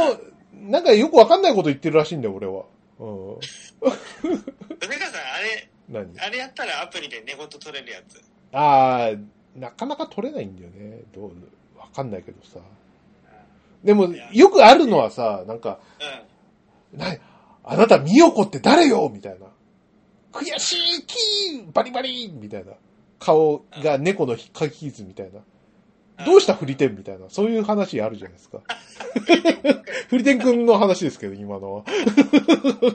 Speaker 2: なんかよくわかんないこと言ってるらしいんだよ、俺は。うん。
Speaker 1: 梅川さんあれ
Speaker 2: 何
Speaker 1: あれやったらアプリで寝言取れるやつ
Speaker 2: ああ、なかなか取れないんだよね。どう、わかんないけどさ。でも、よくあるのはさ、なんか、
Speaker 1: うん
Speaker 2: な、あなた、ミヨコって誰よみたいな。悔しいキーバリバリみたいな。顔が猫のひっかき傷みたいな。どうしたフリテンみたいな。そういう話あるじゃない ですか。フリテン君の話ですけど、今のは。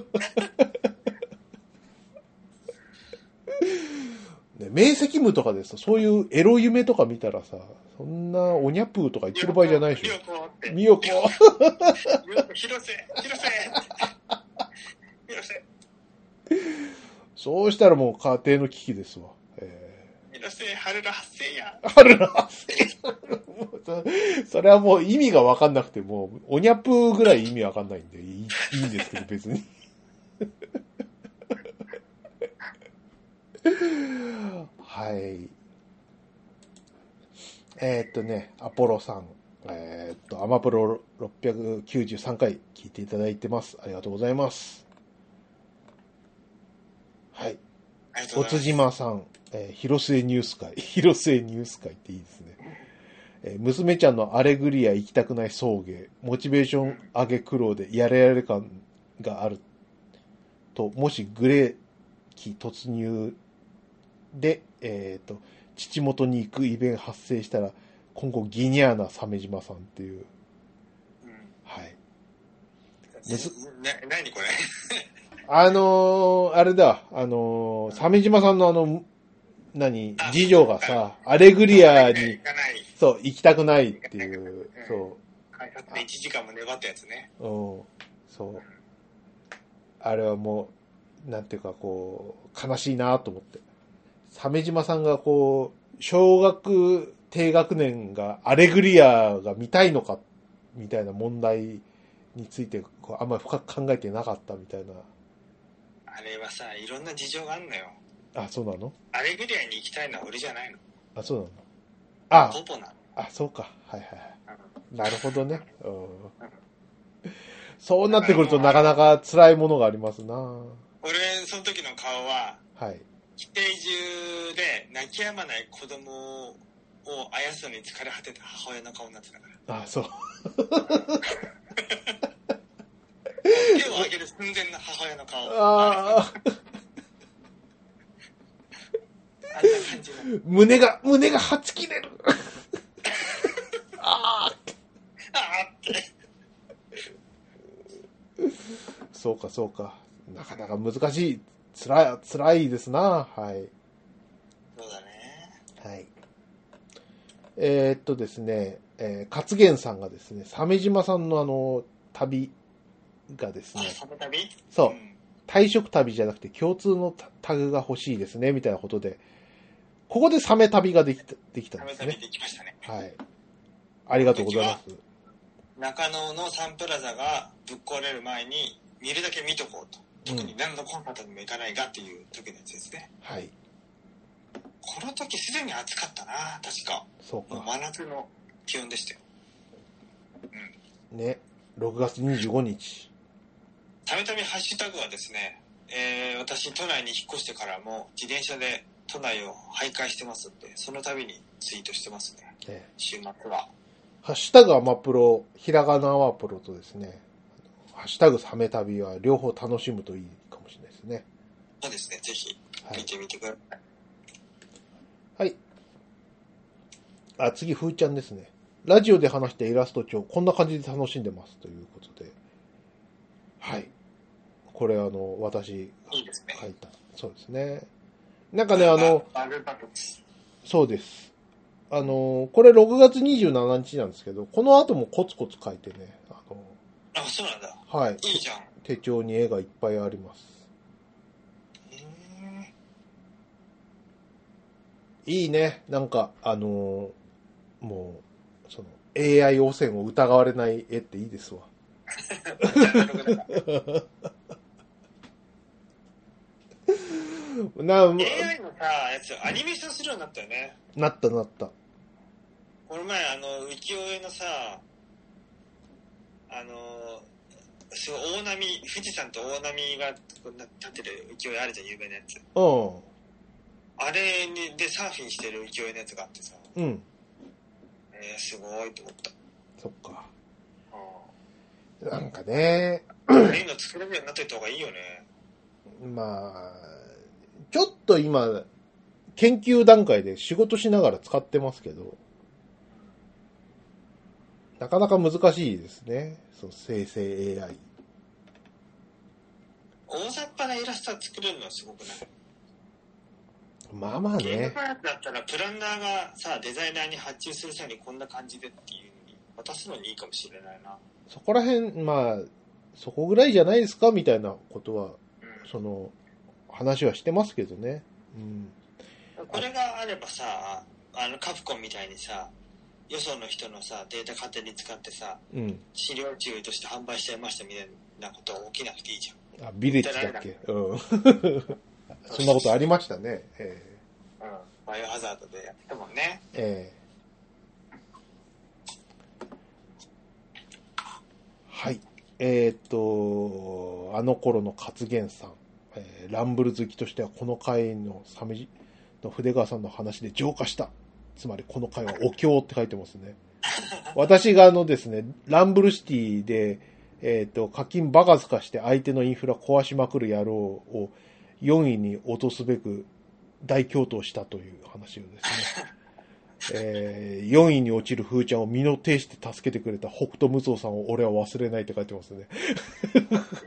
Speaker 2: ね、明晰夢とかでさ、そういうエロ夢とか見たらさ、そんなおにゃぷーとか言ってる場合じゃないでし
Speaker 1: ミ
Speaker 2: ょ
Speaker 1: ヨ。コって
Speaker 2: みよこ。
Speaker 1: 広瀬、広 瀬、広瀬、
Speaker 2: そうしたらもう家庭の危機ですわ。え
Speaker 1: 広瀬、春の発生や。
Speaker 2: ー、あるな。もうそ それはもう意味がわかんなくて、もう、おにゃぷーぐらい意味わかんないんで、いいいいんですけど、別に。 はい。えーっとね、アポロさん。えーっと、アマプロ693回聞いていただいてます。ありがとうございます。はい。
Speaker 1: ありがとう
Speaker 2: お
Speaker 1: ござい
Speaker 2: つ
Speaker 1: ます。
Speaker 2: じまさん、えー広末ニュース会。 広末ニュース会っていいですね。えー娘ちゃんのアレグリア行きたくない送迎、モチベーション上げ苦労でやれやれ感があると、もしグレー期突入で、えっ、と、父元に行くイベン発生したら、今後ギニャーな鮫島さんっていう、
Speaker 1: うん。
Speaker 2: はい。です
Speaker 1: な、なにこれ
Speaker 2: あのー、あれだ、あのー、鮫島さんのあの、何、
Speaker 1: あ
Speaker 2: 次女がさ、アレグリアに
Speaker 1: 行、かない。
Speaker 2: そう、行きたくないっていう、そう。
Speaker 1: 開発で1時間も粘ったやつね。
Speaker 2: うん、そう。あれはもう、なんていうかこう、悲しいなと思って。鮫島さんがこう、小学低学年がアレグリアが見たいのか、みたいな問題についてこう、あんまり深く考えてなかったみたいな。
Speaker 1: あれはさ、いろんな事情があんのよ。
Speaker 2: あ、そうなの
Speaker 1: アレグリアに行きたいのは俺じゃないの。
Speaker 2: あ、そうなのあ、
Speaker 1: ポポなの。
Speaker 2: あ、そうか。はいはいはい。
Speaker 1: うん
Speaker 2: なるほどね。うん。そうなってくるとなかなか辛いものがありますな
Speaker 1: 俺、その時の顔は、
Speaker 2: はい。
Speaker 1: 規定中で泣き止まない子供をあやすのに疲れ果てた母親の顔になってたから。
Speaker 2: あ、そう。
Speaker 1: 手を上げる寸前の母親の顔。あん
Speaker 2: ああ。
Speaker 1: な感じの。
Speaker 2: 胸が、胸がはち切 れる。ああ。
Speaker 1: あーって。
Speaker 2: そうか、そうか。なかなか難しい。つらい、つらいですな。はい。
Speaker 1: そうだね。
Speaker 2: はい。えーっとですね、えー、勝元さんがですね、鮫島さんのあの、旅がです
Speaker 1: あ
Speaker 2: ね、、
Speaker 1: その旅、
Speaker 2: そううん退職旅じゃなくて共通のタタグが欲しいですね、みたいなことで、ここでサメ旅ができた、できたんで
Speaker 1: 食べ
Speaker 2: す
Speaker 1: 旅
Speaker 2: ね。
Speaker 1: できましたね。
Speaker 2: はい。ありがとうございます。
Speaker 1: 中野のサンプラザがぶっ壊れる前に見るだけ見とこうと特に何のコンパクトにもいかないがっていう時のやつですね、
Speaker 2: はい。
Speaker 1: この時すでに暑かったな確か
Speaker 2: そう
Speaker 1: もう
Speaker 2: か。
Speaker 1: 真夏の気温でしたよ
Speaker 2: ね、6月25日。
Speaker 1: たびたびハッシュタグはですね、えー私都内に引っ越してからも自転車で都内を徘徊してますんでその度にツイートしてますね
Speaker 2: ね、
Speaker 1: 週末は
Speaker 2: ハッシュタグアマプロ、ひらがなアマプロとですね、ハッシュタグサメ旅は両方楽しむといいかもしれないですね。
Speaker 1: そうですねぜひ
Speaker 2: は
Speaker 1: 見
Speaker 2: い。
Speaker 1: てみてください、
Speaker 2: はい。あ、次、ふーちゃんですね。ラジオで話したイラスト帳、こんな感じで楽しんでますということで。はい。これ、あの、私が
Speaker 1: いいですね
Speaker 2: 書いた。そうですね。なんかね、あの、
Speaker 1: バルバトス
Speaker 2: そうです。あの、これ6月27日なんですけど、この後もコツコツ書いてね、あの、
Speaker 1: あそうなんだ
Speaker 2: はい。
Speaker 1: いいじゃんう
Speaker 2: 手帳に絵がいっぱいあります。
Speaker 1: ーん
Speaker 2: いいね。なんか、あのーもう、その、AI 汚染を疑われない絵っていいですわ。な、
Speaker 1: AI のさ、やつ、アニメーションするようになったよね。
Speaker 2: なったなった。
Speaker 1: この前、あの、浮世絵のさ、あの、すごい大波、富士山と大波がこうな立ってる浮世絵あるじゃん、有名なやつ。
Speaker 2: う
Speaker 1: あれにでサーフィンしてる浮世絵のやつがあってさ、
Speaker 2: ん。うん。
Speaker 1: えー、すごいと思った。
Speaker 2: そっか。なんかね、
Speaker 1: ああいうの作れるようになっといた方がいいよね。
Speaker 2: まあ、ちょっと今、研究段階で仕事しながら使ってますけど、なかなか難しいですね。そう、生成 AI。
Speaker 1: 大雑把なイラストは作れるのはすごくない
Speaker 2: まあまあ
Speaker 1: ゲーム
Speaker 2: ね。
Speaker 1: 開発だったらプランナーがさ、デザイナーに発注する際にこんな感じでっていうのに渡すのにいいかもしれないな。
Speaker 2: そこら辺、まあ、そこぐらいじゃないですかみたいなことは、
Speaker 1: うん
Speaker 2: その、話はしてますけどね。うん。
Speaker 1: これがあればさあのカプコンみたいにさよその人のさデータ勝手に使ってさ
Speaker 2: うん。
Speaker 1: 資料中として販売しちゃいましたみたいなことは起きなくていいじゃん
Speaker 2: あ、ビレッジだっけうん。そんなことありましたね。え
Speaker 1: うんバイオハザードでやってたもん ね
Speaker 2: えええはい。えーっと、あの頃の勝元さん、えーランブル好きとしてはこの回のサメジの筆川さんの話で浄化した。つまりこの回はお経って書いてますね。私があのですね、ランブルシティで、えーっと、課金バカずかして相手のインフラ壊しまくる野郎を4位に落とすべく、大共闘したという話をですね、えー、4位に落ちる風ちゃんを身の挺して助けてくれた北斗無双さんを俺は忘れないって書いてますね。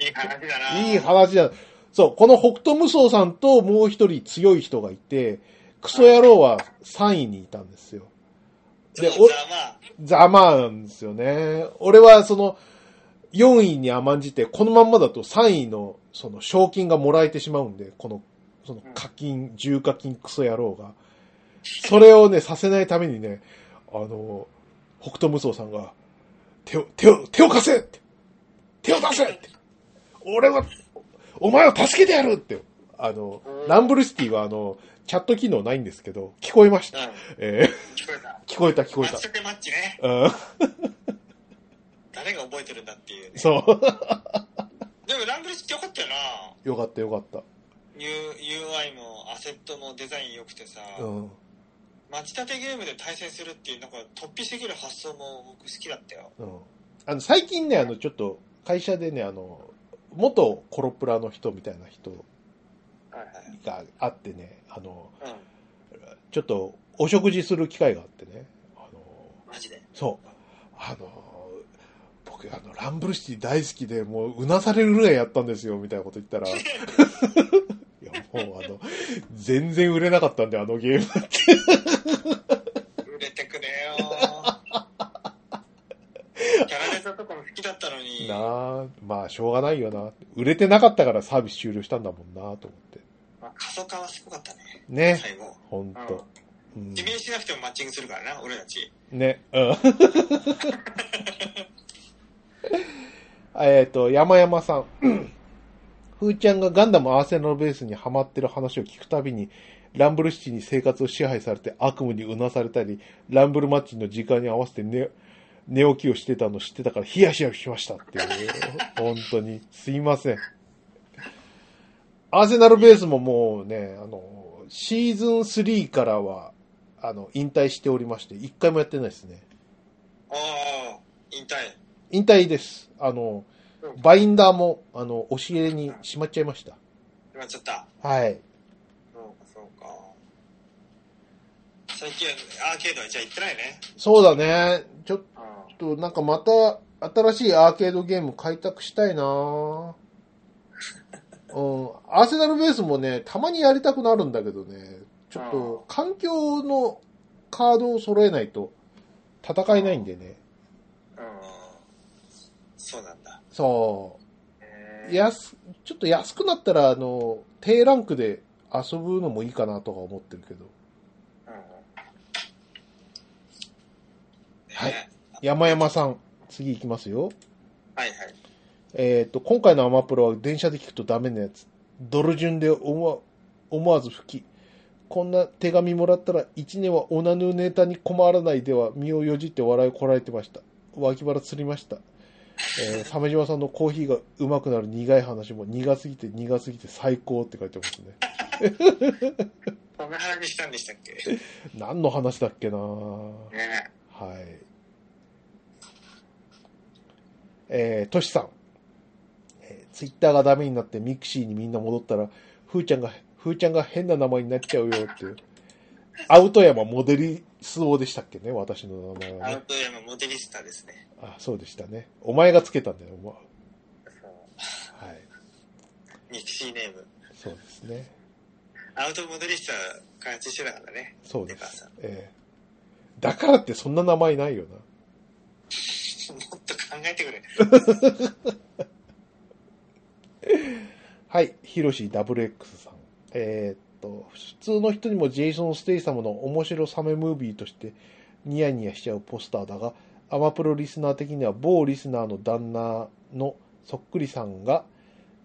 Speaker 1: いい話だな。
Speaker 2: いい話だ。そう、この北斗無双さんともう一人強い人がいて、クソ野郎は3位にいたんですよ。
Speaker 1: で
Speaker 2: で、
Speaker 1: も
Speaker 2: お
Speaker 1: さ、まあ、
Speaker 2: ざまあなんですよね。俺はその、4位に甘んじて、このまんまだと3位の、その、賞金がもらえてしまうんで、この、その課金、重課金クソ野郎が。それをね、させないためにね、あの、北斗無双さんが、手を、手を、手を貸せって手を出せって俺は、お前を助けてやるって。あの、ランブルシティはあの、チャット機能ないんですけど、聞こえました。
Speaker 1: うん、
Speaker 2: え
Speaker 1: 聞こえた。
Speaker 2: ー聞こえた聞こ
Speaker 1: マ
Speaker 2: え
Speaker 1: ッ
Speaker 2: た。
Speaker 1: チでマッチね。
Speaker 2: うん。
Speaker 1: 誰が覚えてるんだっていうね。
Speaker 2: そう。
Speaker 1: でもランブルシってよかったよな。
Speaker 2: よかったよかった。
Speaker 1: U UI もアセットもデザイン良くてさ、
Speaker 2: うん。
Speaker 1: 町立てゲームで対戦するっていう、なんか突飛すぎる発想も僕好きだったよ。
Speaker 2: うん。あの、最近ね、あの、ちょっと、会社でね、あの、元コロプラの人みたいな人
Speaker 1: はい
Speaker 2: があってね、あの、
Speaker 1: はい。
Speaker 2: ちょっと、お食事する機会があってね、あの、
Speaker 1: うん、マジで。
Speaker 2: そう。あの、僕、あの、ランブルシティ大好きで、もう、うなされるぐらいやったんですよ、みたいなこと言 ったら、いや、もう、あの、全然売れなかったんで、あのゲーム。
Speaker 1: 売れてくれよ ー。キャラネタとかも好きだったのに。
Speaker 2: なあまあ、しょうがないよな。売れてなかったからサービス終了したんだもんな、と思って。
Speaker 1: まあ、過疎化はすごかったね。
Speaker 2: ね。
Speaker 1: 最後。
Speaker 2: ほんと。うん
Speaker 1: 指名しなくてもマッチングするからな、俺たち。
Speaker 2: ね。うん。 えっと、山山さん。 ふーちゃんがガンダムアーセナルベースにハマってる話を聞くたびに、ランブルシティに生活を支配されて悪夢にうなされたり、ランブルマッチの時間に合わせて寝、寝起きをしてたの知ってたからヒヤヒヤしましたっていう。本当に。すいません。アーセナルベースももうね、あの、シーズン3からは、あの、引退しておりまして、一回もやってないですね。
Speaker 1: おー、引退。
Speaker 2: 引退です。あの、
Speaker 1: うん
Speaker 2: バインダーも、あの、押し入れにしまっちゃいました。
Speaker 1: 決まっちゃった。
Speaker 2: はい。
Speaker 1: そうか、そうか。最近、アーケードはじゃあ行ってないね。
Speaker 2: そうだね。ちょっ
Speaker 1: うん。
Speaker 2: と、なんかまた、新しいアーケードゲーム開拓した いなぁうん。アーセナルベースもね、たまにやりたくなるんだけどね、ちょっと、環境のカードを揃えないと、戦えないんでね。
Speaker 1: そうなんだ。
Speaker 2: そう。
Speaker 1: えー、
Speaker 2: 安、ちょっと安くなったら、あの、低ランクで遊ぶのもいいかなとか思ってるけど。
Speaker 1: うんうん、
Speaker 2: はい
Speaker 1: ね
Speaker 2: 山山さん、次行きますよ。
Speaker 1: はいはい。
Speaker 2: えっ、と、今回のアマプロは電車で聞くとダメなやつ。ドル順で思わ思わず吹き。こんな手紙もらったら、一年はオナヌーネタに困らないでは、身をよじって笑いこられてました。脇腹つりました。えー、鮫島さんのコーヒーがうまくなる苦い話も、苦すぎて苦すぎて最高って書いてますね。
Speaker 1: そんな話したんでしたっけ
Speaker 2: 何の話だっけな
Speaker 1: ね
Speaker 2: はい。えー、トシさん。えー、ツイッターがダメになってミクシーにみんな戻ったら、ふーちゃんが、ふーちゃんが変な名前になっちゃうよっていう。アウト山モデリス王でしたっけね私の名前は
Speaker 1: アウ
Speaker 2: ね。
Speaker 1: トヤマモデリスタですね。
Speaker 2: あ、そうでしたね。お前がつけたんだよ、お前。
Speaker 1: そう
Speaker 2: はい。
Speaker 1: ミクシーネーム。
Speaker 2: そうですね。
Speaker 1: アウトモデリスタ開発してたからね。
Speaker 2: そうで
Speaker 1: 出た
Speaker 2: す。えー、だからってそんな名前ないよな。
Speaker 1: もっと考えてくれ。
Speaker 2: はい、ヒロシ WX さん。えーっと、普通の人にもジェイソン・ステイサムの面白サメムービーとしてニヤニヤしちゃうポスターだが、アマプロリスナー的には某リスナーの旦那のそっくりさんが、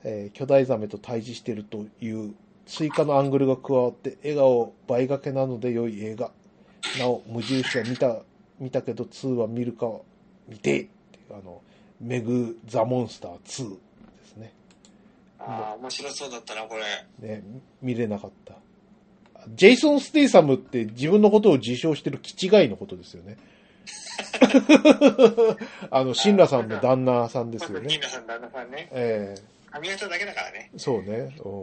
Speaker 2: えー巨大ザメと対峙しているという追加のアングルが加わって笑顔倍掛けなので良い映画。なお、無印は見た、見たけど2は見るかは見てっていうあの、メグ・ザ・モンスター2ですね。
Speaker 1: ああ、面白そうだったな、これ。
Speaker 2: ね、見れなかった。ジェイソン・ステイサムって自分のことを自称してる気違いのことですよね。 あの、シンラさんの旦那さんですよ
Speaker 1: まずニ
Speaker 2: ね
Speaker 1: ー。ナさん、旦那さんね。
Speaker 2: ええ
Speaker 1: 髪型だけだからね。
Speaker 2: そうね。うん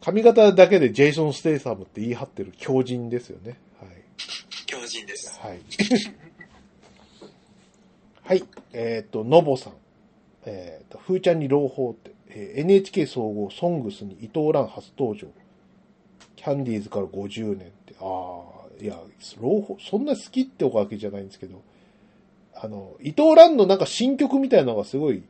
Speaker 2: 髪型だけでジェイソン・ステイサムって言い張ってる狂人ですよね。は
Speaker 1: 強靭です。
Speaker 2: い。はい。 はい。えっ、と、のぼさん。えっ、と、ふーちゃんに朗報って、えー NHK 総合ソングスに伊藤蘭初登場。キャンディーズから50年って、ああ、いや、朗報、そんな好きっておわけじゃないんですけど、あの、伊藤蘭のなんか新曲みたいなのがすごい、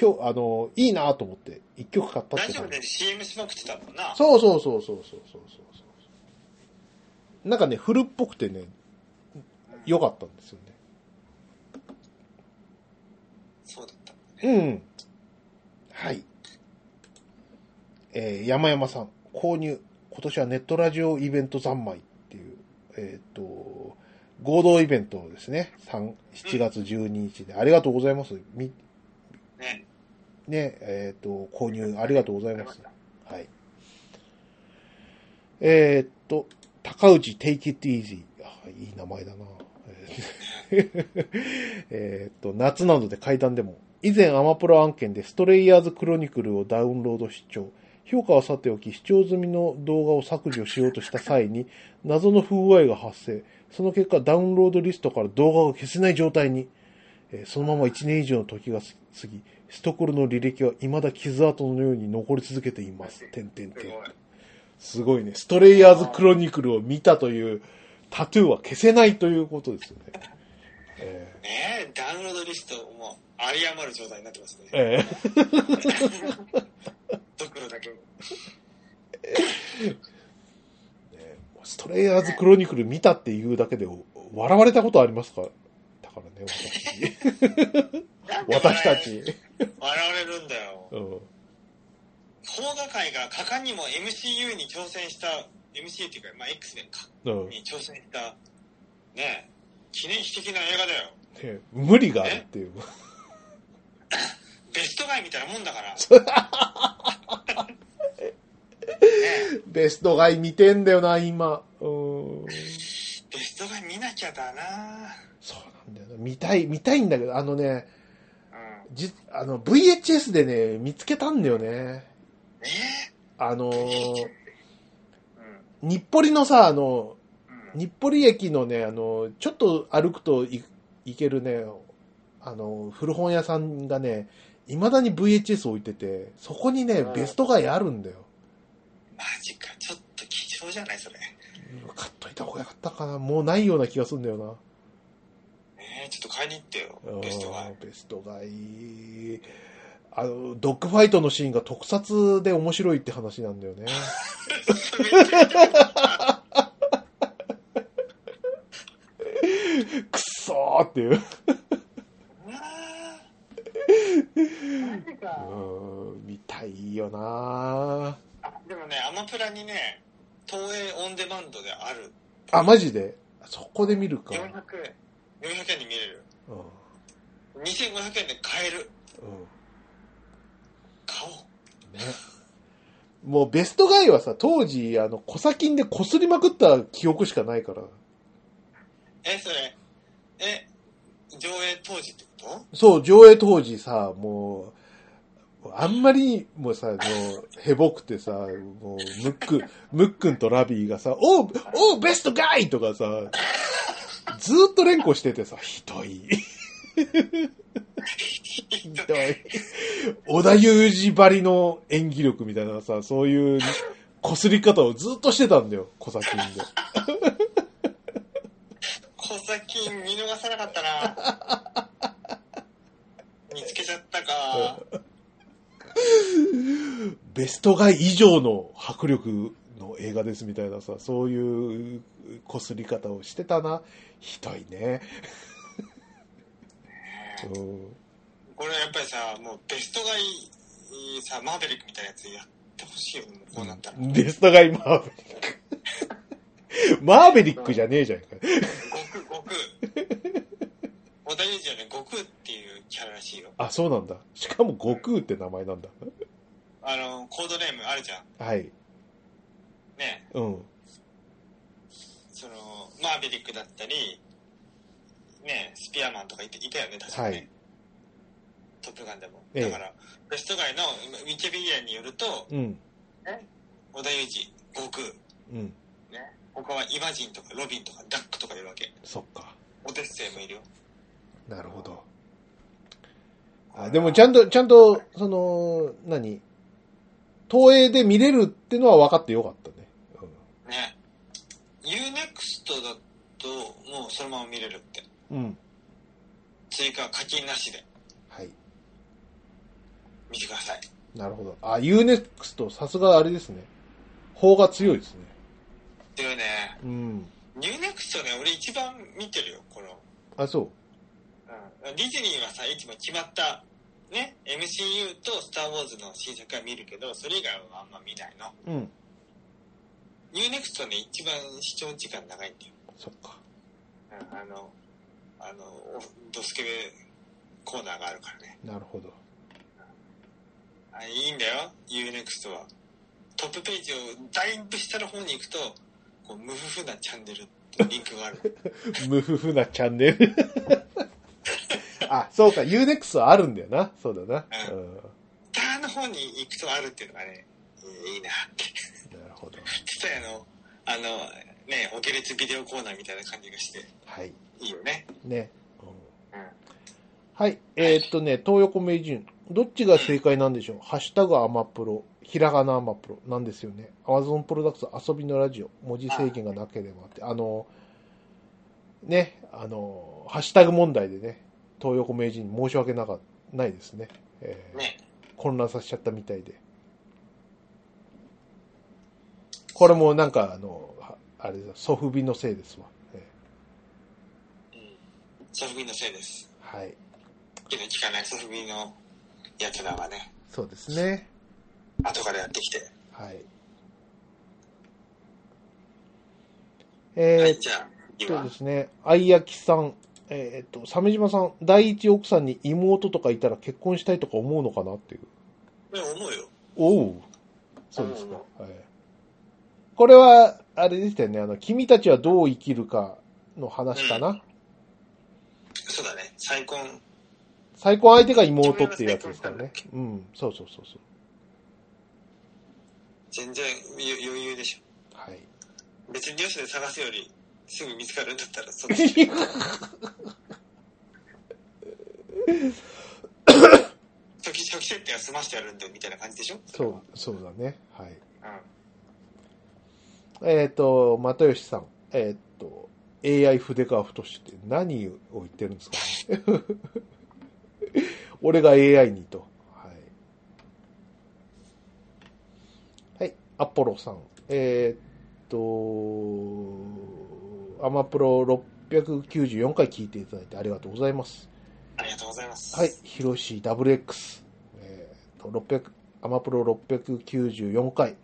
Speaker 2: 今日、あの、いいなと思って、一曲買ったっ
Speaker 1: ラ
Speaker 2: て
Speaker 1: ジオ
Speaker 2: 感じ
Speaker 1: で CM しまくってたもんな。
Speaker 2: そうそうそうそうそうそうそう。なんかね、古っぽくてね、良かったんですよね。
Speaker 1: そうだった。
Speaker 2: うん。はい。えー山山さん、購入。今年はネットラジオイベント三昧っていう、えっ、と、合同イベントですね。3、7月12日で。ありがとうございます。み、
Speaker 1: ね。
Speaker 2: ね、えっ、と、購入ありがとうございます。はい。えーっと、高内 Take It Easy。あいい名前だな。 えーっと、夏などで階段でも。以前アマプロ案件でストレイヤーズクロニクルをダウンロード視聴。評価はさておき、視聴済みの動画を削除しようとした際に、謎の不具合が発生。その結果、ダウンロードリストから動画が消せない状態に。えーそのまま1年以上の時が過ぎ、ストックルの履歴は未だ傷跡のように残り続けています。てんてんて
Speaker 1: す
Speaker 2: ん
Speaker 1: ご。い。
Speaker 2: すごいね。ストレイヤーズクロニクルを見たというタトゥーは消せないということですよね。え
Speaker 1: ねえ、ダウンロードリストもう、有り余る状態になってます
Speaker 2: ー
Speaker 1: ね。
Speaker 2: え
Speaker 1: ドクロだけ。
Speaker 2: ーストレイヤーズクロニクル見たっていうだけでお笑われたことありますかだからね、 私。私た。ち。
Speaker 1: 笑われるんだよ。
Speaker 2: うん、
Speaker 1: 邦画界が果敢にも MCU に挑戦した、MCU っていうか、まあ、X でか、
Speaker 2: うんね
Speaker 1: に挑戦した、ねえ、記念碑的な映画だよ。
Speaker 2: 無理があるっていう。
Speaker 1: ベストガイみたいなもんだ から。ねえ
Speaker 2: ベスト買い見てんだよな、今。うん
Speaker 1: ベストガイ見なきゃだな
Speaker 2: そうなんだよな。見たい、見たいんだけど、あのね、
Speaker 1: うん。
Speaker 2: じあの VHS でね、見つけたんだよね。
Speaker 1: ね
Speaker 2: あのー、
Speaker 1: えうん
Speaker 2: 日暮里のさ、あの、
Speaker 1: うん。
Speaker 2: 日暮里駅のね、あの、ちょっと歩くとい行けるね、あの、古本屋さんがね、未だに VHS 置いてて、そこにね
Speaker 1: う、ん
Speaker 2: ベストガイあるんだよ。
Speaker 1: マジか、ちょっと貴重じゃないそれ。ね
Speaker 2: 買っといた方がよかったかな。もうないような気がするんだよな。
Speaker 1: え、ちょっと買いに行ってよ、ベストガイ。
Speaker 2: うんベストガイ。あの、ドッグファイトのシーンが特撮で面白いって話なん だよね。くっそーっていう。
Speaker 1: うわーマジか。
Speaker 2: うん、見たいよな
Speaker 1: でもね、アマプラにね、東映オンデマンドである。
Speaker 2: あ、マジでそこで見るか。
Speaker 1: 400円。400円で見れる。
Speaker 2: うん。う
Speaker 1: 2500
Speaker 2: ん。
Speaker 1: 円で買える。買おう。
Speaker 2: ね。もうベストガイはさ、当時、あの、小砂金で擦りまくった記憶しかないから。
Speaker 1: え、それ、え、上映当時ってこ
Speaker 2: そう、上映当時さ、もう、あんまり、もうさ、もう、へぼくてさ、もう、ムック、ムックンとラビーがさ、おう、おう、ベストガイとかさ、ずーっと連呼しててさ、ひどい。ひどい。小田裕二ばりの演技力みたいなさ、そういう、擦り方をずっとしてたんだよ、小崎で。
Speaker 1: と小崎見逃さなかったな 見つけちゃったか。
Speaker 2: ベストガイ以上の迫力の映画ですみたいなさ、そういうこすり方をしてたな。ひどいね。うん
Speaker 1: これやっぱりさ、もうベストがいい、さ、マーベリックみたいなやつやってほしいよ、もうこうなったら。
Speaker 2: ベストガイマーベリック。マーベリックじゃねえじゃんか。
Speaker 1: 悟空、悟 空。小田裕二はね、悟空っていうキャラらしいよ。
Speaker 2: あ、そうなんだ。しかも悟空って名前なんだ。
Speaker 1: あの、コードネームあるじゃん。
Speaker 2: はい。
Speaker 1: ね。
Speaker 2: うん。
Speaker 1: その、マーベリックだったり、ね、スピアマンとかいていたよね、確か
Speaker 2: は
Speaker 1: ね。
Speaker 2: い。
Speaker 1: トップガンでも。
Speaker 2: ええ
Speaker 1: だから、ベストガイのウィキペディアによると、
Speaker 2: うん。
Speaker 1: 織田裕二、悟空、
Speaker 2: うん。
Speaker 1: ね。他はイマジンとかロビンとかダックとかいるわけ。
Speaker 2: そっか。
Speaker 1: オデッセイもいるよ。
Speaker 2: なるほど。あでもちゃんと、ちゃんと、その、何東映で見れるってのは分かってよかったね。
Speaker 1: ね。UNEXT だと、もうそのまま見れるって。
Speaker 2: うん。うん、
Speaker 1: 追加課金なしで
Speaker 2: はい。
Speaker 1: 見てください。
Speaker 2: なるほど。あ、UNEXT、さすがあれですね。法が強いですね。
Speaker 1: でもね、
Speaker 2: うん。
Speaker 1: UNEXT ね、俺一番見てるよ、この。
Speaker 2: あ、そう。
Speaker 1: うん、ディズニーはさ、いつも決まった、ね、MCU とスター・ウォーズの新作は見るけど、それ以外はあんま見ないの。
Speaker 2: うん。
Speaker 1: UNEXT ね、一番視聴時間長いんだよ。
Speaker 2: そっか。
Speaker 1: うん、あの、あの、おドスケベコーナーがあるからね。
Speaker 2: なるほど。
Speaker 1: あいいんだよ、UNEXT は。トップページをだいぶ下の方に行くと、こう、無夫婦なチャンネルってリンクがあ る。
Speaker 2: 無夫婦なチャンネ ル。あ、そうか。UNEXT はあるんだよな。そうだな。うん。
Speaker 1: 下の方に行くとあるっていうのがね、うんいいなって。
Speaker 2: なるほど。
Speaker 1: ツタヤの、あの、ね、オケレツビデオコーナーみたいな感じがして、
Speaker 2: はい。
Speaker 1: いいよね。
Speaker 2: ね。うん
Speaker 1: うん。
Speaker 2: はい。えーっとね、東横名人。どっちが正解なんでしょうハッシュタグアマプロ、ひらがなアマプロなんですよね。アマゾンプロダクツ遊びのラジオ、文字制限がなければって、あの、ね、あの、ハッシュタグ問題でね、東横名人に申し訳なかないですね。えー
Speaker 1: ね。
Speaker 2: 混乱させちゃったみたいで。これもなんか、あの、はあれだ、ソフビのせいですわ。え
Speaker 1: うん。ソフビのせいです。
Speaker 2: ーはい。
Speaker 1: けど聞かないソフビのやつらはね、
Speaker 2: そうですね。
Speaker 1: 後からやってきて。
Speaker 2: はい。
Speaker 1: は
Speaker 2: え
Speaker 1: い、じゃあ、
Speaker 2: ー、っと
Speaker 1: 今
Speaker 2: で。すね、あいやきさん、えーっと、鮫島さん、第一奥さんに妹とかいたら結婚したいとか思うのかなっていう。
Speaker 1: ね、思うよ。
Speaker 2: おう。そうですか。はいこれは、あれでしたよね、あの、君たちはどう生きるかの話かな。
Speaker 1: そうだね。再婚。
Speaker 2: 再婚相手が妹っていうやつですからね。うん、そうそうそうそう。
Speaker 1: 全然ゆ余裕でし
Speaker 2: はい。
Speaker 1: ょ。別にニュースで探すより、すぐ見つかるんだったら、そ う初期、初期設定は済ましてやるんだよ、みたいな感じでしょ
Speaker 2: そう、そうだね。はい。
Speaker 1: うん。
Speaker 2: えっ、と、又吉さん。えっ、と、AI 筆川太志って何を言ってるんですか ね。俺が AI にと。はい。はい。アポロさん。えっ、と、アマプロ694回聞いていただいてありがとうございます。
Speaker 1: ありがとうございます。
Speaker 2: はい、ヒロシ WX、えーと600アマプロ694回、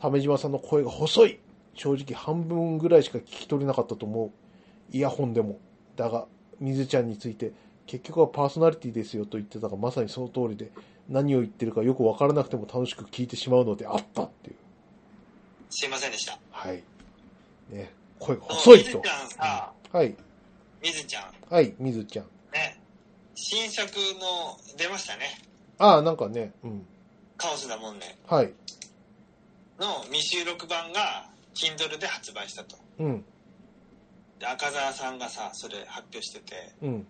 Speaker 2: 鮫島さんの声が細い、正直半分ぐらいしか聞き取れなかったと思う、イヤホンでも、だが、水ちゃんについて、結局はパーソナリティですよと言ってたが、まさにその通りで、何を言ってるかよく分からなくても楽しく聞いてしまうのであったっていう、
Speaker 1: すいませんでした。
Speaker 2: はい、ね、声が細い
Speaker 1: みず
Speaker 2: と
Speaker 1: ち、ゃんさ、
Speaker 2: はい、
Speaker 1: みずちゃん、
Speaker 2: はい、水ちゃん、
Speaker 1: ね。新作の出ましたね。
Speaker 2: ああ、なんかね、うん、
Speaker 1: カオスだもんね。
Speaker 2: はい、
Speaker 1: の未収録版が Kindle で発売したと。
Speaker 2: うん、
Speaker 1: で赤澤さんがさ、それ発表してて、
Speaker 2: うん、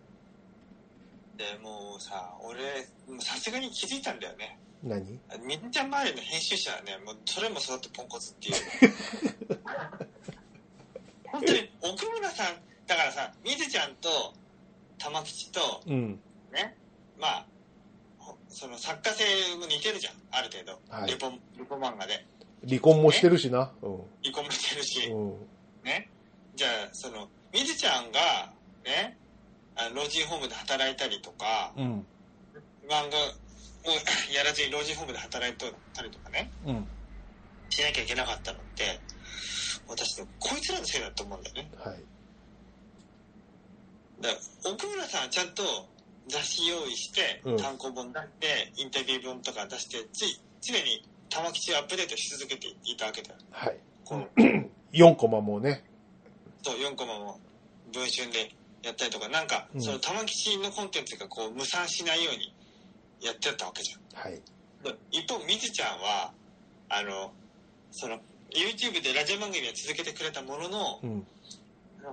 Speaker 1: で、もうさ、俺、もうさすがに気づいたんだよね。
Speaker 2: 何
Speaker 1: みんちゃん周りの編集者はね、もうそれも育ってポンコツ っていう。本当に、奥村さん、だからさ、みずちゃんと、玉吉と、
Speaker 2: うん、
Speaker 1: ね、まあ、ほその作家性も似てるじゃん、ある程度。
Speaker 2: はい
Speaker 1: レポ、レポ漫画で。
Speaker 2: 離婚もしてるしな。うん。
Speaker 1: 離婚もしてるし、
Speaker 2: うん。
Speaker 1: ね。じゃあ、その、みずちゃんが、ね、あ老人ホームで働いたりとか、
Speaker 2: うん。
Speaker 1: 漫画をやらずに老人ホームで働いたりとかね、
Speaker 2: うん。
Speaker 1: しなきゃいけなかったのって、私ね、こいつらのせいだと思うんだよね。
Speaker 2: はい。
Speaker 1: だから、奥村さんはちゃんと雑誌用意して
Speaker 2: うん、
Speaker 1: 単行本出して、インタビュー本とか出して、つい、常に玉吉をアップデートし続けていたわけだよ。
Speaker 2: はい。
Speaker 1: この、
Speaker 2: 4コマもね。
Speaker 1: そう、4コマも文春でやったりとか、なんか、
Speaker 2: うん
Speaker 1: その玉吉のコンテンツがこう、無産しないようにやってたわけじゃん。
Speaker 2: はい。
Speaker 1: 一方、みずちゃんは、あの、その YouTube でラジオ番組は続けてくれたものの
Speaker 2: うん。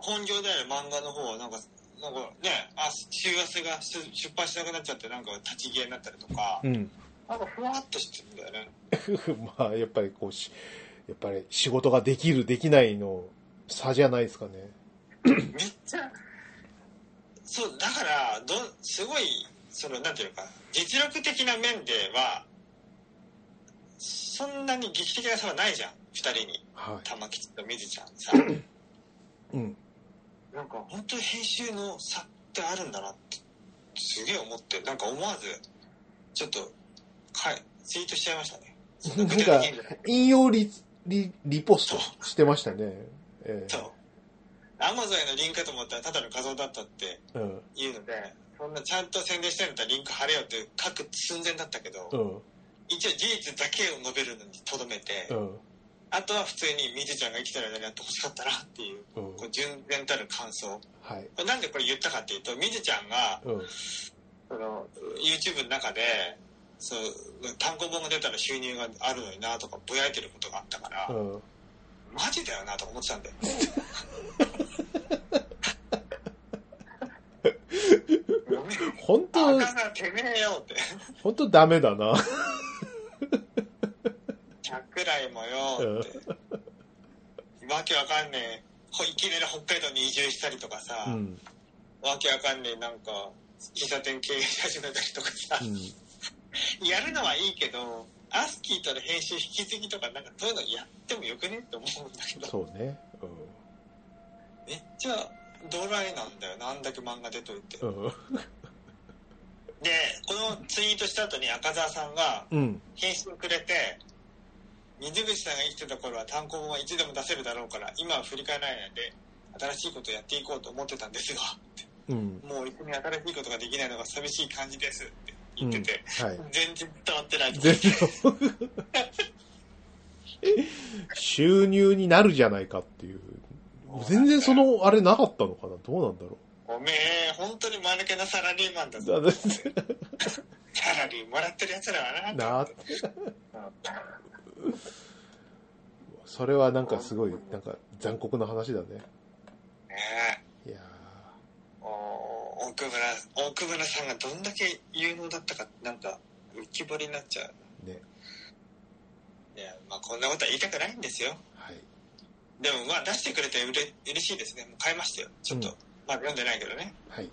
Speaker 1: 本業である漫画の方はなんかなんかねあ週末が出出版しなくなっちゃってなんか立ち消えになったりとか、
Speaker 2: うん。
Speaker 1: なんかふわっとしてるんだよね
Speaker 2: まあ、やっぱりこうし、やっぱり仕事ができる、できないの差じゃないですかね。
Speaker 1: めっちゃそうだからどすごいそのなんていうのか実力的な面ではそんなに劇的な差はないじゃん2人に
Speaker 2: は
Speaker 1: 玉吉と水ちゃんさ
Speaker 2: い。うん。
Speaker 1: なんか本当に編集の差ってあるんだなってすげえ思ってなんか思わずちょっとかいツイートしちゃいましたね
Speaker 2: なんか
Speaker 1: 具体的にじゃない
Speaker 2: 引用リ、リ、リポストしてましたね。え
Speaker 1: そうアマゾンへのリンクかと思ったらただの画像だったって
Speaker 2: えうん。
Speaker 1: いうので、そんなちゃんと宣伝してるんだったらリンク貼れよって書く寸前だったけど、
Speaker 2: うん。
Speaker 1: 一応事実だけを述べるのにとどめて、
Speaker 2: うん。
Speaker 1: あとは普通にみずちゃんが生きてる間にやってほしかったなっていう、
Speaker 2: うん
Speaker 1: こ。う純然たる感想。
Speaker 2: はい。
Speaker 1: これなんでこれ言ったかっていうと、みずちゃんが、
Speaker 2: うん。
Speaker 1: その、YouTube の中で、そう、単行本が出たら収入があるのになとか、ぼやいてることがあったから、
Speaker 2: うん。
Speaker 1: マジだよなとか思ってたんだよ。
Speaker 2: 本当、
Speaker 1: あかんな、てめえよって。
Speaker 2: 本当ダメだな。
Speaker 1: 100来もよって。わけわかんねえ。ほいきなり北海道に移住したりとかさ、
Speaker 2: うん。
Speaker 1: わけわかんねえなんか、喫茶店経営し始めたりとかさ、
Speaker 2: うん。
Speaker 1: やるのはいいけど、アスキーとの編集引き継ぎとかなんかそういうのやってもよくねって思うんだけど、
Speaker 2: そうね。
Speaker 1: めっちゃドライなんだよな、あんだけ漫画出といて。で
Speaker 2: う、ん。うん。
Speaker 1: このツイートした後に赤澤さんが
Speaker 2: うん。
Speaker 1: 返信くれて、水口さんが生きてた頃は単行本はいつでも出せるだろうから、今は振り返らないので、新しいことをやっていこうと思ってたんですが、
Speaker 2: うん。
Speaker 1: もう一緒に新しいことができないのが寂しい感じですって言ってて、
Speaker 2: はい。
Speaker 1: 全然伝わってない
Speaker 2: 全然。収入になるじゃないかっていう。全然その、あれなかったのかなどうなんだろ
Speaker 1: おめえ、本当に間抜けなサラリーマンだぞ。
Speaker 2: う。だって
Speaker 1: サラリーもらってる奴らはな。
Speaker 2: なそれはなんかすごい、なんか残酷な話だね。
Speaker 1: ねえ
Speaker 2: いや
Speaker 1: お奥村、奥村さんがどんだけ有能だったか、なんか、浮き彫りになっちゃう。
Speaker 2: ーね。
Speaker 1: いや、まあこんなことは言いたくないんですよ。
Speaker 2: はい。
Speaker 1: でもまあ出してくれてうれ嬉しいですね。もう買いましたよ。ちょっと。
Speaker 2: うん
Speaker 1: まあ読んでないけどね。
Speaker 2: はい。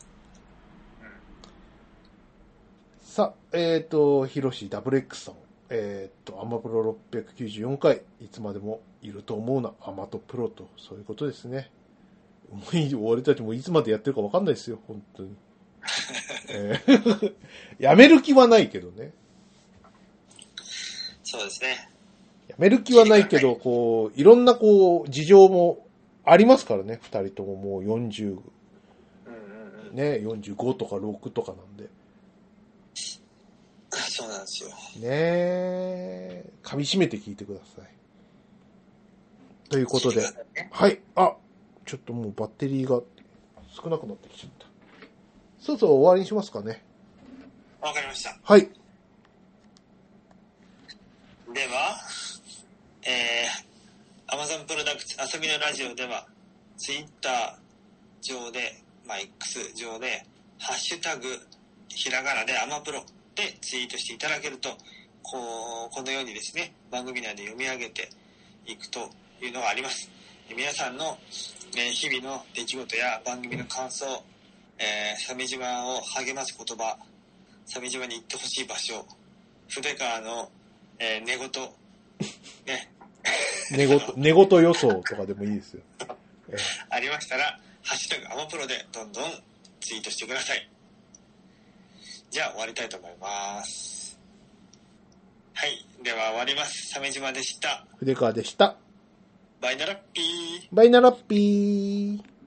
Speaker 2: さあ、えっ、と、ヒロシ WX さん。えっ、と、アマプロ694回、いつまでもいると思うな、アマとプロと、そういうことですね。もういい俺たちもいつまでやってるかわかんないですよ、本当 に。えー やめる気はないけどね。
Speaker 1: そうですね。
Speaker 2: やめる気はないけど、こう、いろんなこう、事情もありますからね、二人とももう40、
Speaker 1: うんうんうん。
Speaker 2: ね、45とか6とかなんで。
Speaker 1: そうなんですよ。
Speaker 2: ねえ、噛み締めて聞いてください。ということで
Speaker 1: 聞いてく、ださいね
Speaker 2: はい、あ、ちょっともうバッテリーが少なくなってきちゃった。そろそろ終わりにしますかね。
Speaker 1: わかりました。
Speaker 2: はい、
Speaker 1: では、えー、Amazon プロダクツ遊びのラジオでは、Twitter 上で、まあ、X 上で、ハッシュタグ、ひらがなでアマプロでツイートしていただけると、こう、このようにですね、番組内で読み上げていくというのがあります。で皆さんの、えー日々の出来事や番組の感想、えー、鮫島を励ます言葉、鮫島に行ってほしい場所、筆川の、えー寝言、ね、
Speaker 2: 寝言、寝言予想とかでもいいですよ。
Speaker 1: ありましたら、ハッシュタグアマプロでどんどんツイートしてください。じゃあ終わりたいと思います。はい。では終わります。鮫島でした。
Speaker 2: 筆川でした。
Speaker 1: バイナラッピー。
Speaker 2: バイナラッピー。